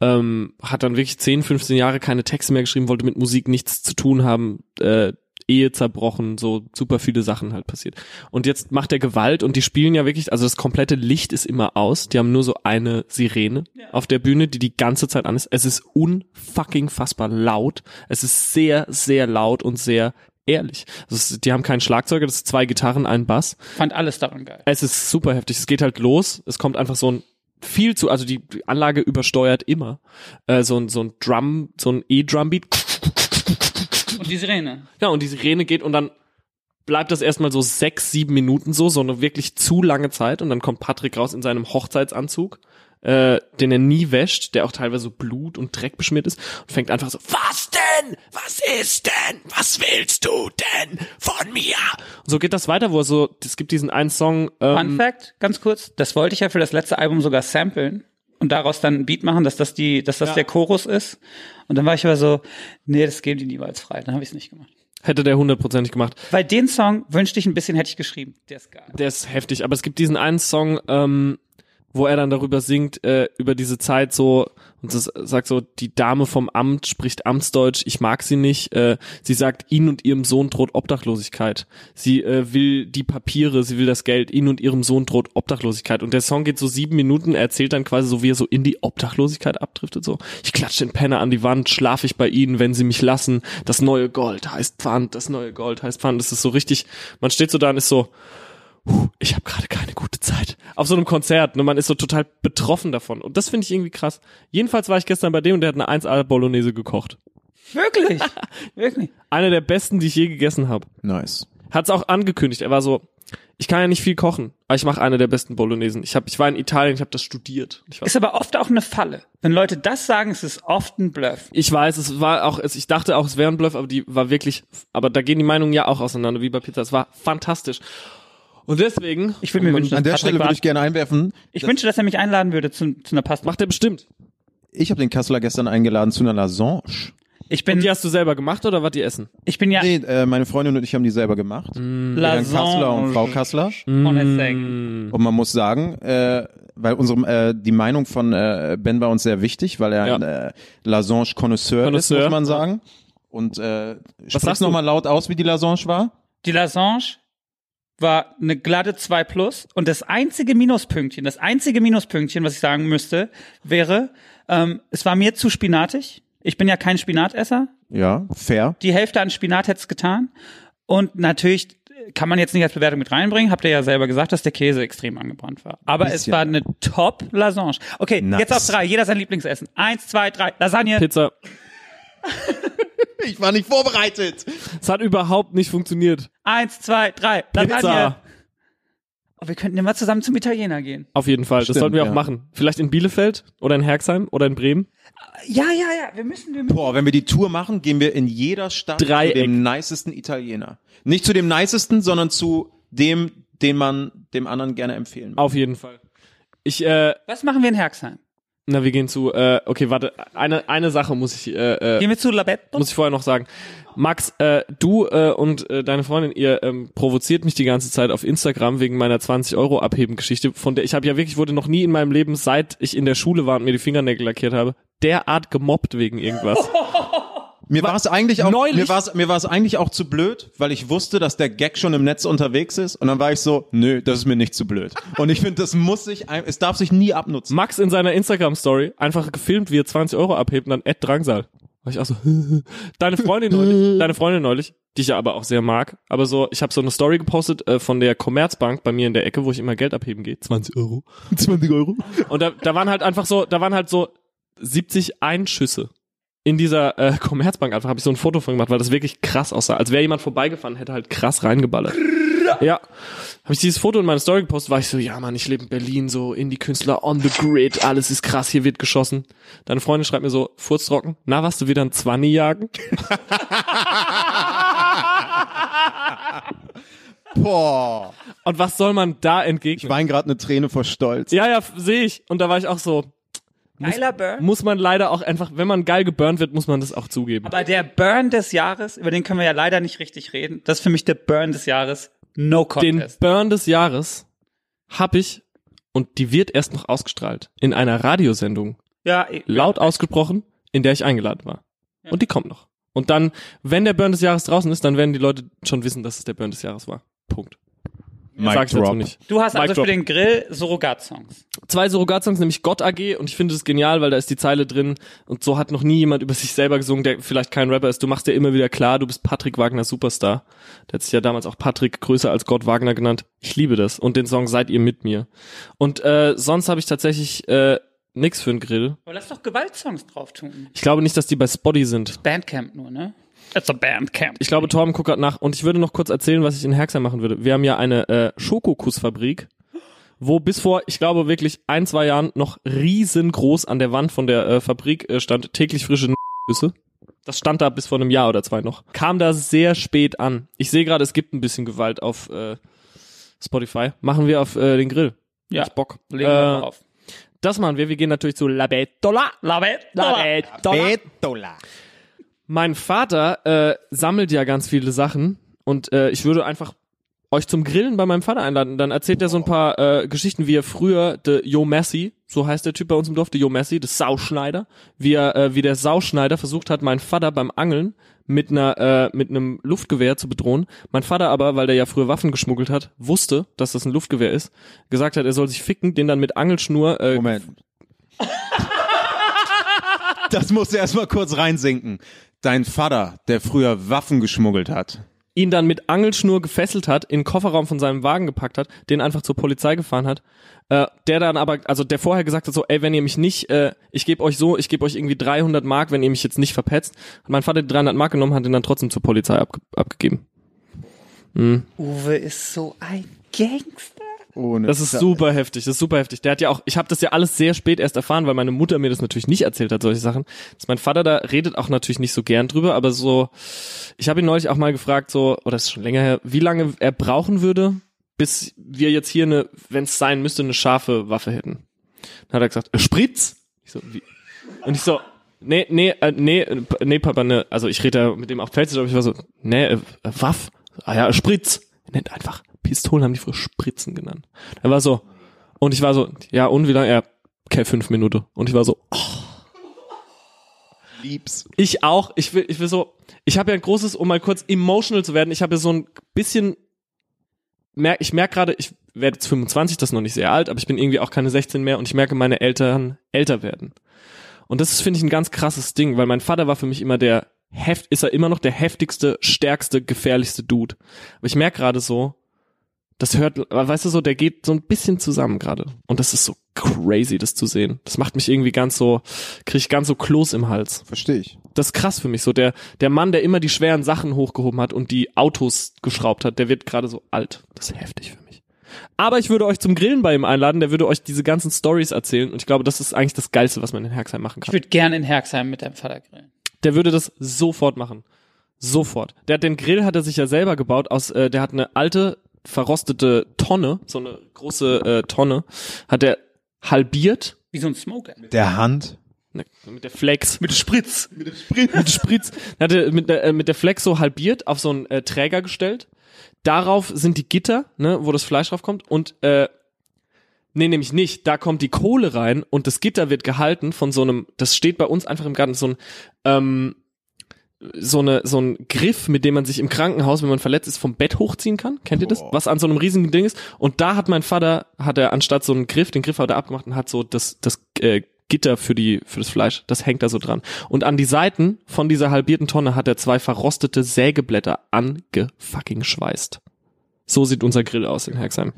ähm, hat dann wirklich 10, 15 Jahre keine Texte mehr geschrieben, wollte mit Musik nichts zu tun haben, äh, Ehe zerbrochen, so super viele Sachen halt passiert. Und jetzt macht er Gewalt und die spielen ja wirklich, also das komplette Licht ist immer aus, die haben nur so eine Sirene auf der Bühne, die die ganze Zeit an ist. Es ist unfucking fassbar laut, es ist sehr, sehr laut und sehr ehrlich. Also es, die haben keinen Schlagzeuger, das sind zwei Gitarren, ein Bass.
Fand alles daran geil.
Es ist super heftig. Es geht halt los. Es kommt einfach so ein viel zu, also die die Anlage übersteuert immer. Äh, so ein so ein Drum, so ein E-Drumbeat.
Und die Sirene.
Ja, und die Sirene geht und dann bleibt das erstmal so sechs, sieben Minuten so, so eine wirklich zu lange Zeit. Und dann kommt Patrick raus in seinem Hochzeitsanzug, äh, den er nie wäscht, der auch teilweise so Blut und Dreck beschmiert ist und fängt einfach so, was denn? Was ist denn? Was willst du denn von mir? Und so geht das weiter, wo er so, es gibt diesen einen Song, ähm,
Fun Fact, ganz kurz, das wollte ich ja für das letzte Album sogar samplen. Und und daraus dann ein Beat machen, dass das die, dass das der Chorus ist. Und dann war ich aber so, nee, das geben die niemals frei. Dann habe ich es nicht gemacht.
Hätte der hundertprozentig gemacht.
Weil den Song wünschte ich ein bisschen hätte ich geschrieben. Der ist
(laughs)
geil.
Der ist heftig, aber es gibt diesen einen Song, ähm, wo er dann darüber singt, äh, über diese Zeit so, und das sagt so, die Dame vom Amt spricht Amtsdeutsch, ich mag sie nicht. Äh, sie sagt, ihnen und ihrem Sohn droht Obdachlosigkeit. Sie äh, will die Papiere, sie will das Geld, ihnen und ihrem Sohn droht Obdachlosigkeit. Und der Song geht so sieben Minuten, er erzählt dann quasi so, wie er so in die Obdachlosigkeit abdriftet. So, ich klatsche den Penner an die Wand, schlaf ich bei ihnen, wenn sie mich lassen. Das neue Gold heißt Pfand, das neue Gold heißt Pfand. Das ist so richtig, man steht so da und ist so, "Puh, ich habe gerade keine gute Zeit. Auf so einem Konzert, ne, man ist so total betroffen davon. Und das finde ich irgendwie krass. Jedenfalls war ich gestern bei dem und der hat eine 1A Bolognese gekocht.
Wirklich? Wirklich?
Eine der besten, die ich je gegessen habe.
(laughs) Nice.
Hat's auch angekündigt. Er war so, ich kann ja nicht viel kochen, aber ich mache eine der besten Bolognesen. Ich hab, ich war in Italien, ich habe das studiert. Ich, war,
Ist aber oft auch eine Falle. Wenn Leute das sagen, ist es oft ein Bluff.
ich weiß, es war auch, es, ich dachte auch, es wäre ein Bluff, aber die war wirklich, aber da gehen die Meinungen ja auch auseinander, wie bei Pizza. Es war fantastisch. Und deswegen
Ich würde mir wünschen, dass
An der
Patrick
Stelle würde
Bart-
ich gerne einwerfen.
ich wünsche, dass er mich einladen würde zu, zu einer Pasta.
macht er bestimmt.
Ich habe den Kasseler gestern eingeladen zu einer Lasange.
Ich bin,
Die hast du selber gemacht oder war die Essen?
ich bin ja
Nee, äh, meine Freundin und ich haben die selber gemacht. Herrn Kassler und Frau Mm. Kassler.
Lasange.
Und man muss sagen, äh, weil unserem äh, die Meinung von äh, Ben war uns sehr wichtig, weil er
Ja.
ein äh, Lasange-Connoisseur ist,
Connoisseur.
muss man sagen. Und äh,
sagst
sprich's
du?
nochmal laut aus, wie die Lasange war.
Die Lasange war eine glatte 2 plus und das einzige Minuspünktchen, das einzige Minuspünktchen, was ich sagen müsste, wäre, ähm, es war mir zu spinatig. Ich bin ja kein Spinatesser.
Ja, fair.
die Hälfte an Spinat hätt's getan. Und natürlich kann man jetzt nicht als Bewertung mit reinbringen, habt ihr ja selber gesagt, dass der Käse extrem angebrannt war. Aber es
Bisschen.
war eine Top-Lasange. Okay,
Nice.
jetzt auf drei. Jeder sein Lieblingsessen. Eins, zwei, drei. Lasagne.
Pizza.
Ich war nicht vorbereitet.
Es hat überhaupt nicht funktioniert.
Eins, zwei, drei. Lasagne.
Pizza.
Oh, wir könnten immer zusammen zum Italiener gehen.
Auf jeden Fall. das
Stimmt,
sollten wir auch
ja.
machen. Vielleicht in Bielefeld oder in Herxheim oder in Bremen.
Ja, ja, ja. Wir müssen, wir müssen.
Boah, wenn wir die Tour machen, gehen wir in jeder Stadt
Dreieck.
zu dem nicesten Italiener. Nicht zu dem nicesten, sondern zu dem, den man dem anderen gerne empfehlen möchte.
Auf jeden Fall. Ich, äh,
Was machen wir in Herxheim?
na, wir gehen zu, äh, okay, warte, eine, eine Sache muss ich, äh, äh,
Gehen wir zu Labetto?
muss ich vorher noch sagen. Max, äh, du äh, und äh, deine Freundin, ihr ähm, provoziert mich die ganze Zeit auf Instagram wegen meiner 20-Euro-Abheben-Geschichte, von der ich habe ja wirklich, wurde noch nie in meinem Leben, seit ich in der Schule war und mir die Fingernägel lackiert habe, derart gemobbt wegen irgendwas.
Mir war es eigentlich auch
neulich-
mir war es mir war es eigentlich auch zu blöd, weil ich wusste, dass der Gag schon im Netz unterwegs ist und dann war ich so, nö, das ist mir nicht zu blöd. Und ich finde, das muss sich ein- es darf sich nie abnutzen.
Max in seiner Instagram-Story einfach gefilmt, wie er 20 Euro abhebt und dann Ed Drangsal. War ich auch so, (laughs) deine Freundin neulich, deine Freundin neulich, die ich ja aber auch sehr mag, aber so, ich habe so eine Story gepostet äh, von der Commerzbank bei mir in der Ecke, wo ich immer Geld abheben gehe. 20 Euro.
20 Euro.
Und da, da waren halt einfach so, da waren halt so 70 Einschüsse. In dieser äh, Commerzbank einfach habe ich so ein Foto von gemacht, weil das wirklich krass aussah. Als wäre jemand vorbeigefahren, hätte halt krass reingeballert. Ja. Habe ich dieses Foto in meine Story gepostet, war ich so, ja Mann, ich lebe in Berlin, so Indie-Künstler on the grid, alles ist krass, hier wird geschossen. Deine Freundin schreibt mir so, furztrocken, na, warst du wieder ein Zwanni jagen?
Boah.
Und was soll man da entgegnen?
Wein gerade eine Träne vor Stolz.
Ja, ja, sehe ich. Und da war ich auch so,
Geiler Burn.
muss man leider auch einfach, wenn man geil geburnt wird, muss man das auch zugeben.
Aber der Burn des Jahres, über den können wir ja leider nicht richtig reden. Das ist für mich der Burn des Jahres. No
den
contest.
Burn des Jahres habe ich und die wird erst noch ausgestrahlt in einer Radiosendung
ja, eh.
laut ausgesprochen, in der ich eingeladen war. Und die kommt noch. Und dann, wenn der Burn des Jahres draußen ist, dann werden die Leute schon wissen, dass es der Burn des Jahres war. Punkt. Mehr
Mic
sag ich dazu
drop.
nicht.
Du hast
Mic
also
drop.
für den Grill Surrogat-Songs.
Zwei Surrogatsongs, nämlich Gott AG und ich finde es genial, weil da ist die Zeile drin und so hat noch nie jemand über sich selber gesungen, der vielleicht kein Rapper ist. Du machst dir immer wieder klar, du bist Patrick Wagner Superstar. Der hat sich ja damals auch Patrick größer als Gott Wagner genannt. Ich liebe das und den Song Seid ihr mit mir. Und äh, sonst habe ich tatsächlich äh, nix für den Grill.
Aber lass doch Gewaltsongs drauf tun.
Ich glaube nicht, dass die bei Spotty sind.
Bandcamp nur, ne? It's a Bandcamp.
Ich glaube, Torben guckt gerade nach und ich würde noch kurz erzählen, was ich in Herxheim machen würde. Wir haben ja eine äh, Schokokussfabrik, wo bis vor, ich glaube wirklich ein, zwei Jahren noch riesengroß an der Wand von der äh, Fabrik äh, stand täglich frische Nüsse. Das stand da bis vor einem Jahr oder zwei noch. Kam da sehr spät an. Ich sehe gerade, es gibt ein bisschen Gewalt auf äh, Spotify. Machen wir auf äh, den Grill.
ja.
Hab ich Bock.
Legen wir
Äh,
drauf.
Das machen wir. Wir gehen natürlich zu La Bettola. La Bettola.
Bettola.
Mein Vater äh, sammelt ja ganz viele Sachen und äh, ich würde einfach euch zum Grillen bei meinem Vater einladen. Dann erzählt er so ein paar äh, Geschichten, wie er früher der Yo Messi, so heißt der Typ bei uns im Dorf, der Yo Messi, der Sauschneider, wie er, äh, wie der Sauschneider versucht hat, meinen Vater beim Angeln mit einer äh, mit einem Luftgewehr zu bedrohen. Mein Vater aber, weil der ja früher Waffen geschmuggelt hat, wusste, dass das ein Luftgewehr ist, gesagt hat, er soll sich ficken, den dann mit Angelschnur äh,
Moment.
Das musst du erstmal kurz reinsinken. Dein Vater, der früher Waffen geschmuggelt hat.
ihn dann mit Angelschnur gefesselt hat, in den Kofferraum von seinem Wagen gepackt hat, den einfach zur Polizei gefahren hat. Äh, der dann aber, also der vorher gesagt hat so, ey, wenn ihr mich nicht, äh, ich gebe euch so, ich gebe euch irgendwie 300 Mark, wenn ihr mich jetzt nicht verpetzt. Hat mein Vater die 300 Mark genommen, hat ihn dann trotzdem zur Polizei abge abgegeben.
Uwe ist so ein Gangster.
Ohne
Das ist super heftig, das ist super heftig. Der hat ja auch, ich habe das ja alles sehr spät erst erfahren, weil meine Mutter mir das natürlich nicht erzählt hat, solche Sachen. Dass mein Vater da redet auch natürlich nicht so gern drüber, aber so, ich habe ihn neulich auch mal gefragt, so, oder das ist schon länger her, wie lange er brauchen würde, bis wir jetzt hier eine, wenn es sein müsste, eine scharfe Waffe hätten. Dann hat er gesagt, "Äh, Spritz? Ich so, wie? Und ich so, nee, nee, äh, nee, äh, nee, Papa, ne, also ich rede da mit dem auch Pfälzisch, aber ich war so, nee, äh, äh, Waff? Ah ja, Spritz. Er nennt einfach, Pistolen haben die früher Spritzen genannt. Er war so, und ich war so, ja, und wie lange? Er, okay, fünf Minuten. Und ich war so, oh,
liebs.
ich auch, ich will, ich will so, ich habe ja ein großes, um mal kurz emotional zu werden, ich habe ja so ein bisschen, merk, ich merk gerade, ich werde jetzt 25, das ist noch nicht sehr alt, aber ich bin irgendwie auch keine 16 mehr und ich merke, meine Eltern älter werden. Und das ist, finde ich, ein ganz krasses Ding, weil mein Vater war für mich immer der heft, ist er immer noch der heftigste, stärkste, gefährlichste Dude. Aber ich merk gerade so, das hört, weißt du so, der geht so ein bisschen zusammen gerade. Und das ist so crazy, das zu sehen. Das macht mich irgendwie ganz so, krieg ich ganz so Kloß im Hals
Verstehe ich.
das ist krass für mich so der der Mann der immer die schweren Sachen hochgehoben hat und die Autos geschraubt hat der wird gerade so alt das ist heftig für mich aber ich würde euch zum Grillen bei ihm einladen der würde euch diese ganzen Stories erzählen und ich glaube das ist eigentlich das geilste was man in Herxheim machen
Ich
kann
würde gerne in Herxheim mit deinem Vater grillen.
der würde das sofort machen sofort der hat den Grill hat er sich ja selber gebaut aus äh, der hat eine alte verrostete Tonne so eine große äh, Tonne hat er halbiert
Wie so ein Smoker.
Der Hand.
Ne, mit der Flex. Mit Spritz. Mit der Spritz. mit Spritz. Hat er mit der, äh, mit der Flex so halbiert, auf so einen äh, Träger gestellt. Darauf sind die Gitter, ne, wo das Fleisch draufkommt. Und, äh, nee, nämlich nicht. Da kommt die Kohle rein und das Gitter wird gehalten von so einem, das steht bei uns einfach im Garten, so ein, ähm, so eine so ein Griff, mit dem man sich im Krankenhaus, wenn man verletzt ist, vom Bett hochziehen kann. Kennt ihr das? Was an so einem riesigen Ding ist. Und da hat mein Vater, hat er anstatt so einen Griff, den Griff hat er abgemacht und hat so das das äh, Gitter für die für das Fleisch, das hängt da so dran. Und an die Seiten von dieser halbierten Tonne hat er zwei verrostete Sägeblätter angefucking schweißt. So sieht unser Grill aus in Herxheim.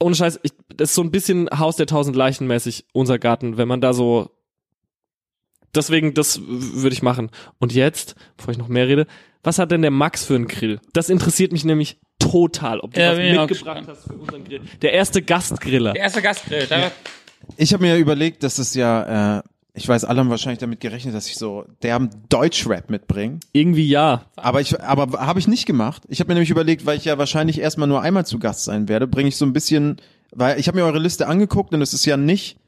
Ohne Scheiß, ich, das ist so ein bisschen Haus der tausend Leichen mäßig, unser Garten, wenn man da so Deswegen, das w- würde ich machen. Und jetzt, bevor ich noch mehr rede, was hat denn der Max für einen Grill? Das interessiert mich nämlich total, ob du
Ja, bin ich auch
was mitgebracht hast für unseren Grill. Der erste Gastgriller.
Der erste Gastgrill, da
Ich habe mir ja überlegt, dass es ja, äh, ich weiß, alle haben wahrscheinlich damit gerechnet, dass ich so derben Deutschrap mitbringe.
Irgendwie ja.
Aber ich, aber habe ich nicht gemacht. Ich habe mir nämlich überlegt, weil ich ja wahrscheinlich erstmal nur einmal zu Gast sein werde, bringe ich so ein bisschen, weil ich habe mir eure Liste angeguckt und es ist ja nicht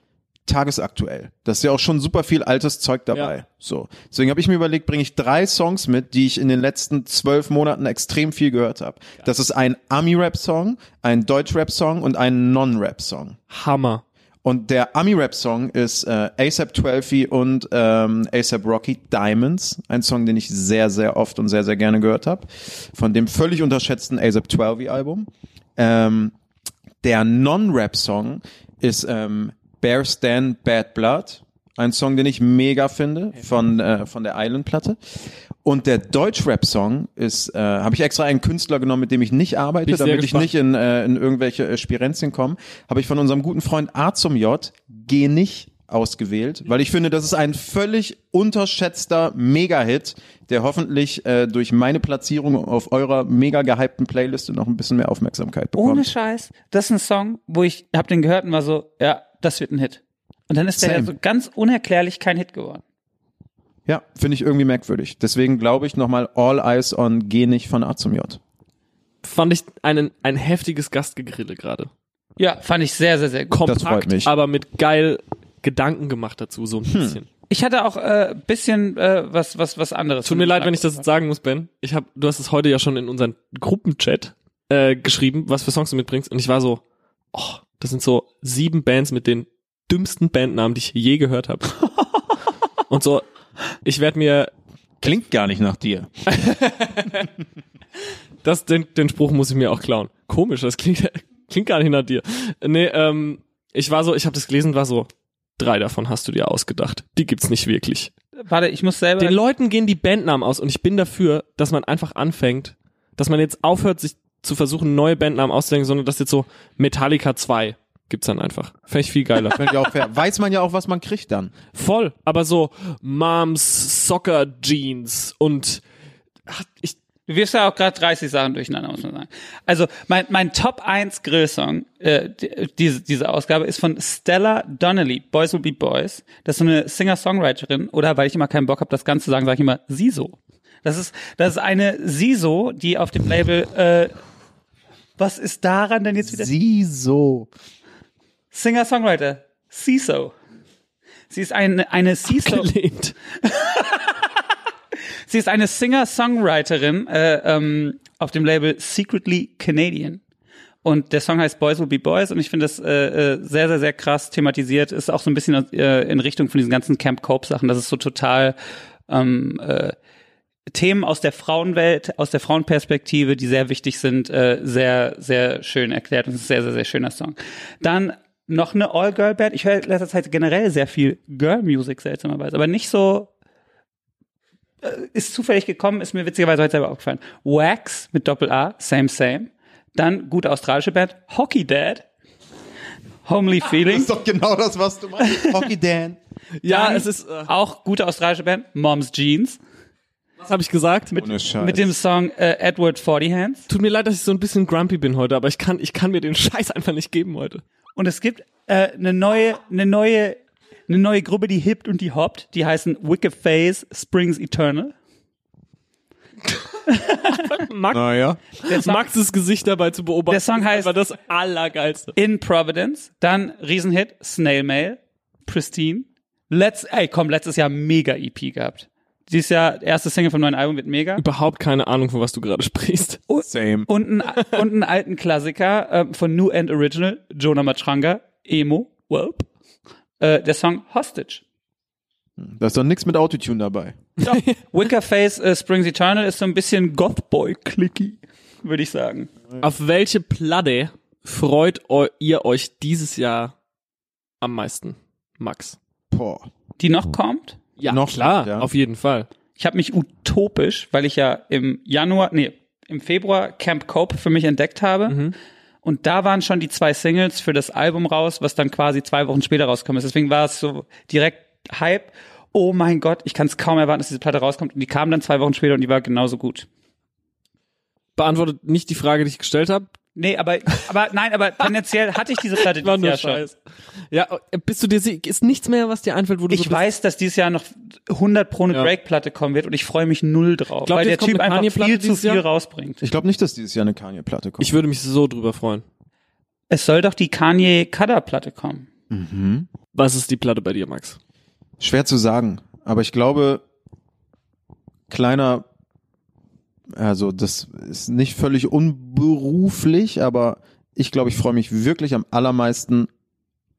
tagesaktuell. Das ist ja auch schon super viel altes Zeug dabei.
Ja.
So, deswegen habe ich mir überlegt, bringe ich drei Songs mit, die ich in den letzten zwölf Monaten extrem viel gehört habe. Das ist ein Ami-Rap-Song, ein Deutsch-Rap-Song und ein Non-Rap-Song.
Hammer.
Und der Ami-Rap-Song ist äh, ASAP Twelfy und ähm, ASAP Rocky Diamonds. Ein Song, den ich sehr, sehr oft und sehr, sehr gerne gehört habe. Von dem völlig unterschätzten ASAP Twelfy-Album. Ähm, der Non-Rap-Song ist ähm, Bear Stan Bad Blood. Ein Song, den ich mega finde von, äh, von der Island-Platte. Und der Deutsch-Rap-Song ist, äh, habe ich extra einen Künstler genommen, mit dem ich nicht arbeite,
Bin ich sehr
damit ich
gespannt.
nicht in, äh, in irgendwelche äh, Spirenzien komme. Habe ich von unserem guten Freund A zum J, Geh nicht, ausgewählt, weil ich finde, das ist ein völlig unterschätzter Mega-Hit, der hoffentlich äh, durch meine Platzierung auf eurer mega gehypten Playliste noch ein bisschen mehr Aufmerksamkeit bekommt.
Ohne Scheiß. Das ist ein Song, wo ich hab den gehört und war so, ja, das wird ein Hit. Und dann ist der ja
Same.
so ganz unerklärlich kein Hit geworden.
Ja, finde ich irgendwie merkwürdig. Deswegen glaube ich nochmal All Eyes on Geh nicht von A zum J.
Fand ich einen, ein heftiges Gastgegrille gerade.
Ja, fand ich sehr, sehr, sehr gut.
Kompakt,
freut mich. Hm.
aber mit geil Gedanken gemacht dazu, so ein bisschen.
Ich hatte auch äh, bisschen äh, was, was, was anderes.
Tut mir leid, wenn ich das jetzt sagen muss, Ben. Ich hab, du hast es heute ja schon in unseren Gruppenchat äh, geschrieben, was für Songs du mitbringst. Und ich war so, oh, das sind so sieben Bands mit den dümmsten Bandnamen, die ich je gehört habe. Und so, ich werde mir,
Klingt gar nicht nach dir.
das, den, den Spruch muss ich mir auch klauen. Komisch, das klingt, klingt gar nicht nach dir. Nee, ähm, ich war so, ich habe das gelesen, war so, drei davon hast du dir ausgedacht. Die gibt's nicht wirklich.
Warte, ich muss selber.
Den Leuten gehen die Bandnamen aus und ich bin dafür, dass man einfach anfängt, dass man jetzt aufhört, sich zu versuchen, neue Bandnamen auszudenken, sondern dass jetzt so Metallica 2 gibt's dann einfach. Fände ich viel geiler.
Könnte ja auch fair. Weiß man ja auch, was man kriegt dann.
Voll, aber so Moms Soccer Jeans und ach, ich,
Du wirfst ja auch gerade 30 Sachen durcheinander, muss man sagen. Also mein, mein Top 1 Grillsong, äh, die- diese, diese Ausgabe, ist von Stella Donnelly, Boys Will Be Boys. Das ist so eine Singer-Songwriterin, oder weil ich immer keinen Bock habe, das Ganze zu sagen, sage ich immer Siso. Das ist, das ist eine Siso, die auf dem Label, äh, was ist daran denn jetzt wieder?
Sie so.
Singer-Songwriter, Siso. Sie ist eine, eine Siso.
gelehnt.
Sie ist eine Singer-Songwriterin äh, ähm, auf dem Label Secretly Canadian. Und der Song heißt Boys Will Be Boys und ich finde das äh, äh, sehr, sehr, sehr krass thematisiert. Ist auch so ein bisschen äh, in Richtung von diesen ganzen Camp Cope-Sachen, dass es so total ähm, äh, Themen aus der Frauenwelt, aus der Frauenperspektive, die sehr wichtig sind, äh, sehr, sehr schön erklärt. Und es ist ein sehr, sehr, sehr schöner Song. Dann noch eine All-Girl-Band. Ich höre in letzter Zeit generell sehr viel Girl-Music seltsamerweise, aber nicht so äh, ist zufällig gekommen, ist mir witzigerweise heute selber aufgefallen. Wax mit Doppel A, same, same. Dann gute australische Band, Hockey Dad. Homely Feeling.
doch genau das, was
(laughs)
du meinst. Hockey Dan.
Ja,
Dann
es ist, äh,
auch gute australische Band, Mom's Jeans.
was habe ich gesagt?
Ohne Scheiß.
Mit dem Song äh, Edward Forty Hands.
Tut mir leid, dass ich so ein bisschen grumpy bin heute, aber ich kann, ich kann mir den Scheiß einfach nicht geben heute.
Und es gibt äh, eine neue, eine neue, eine neue Gruppe, die hippt und die hoppt. Die heißen Wicked Face Springs Eternal.
naja.
Maxes Gesicht dabei zu beobachten,
Der Song heißt-
war das Allergeilste.
In Providence. Dann Riesenhit, Snail Mail, Pristine. Let's, ey, komm, letztes Jahr mega EP gehabt. Dieses Jahr, erste Single vom neuen Album wird mega.
Überhaupt keine Ahnung, von was du gerade sprichst.
Same.
Und
(laughs)
einen, und einen alten Klassiker ähm, von New and Original, Jonah Matranga, Emo, Welp. Äh, der Song Hostage.
Da ist doch nichts mit Autotune dabei.
Doch, Wickerface äh, Springs Eternal ist so ein bisschen Gothboy-clicky, würde ich sagen.
Auf welche Platte freut eu ihr euch dieses Jahr am meisten, Max?
Boah.
Die noch kommt.
Ja,
Noch
klar,
kommt, ja.
auf jeden Fall.
Ich habe mich utopisch, weil ich ja im Januar, nee, im Februar Camp Cope für mich entdeckt habe.
Mhm.
Und da waren schon die zwei Singles für das Album raus, was dann quasi zwei Wochen später rauskommt. Deswegen war es so direkt Hype. Oh mein Gott, ich kann es kaum erwarten, dass diese Platte rauskommt. Und die kam dann zwei Wochen später und die war genauso gut.
Beantwortet nicht die Frage, die ich gestellt habe.
Nee, aber, aber nein,
(laughs)
aber tendenziell hatte ich diese Platte
War
dieses
nur
Jahr schon.
Scheiß. Ja, äh, bist du dir sie- ist nichts mehr, was dir einfällt, wo du so
Ich weiß, dass dieses Jahr noch 100 Pro eine
Ja.
Drake-Platte kommen wird und ich freue mich null drauf,
Glaubt
weil
ihr,
der
es kommt
Typ
eine
einfach
Kanye-Platte
viel zu
dieses
viel
Jahr?
rausbringt.
Ich glaube nicht, dass dieses Jahr eine Kanye-Platte kommt.
Ich würde mich so drüber freuen.
Es soll doch die Kanye-Cutter-Platte kommen.
Was ist die Platte bei dir, Max?
Schwer zu sagen, aber ich glaube, kleiner, also das ist nicht völlig unberuflich, aber ich glaube, ich freue mich wirklich am allermeisten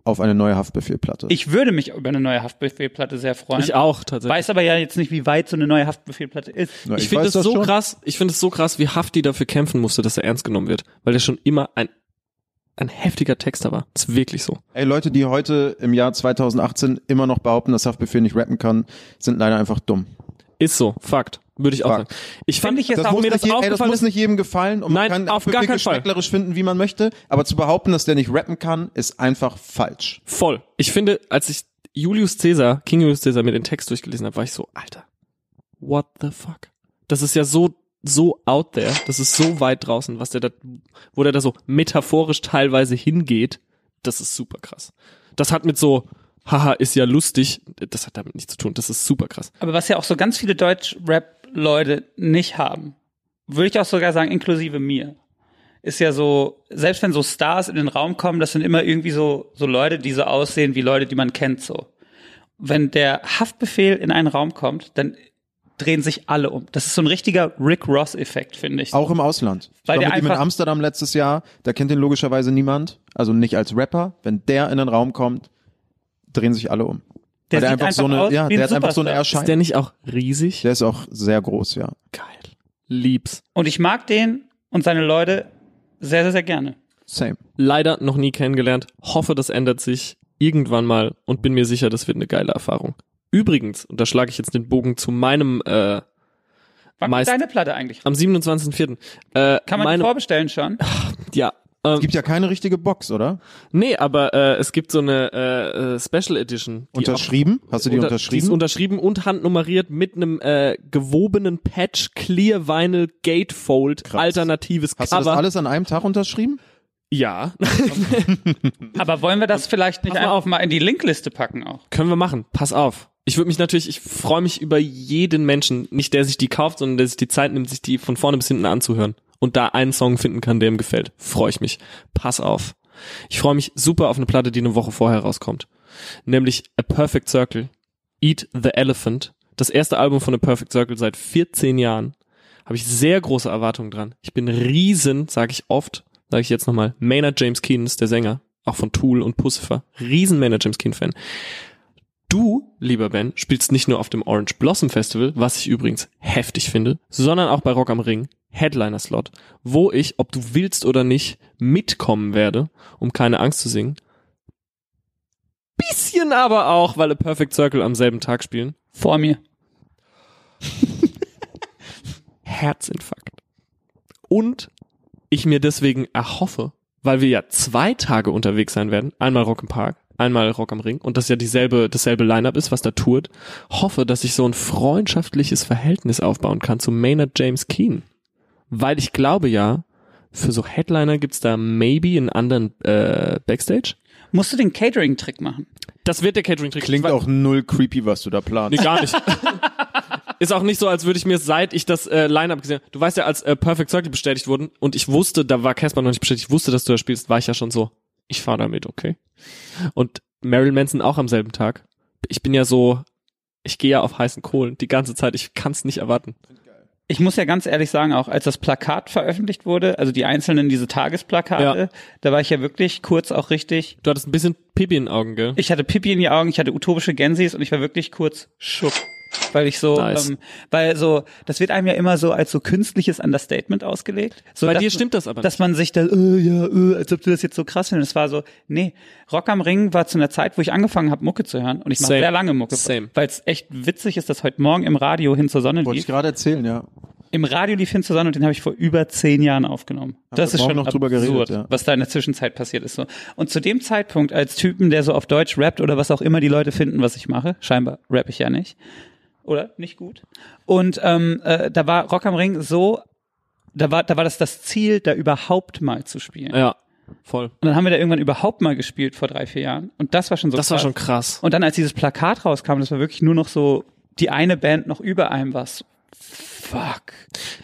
auf eine neue Haftbefehlplatte.
Ich würde mich über eine neue Haftbefehlplatte sehr freuen.
Ich auch tatsächlich.
Weiß aber ja jetzt nicht, wie weit so eine neue Haftbefehlplatte ist.
Na,
ich finde
weiß
das so
schon.
krass, ich finde es so krass, wie Hafti dafür kämpfen musste, dass er ernst genommen wird, weil er schon immer ein ein heftiger Texter war. Ist wirklich so.
Ey, Leute, die heute im Jahr 2018 immer noch behaupten, dass Haftbefehl nicht rappen kann, sind leider einfach dumm.
Ist so, Fakt, würde ich auch
Fakt.
sagen. Ich fand
Finde ich jetzt
dass
auch-
mir
muss
das
nicht je- ey, das
aufgefallen
muss
ist-
nicht jedem gefallen und
Nein,
man
auf
kann
gar
Haftbefehl
keinen Fall.
geschmäcklerisch finden, wie man möchte, aber zu behaupten, dass der nicht rappen kann, ist einfach falsch.
Voll. Ich finde, als ich Julius Caesar, King Julius Caesar mir den Text durchgelesen habe, war ich so, Alter, what the fuck? Das ist ja so, so out there, das ist so weit draußen, was der da, wo der da so metaphorisch teilweise hingeht, das ist super krass. Das hat mit so, haha, ist ja lustig, das hat damit nichts zu tun, das ist super krass.
Aber was ja auch so ganz viele Deutsch-Rap-Leute nicht haben, würde ich auch sogar sagen, inklusive mir, ist ja so, selbst wenn so Stars in den Raum kommen, das sind immer irgendwie so, so Leute, die so aussehen wie Leute, die man kennt, so. Wenn der Haftbefehl in einen Raum kommt, dann drehen sich alle um. Das ist so ein richtiger Rick Ross-Effekt, finde ich.
Auch im Ausland. Ich
Weil
war
der
mit ihm in
einfach-
Amsterdam letztes Jahr, da kennt ihn logischerweise niemand, also nicht als Rapper. Wenn der in den Raum kommt, drehen sich alle um.
Der
Weil der
sieht
einfach, so
einfach
eine,
aus
ja,
wie ein
der hat einfach so eine
Superstar.
Erscheinung.
Ist der nicht auch riesig?
Der ist auch sehr groß, ja.
Geil. Lieb's.
Und ich mag den und seine Leute sehr, sehr, sehr gerne.
Same.
Leider noch nie kennengelernt. Hoffe, das ändert sich irgendwann mal und bin mir sicher, das wird eine geile Erfahrung. Übrigens, und da schlage ich jetzt den Bogen zu meinem, äh,
Wann kommt
Meist-
deine Platte eigentlich?
am 27.04. Äh,
Kann man die
meine,
vorbestellen schon?
Ja. Ähm,
Gibt ja keine richtige Box, oder?
nee, aber äh, es gibt so eine äh, äh, Special Edition. die auch-
Unterschrieben? Hast du die
Unter- Die ist
unterschrieben?
unterschrieben und handnummeriert mit einem äh, gewobenen Patch Clear Vinyl Gatefold
Krass.
alternatives
Hast du
Cover.
das alles an einem Tag unterschrieben?
Ja,
Aber wollen wir das vielleicht nicht
Pass mal
einfach
auf.
mal in die Linkliste packen auch?
können wir machen. Pass auf. Ich würde mich natürlich, ich freue mich über jeden Menschen, nicht der sich die kauft, sondern der sich die Zeit nimmt, sich die von vorne bis hinten anzuhören und da einen Song finden kann, der ihm gefällt. Freue ich mich. Pass auf. Ich freue mich super auf eine Platte, die eine Woche vorher rauskommt, nämlich A Perfect Circle, Eat the Elephant, das erste Album von A Perfect Circle seit 14 Jahren. habe ich sehr große Erwartungen dran. Ich bin riesen, sage ich oft, sage ich jetzt nochmal, Maynard James Keenan ist der Sänger, auch von Tool und Pussifer, riesen Maynard James Keenan Fan. Du, lieber Ben, spielst nicht nur auf dem Orange Blossom Festival, was ich übrigens heftig finde, sondern auch bei Rock am Ring, Headliner Slot, wo ich, ob du willst oder nicht, mitkommen werde, um keine Angst zu singen. Bisschen aber auch, weil A Perfect Circle am selben Tag spielen.
Vor mir.
Herzinfarkt. Und ich mir deswegen erhoffe, weil wir ja zwei Tage unterwegs sein werden, einmal Rock im Park, einmal Rock am Ring und das ja dieselbe, dasselbe Line-Up ist, was da tourt, hoffe, dass ich so ein freundschaftliches Verhältnis aufbauen kann zu Maynard James Keen. Weil ich glaube ja, für so Headliner gibt's da maybe einen anderen äh, Backstage.
Musst du den Catering-Trick machen?
Das wird der Catering-Trick.
Klingt
Ich wa-
auch null creepy, was du da
Nee,
planst.
gar (laughs) nicht. Ist auch nicht so, als würde ich mir, seit ich das äh, Line-Up gesehen habe, du weißt ja, als äh, Perfect Circle bestätigt wurden und ich wusste, da war Casper noch nicht bestätigt, ich wusste, dass du da spielst, war ich ja schon so, ich fahr damit, okay. Und Marilyn Manson auch am selben Tag. Ich bin ja so, ich gehe ja auf heißen Kohlen die ganze Zeit, ich kann's nicht erwarten.
Ich muss ja ganz ehrlich sagen, auch als das Plakat veröffentlicht wurde, also die einzelnen diese Tagesplakate, da war ich ja wirklich kurz auch richtig.
Du hattest ein bisschen Pipi in den Augen, gell?
Ich hatte Pipi in die Augen, ich hatte utopische Gensis und ich war wirklich kurz schock, weil ich so,
Nice.
ähm, weil so, das wird einem ja immer so als so künstliches Understatement ausgelegt. So,
Bei
dass
dir
man-
stimmt das aber
Dass man sich da, äh, ja, äh, als ob du das jetzt so krass findest. Es war so, nee, Rock am Ring war zu einer Zeit, wo ich angefangen habe, Mucke zu hören und ich mache
Same.
sehr lange Mucke,
Same.
weil es echt witzig ist, dass heute Morgen im Radio hin zur Sonne
Wollte
lief.
ich gerade erzählen, ja.
Im Radio lief hin zur Sonne und den habe ich vor über zehn Jahren aufgenommen. das
wir
ist schon
morgen noch drüber
absurd,
geredet, ja.
was da in der Zwischenzeit passiert ist. So. Und zu dem Zeitpunkt als Typen, der so auf Deutsch rappt oder was auch immer die Leute finden, was ich mache, scheinbar rapp ich ja nicht. Oder nicht gut. Und ähm, äh, da war Rock am Ring so, da war, da war das das Ziel, da überhaupt mal zu spielen.
Ja, voll.
Und dann haben wir da irgendwann überhaupt mal gespielt vor drei, vier Jahren. Und das war schon so
Das war
krass.
schon krass.
Und dann, als dieses Plakat rauskam, das war wirklich nur noch so, die eine Band noch über einem was. Fuck.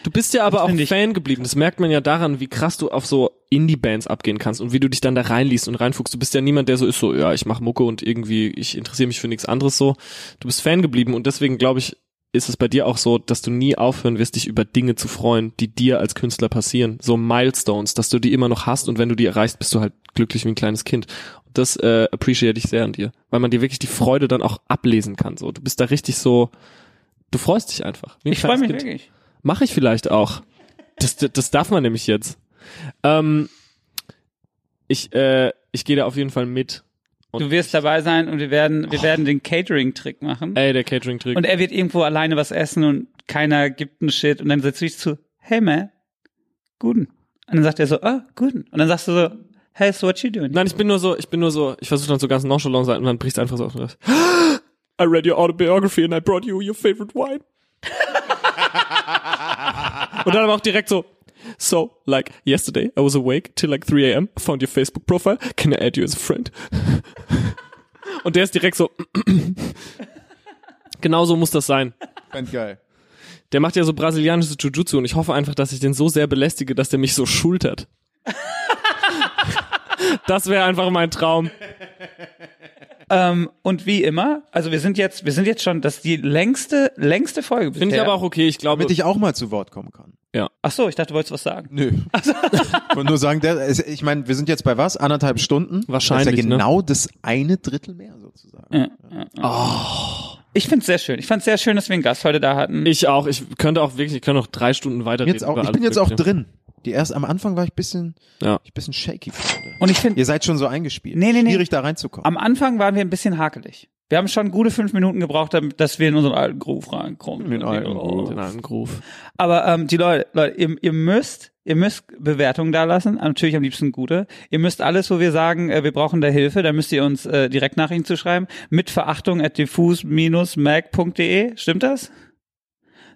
Du bist ja aber auch
find ich-
Fan geblieben. Das merkt man ja daran, wie krass du auf so Indie-Bands abgehen kannst und wie du dich dann da reinliest und reinfuchst. Du bist ja niemand, der so ist, so, ja, ich mache Mucke und irgendwie, ich interessiere mich für nichts anderes so. Du bist Fan geblieben und deswegen glaube ich, ist es bei dir auch so, dass du nie aufhören wirst, dich über Dinge zu freuen, die dir als Künstler passieren. So Milestones, dass du die immer noch hast und wenn du die erreichst, bist du halt glücklich wie ein kleines Kind. Und das äh, appreciate ich sehr an dir, weil man dir wirklich die Freude dann auch ablesen kann. So, du bist da richtig so, du freust dich einfach. wie ein
Ich freue
kleines
mich
Kind.
wirklich.
Mache ich vielleicht auch. Das, das, das darf man nämlich jetzt. Ähm, ich äh, ich gehe da auf jeden Fall mit.
Du wirst dabei sein und wir werden, wir werden den Catering-Trick machen.
Ey, der Catering-Trick.
Und er wird irgendwo alleine was essen und keiner gibt einen Shit. Und dann sitze ich zu, hey man, guten. Und dann sagt er so, oh, guten. Und dann sagst du so, hey, so what you doing?
Nein, ich bin nur so, ich bin nur so, ich versuche dann so ganz nonchalant zu sein und dann bricht einfach so auf. und sagt, (gasps) I read your autobiography and I brought you your favorite wine. (laughs) und dann aber auch direkt so, so, like, yesterday I was awake till like 3 a.m. I found your Facebook profile. Can I add you as a friend? (laughs) und der ist direkt so, (clears throat) genau so muss das sein.
Geil.
Der macht ja so brasilianisches Jujutsu und ich hoffe einfach, dass ich den so sehr belästige, dass der mich so schultert. (laughs) Das wäre einfach mein Traum.
Ähm, und wie immer, also wir sind jetzt, wir sind jetzt schon, das ist die längste, längste Folge bisher.
Finde ich aber auch okay. Ich glaube,
Damit ich auch mal zu Wort kommen kann.
Ach so, ich dachte, du wolltest was sagen.
(laughs) Nö. Ich wollte nur sagen, der, ist- ich meine, wir sind jetzt bei was? Anderthalb Stunden? Das
Wahrscheinlich,
ist ja
ne?
genau das eine Drittel mehr sozusagen.
Ich find's sehr schön. Ich fand's sehr schön, dass wir einen Gast heute da hatten.
ich auch. Ich könnte auch wirklich, ich könnte noch drei Stunden weiterreden.
Jetzt auch,
über
ich
alles
bin jetzt auch
Mögliche.
drin. Die erst am Anfang war ich bisschen,
Ja.
ich bisschen shaky. Freunde.
und ich finde,
Ihr seid schon so eingespielt.
Nee, nee, nee.
Schwierig da reinzukommen.
Am Anfang waren wir ein bisschen hakelig. Wir haben schon gute fünf Minuten gebraucht, damit, dass wir in unseren alten Groove reinkommen. Oh.
Den alten
Den alten Groove.
Aber ähm, die Leute, Leute ihr, ihr müsst, ihr müsst Bewertungen da lassen, Ah, natürlich am liebsten gute. Ihr müsst alles, wo wir sagen, äh, wir brauchen da Hilfe, da müsst ihr uns äh, direkt Nachrichten zu schreiben. Mit Verachtung at diffus-mag.de. Stimmt das?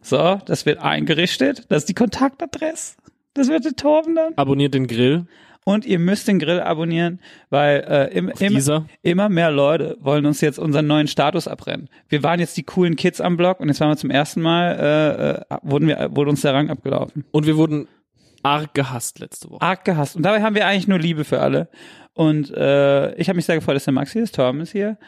So, das wird eingerichtet. Das ist die Kontaktadresse. Das wird der Torben dann.
Abonniert den Grill.
Und ihr müsst den Grill abonnieren, weil äh, im, im,
Dieser.
immer mehr Leute wollen uns jetzt unseren neuen Status abrennen. Wir waren jetzt die coolen Kids am Block und jetzt waren wir zum ersten Mal, äh, äh, wurden wir, wurde uns der Rang abgelaufen.
Und wir wurden arg gehasst letzte Woche.
Arg gehasst. Und dabei haben wir eigentlich nur Liebe für alle. Und äh, ich habe mich sehr gefreut, dass der Max hier ist, Torben ist hier,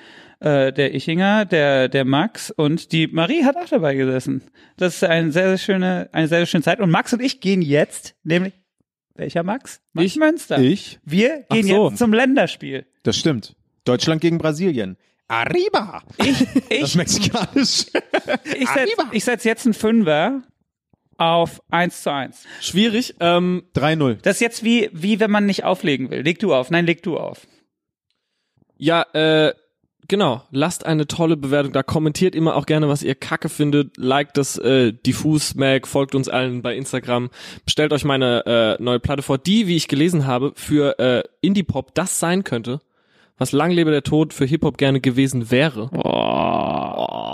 äh, der Ichinger, der, der Max und die Marie hat auch dabei gesessen. Das ist eine sehr, sehr schöne, eine sehr, sehr schöne Zeit. Und Max und ich gehen jetzt, nämlich, welcher Max? Max
Ich.
Münster.
Ich?
Wir gehen
so.
jetzt zum Länderspiel.
Das stimmt. Deutschland gegen Brasilien. Arriba!
Ich
(laughs) Das mexikanisch.
(laughs) Ich setz, ich setz jetzt einen Fünfer auf 1 zu 1.
Schwierig. Ähm,
3-0.
Das ist jetzt wie, wie wenn man nicht auflegen will. Leg du auf. Nein, leg du auf.
Ja, äh, genau. Lasst eine tolle Bewertung da. Kommentiert immer auch gerne, was ihr kacke findet. Liked das äh, Diffus-Mag, folgt uns allen bei Instagram. Bestellt euch meine äh, neue Platte vor, die, wie ich gelesen habe, für äh, Indie-Pop das sein könnte, was lang lebe der Tod für Hip-Hop gerne gewesen wäre.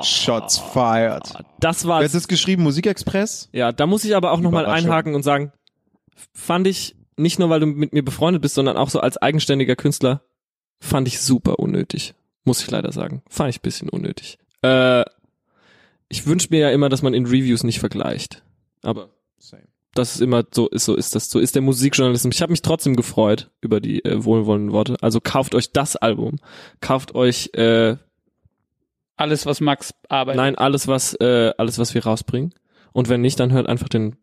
Shots fired.
Ah.
Das war
Wer ist es geschrieben? Musikexpress?
Ja, da muss ich aber auch nochmal
Überraschung.
einhaken und sagen, fand ich nicht nur, weil du mit mir befreundet bist, sondern auch so als eigenständiger Künstler, fand ich super unnötig. Muss ich leider sagen. Fand ich ein bisschen unnötig. Äh, ich wünsche mir ja immer, dass man in Reviews nicht vergleicht. Aber
Same.
das ist immer so ist, so ist das. So ist der Musikjournalismus. Ich habe mich trotzdem gefreut über die äh, wohlwollenden Worte. Also kauft euch das Album. Kauft euch äh,
Alles, was Max arbeitet.
Nein, alles was äh, alles was wir rausbringen. Und wenn nicht, dann hört einfach den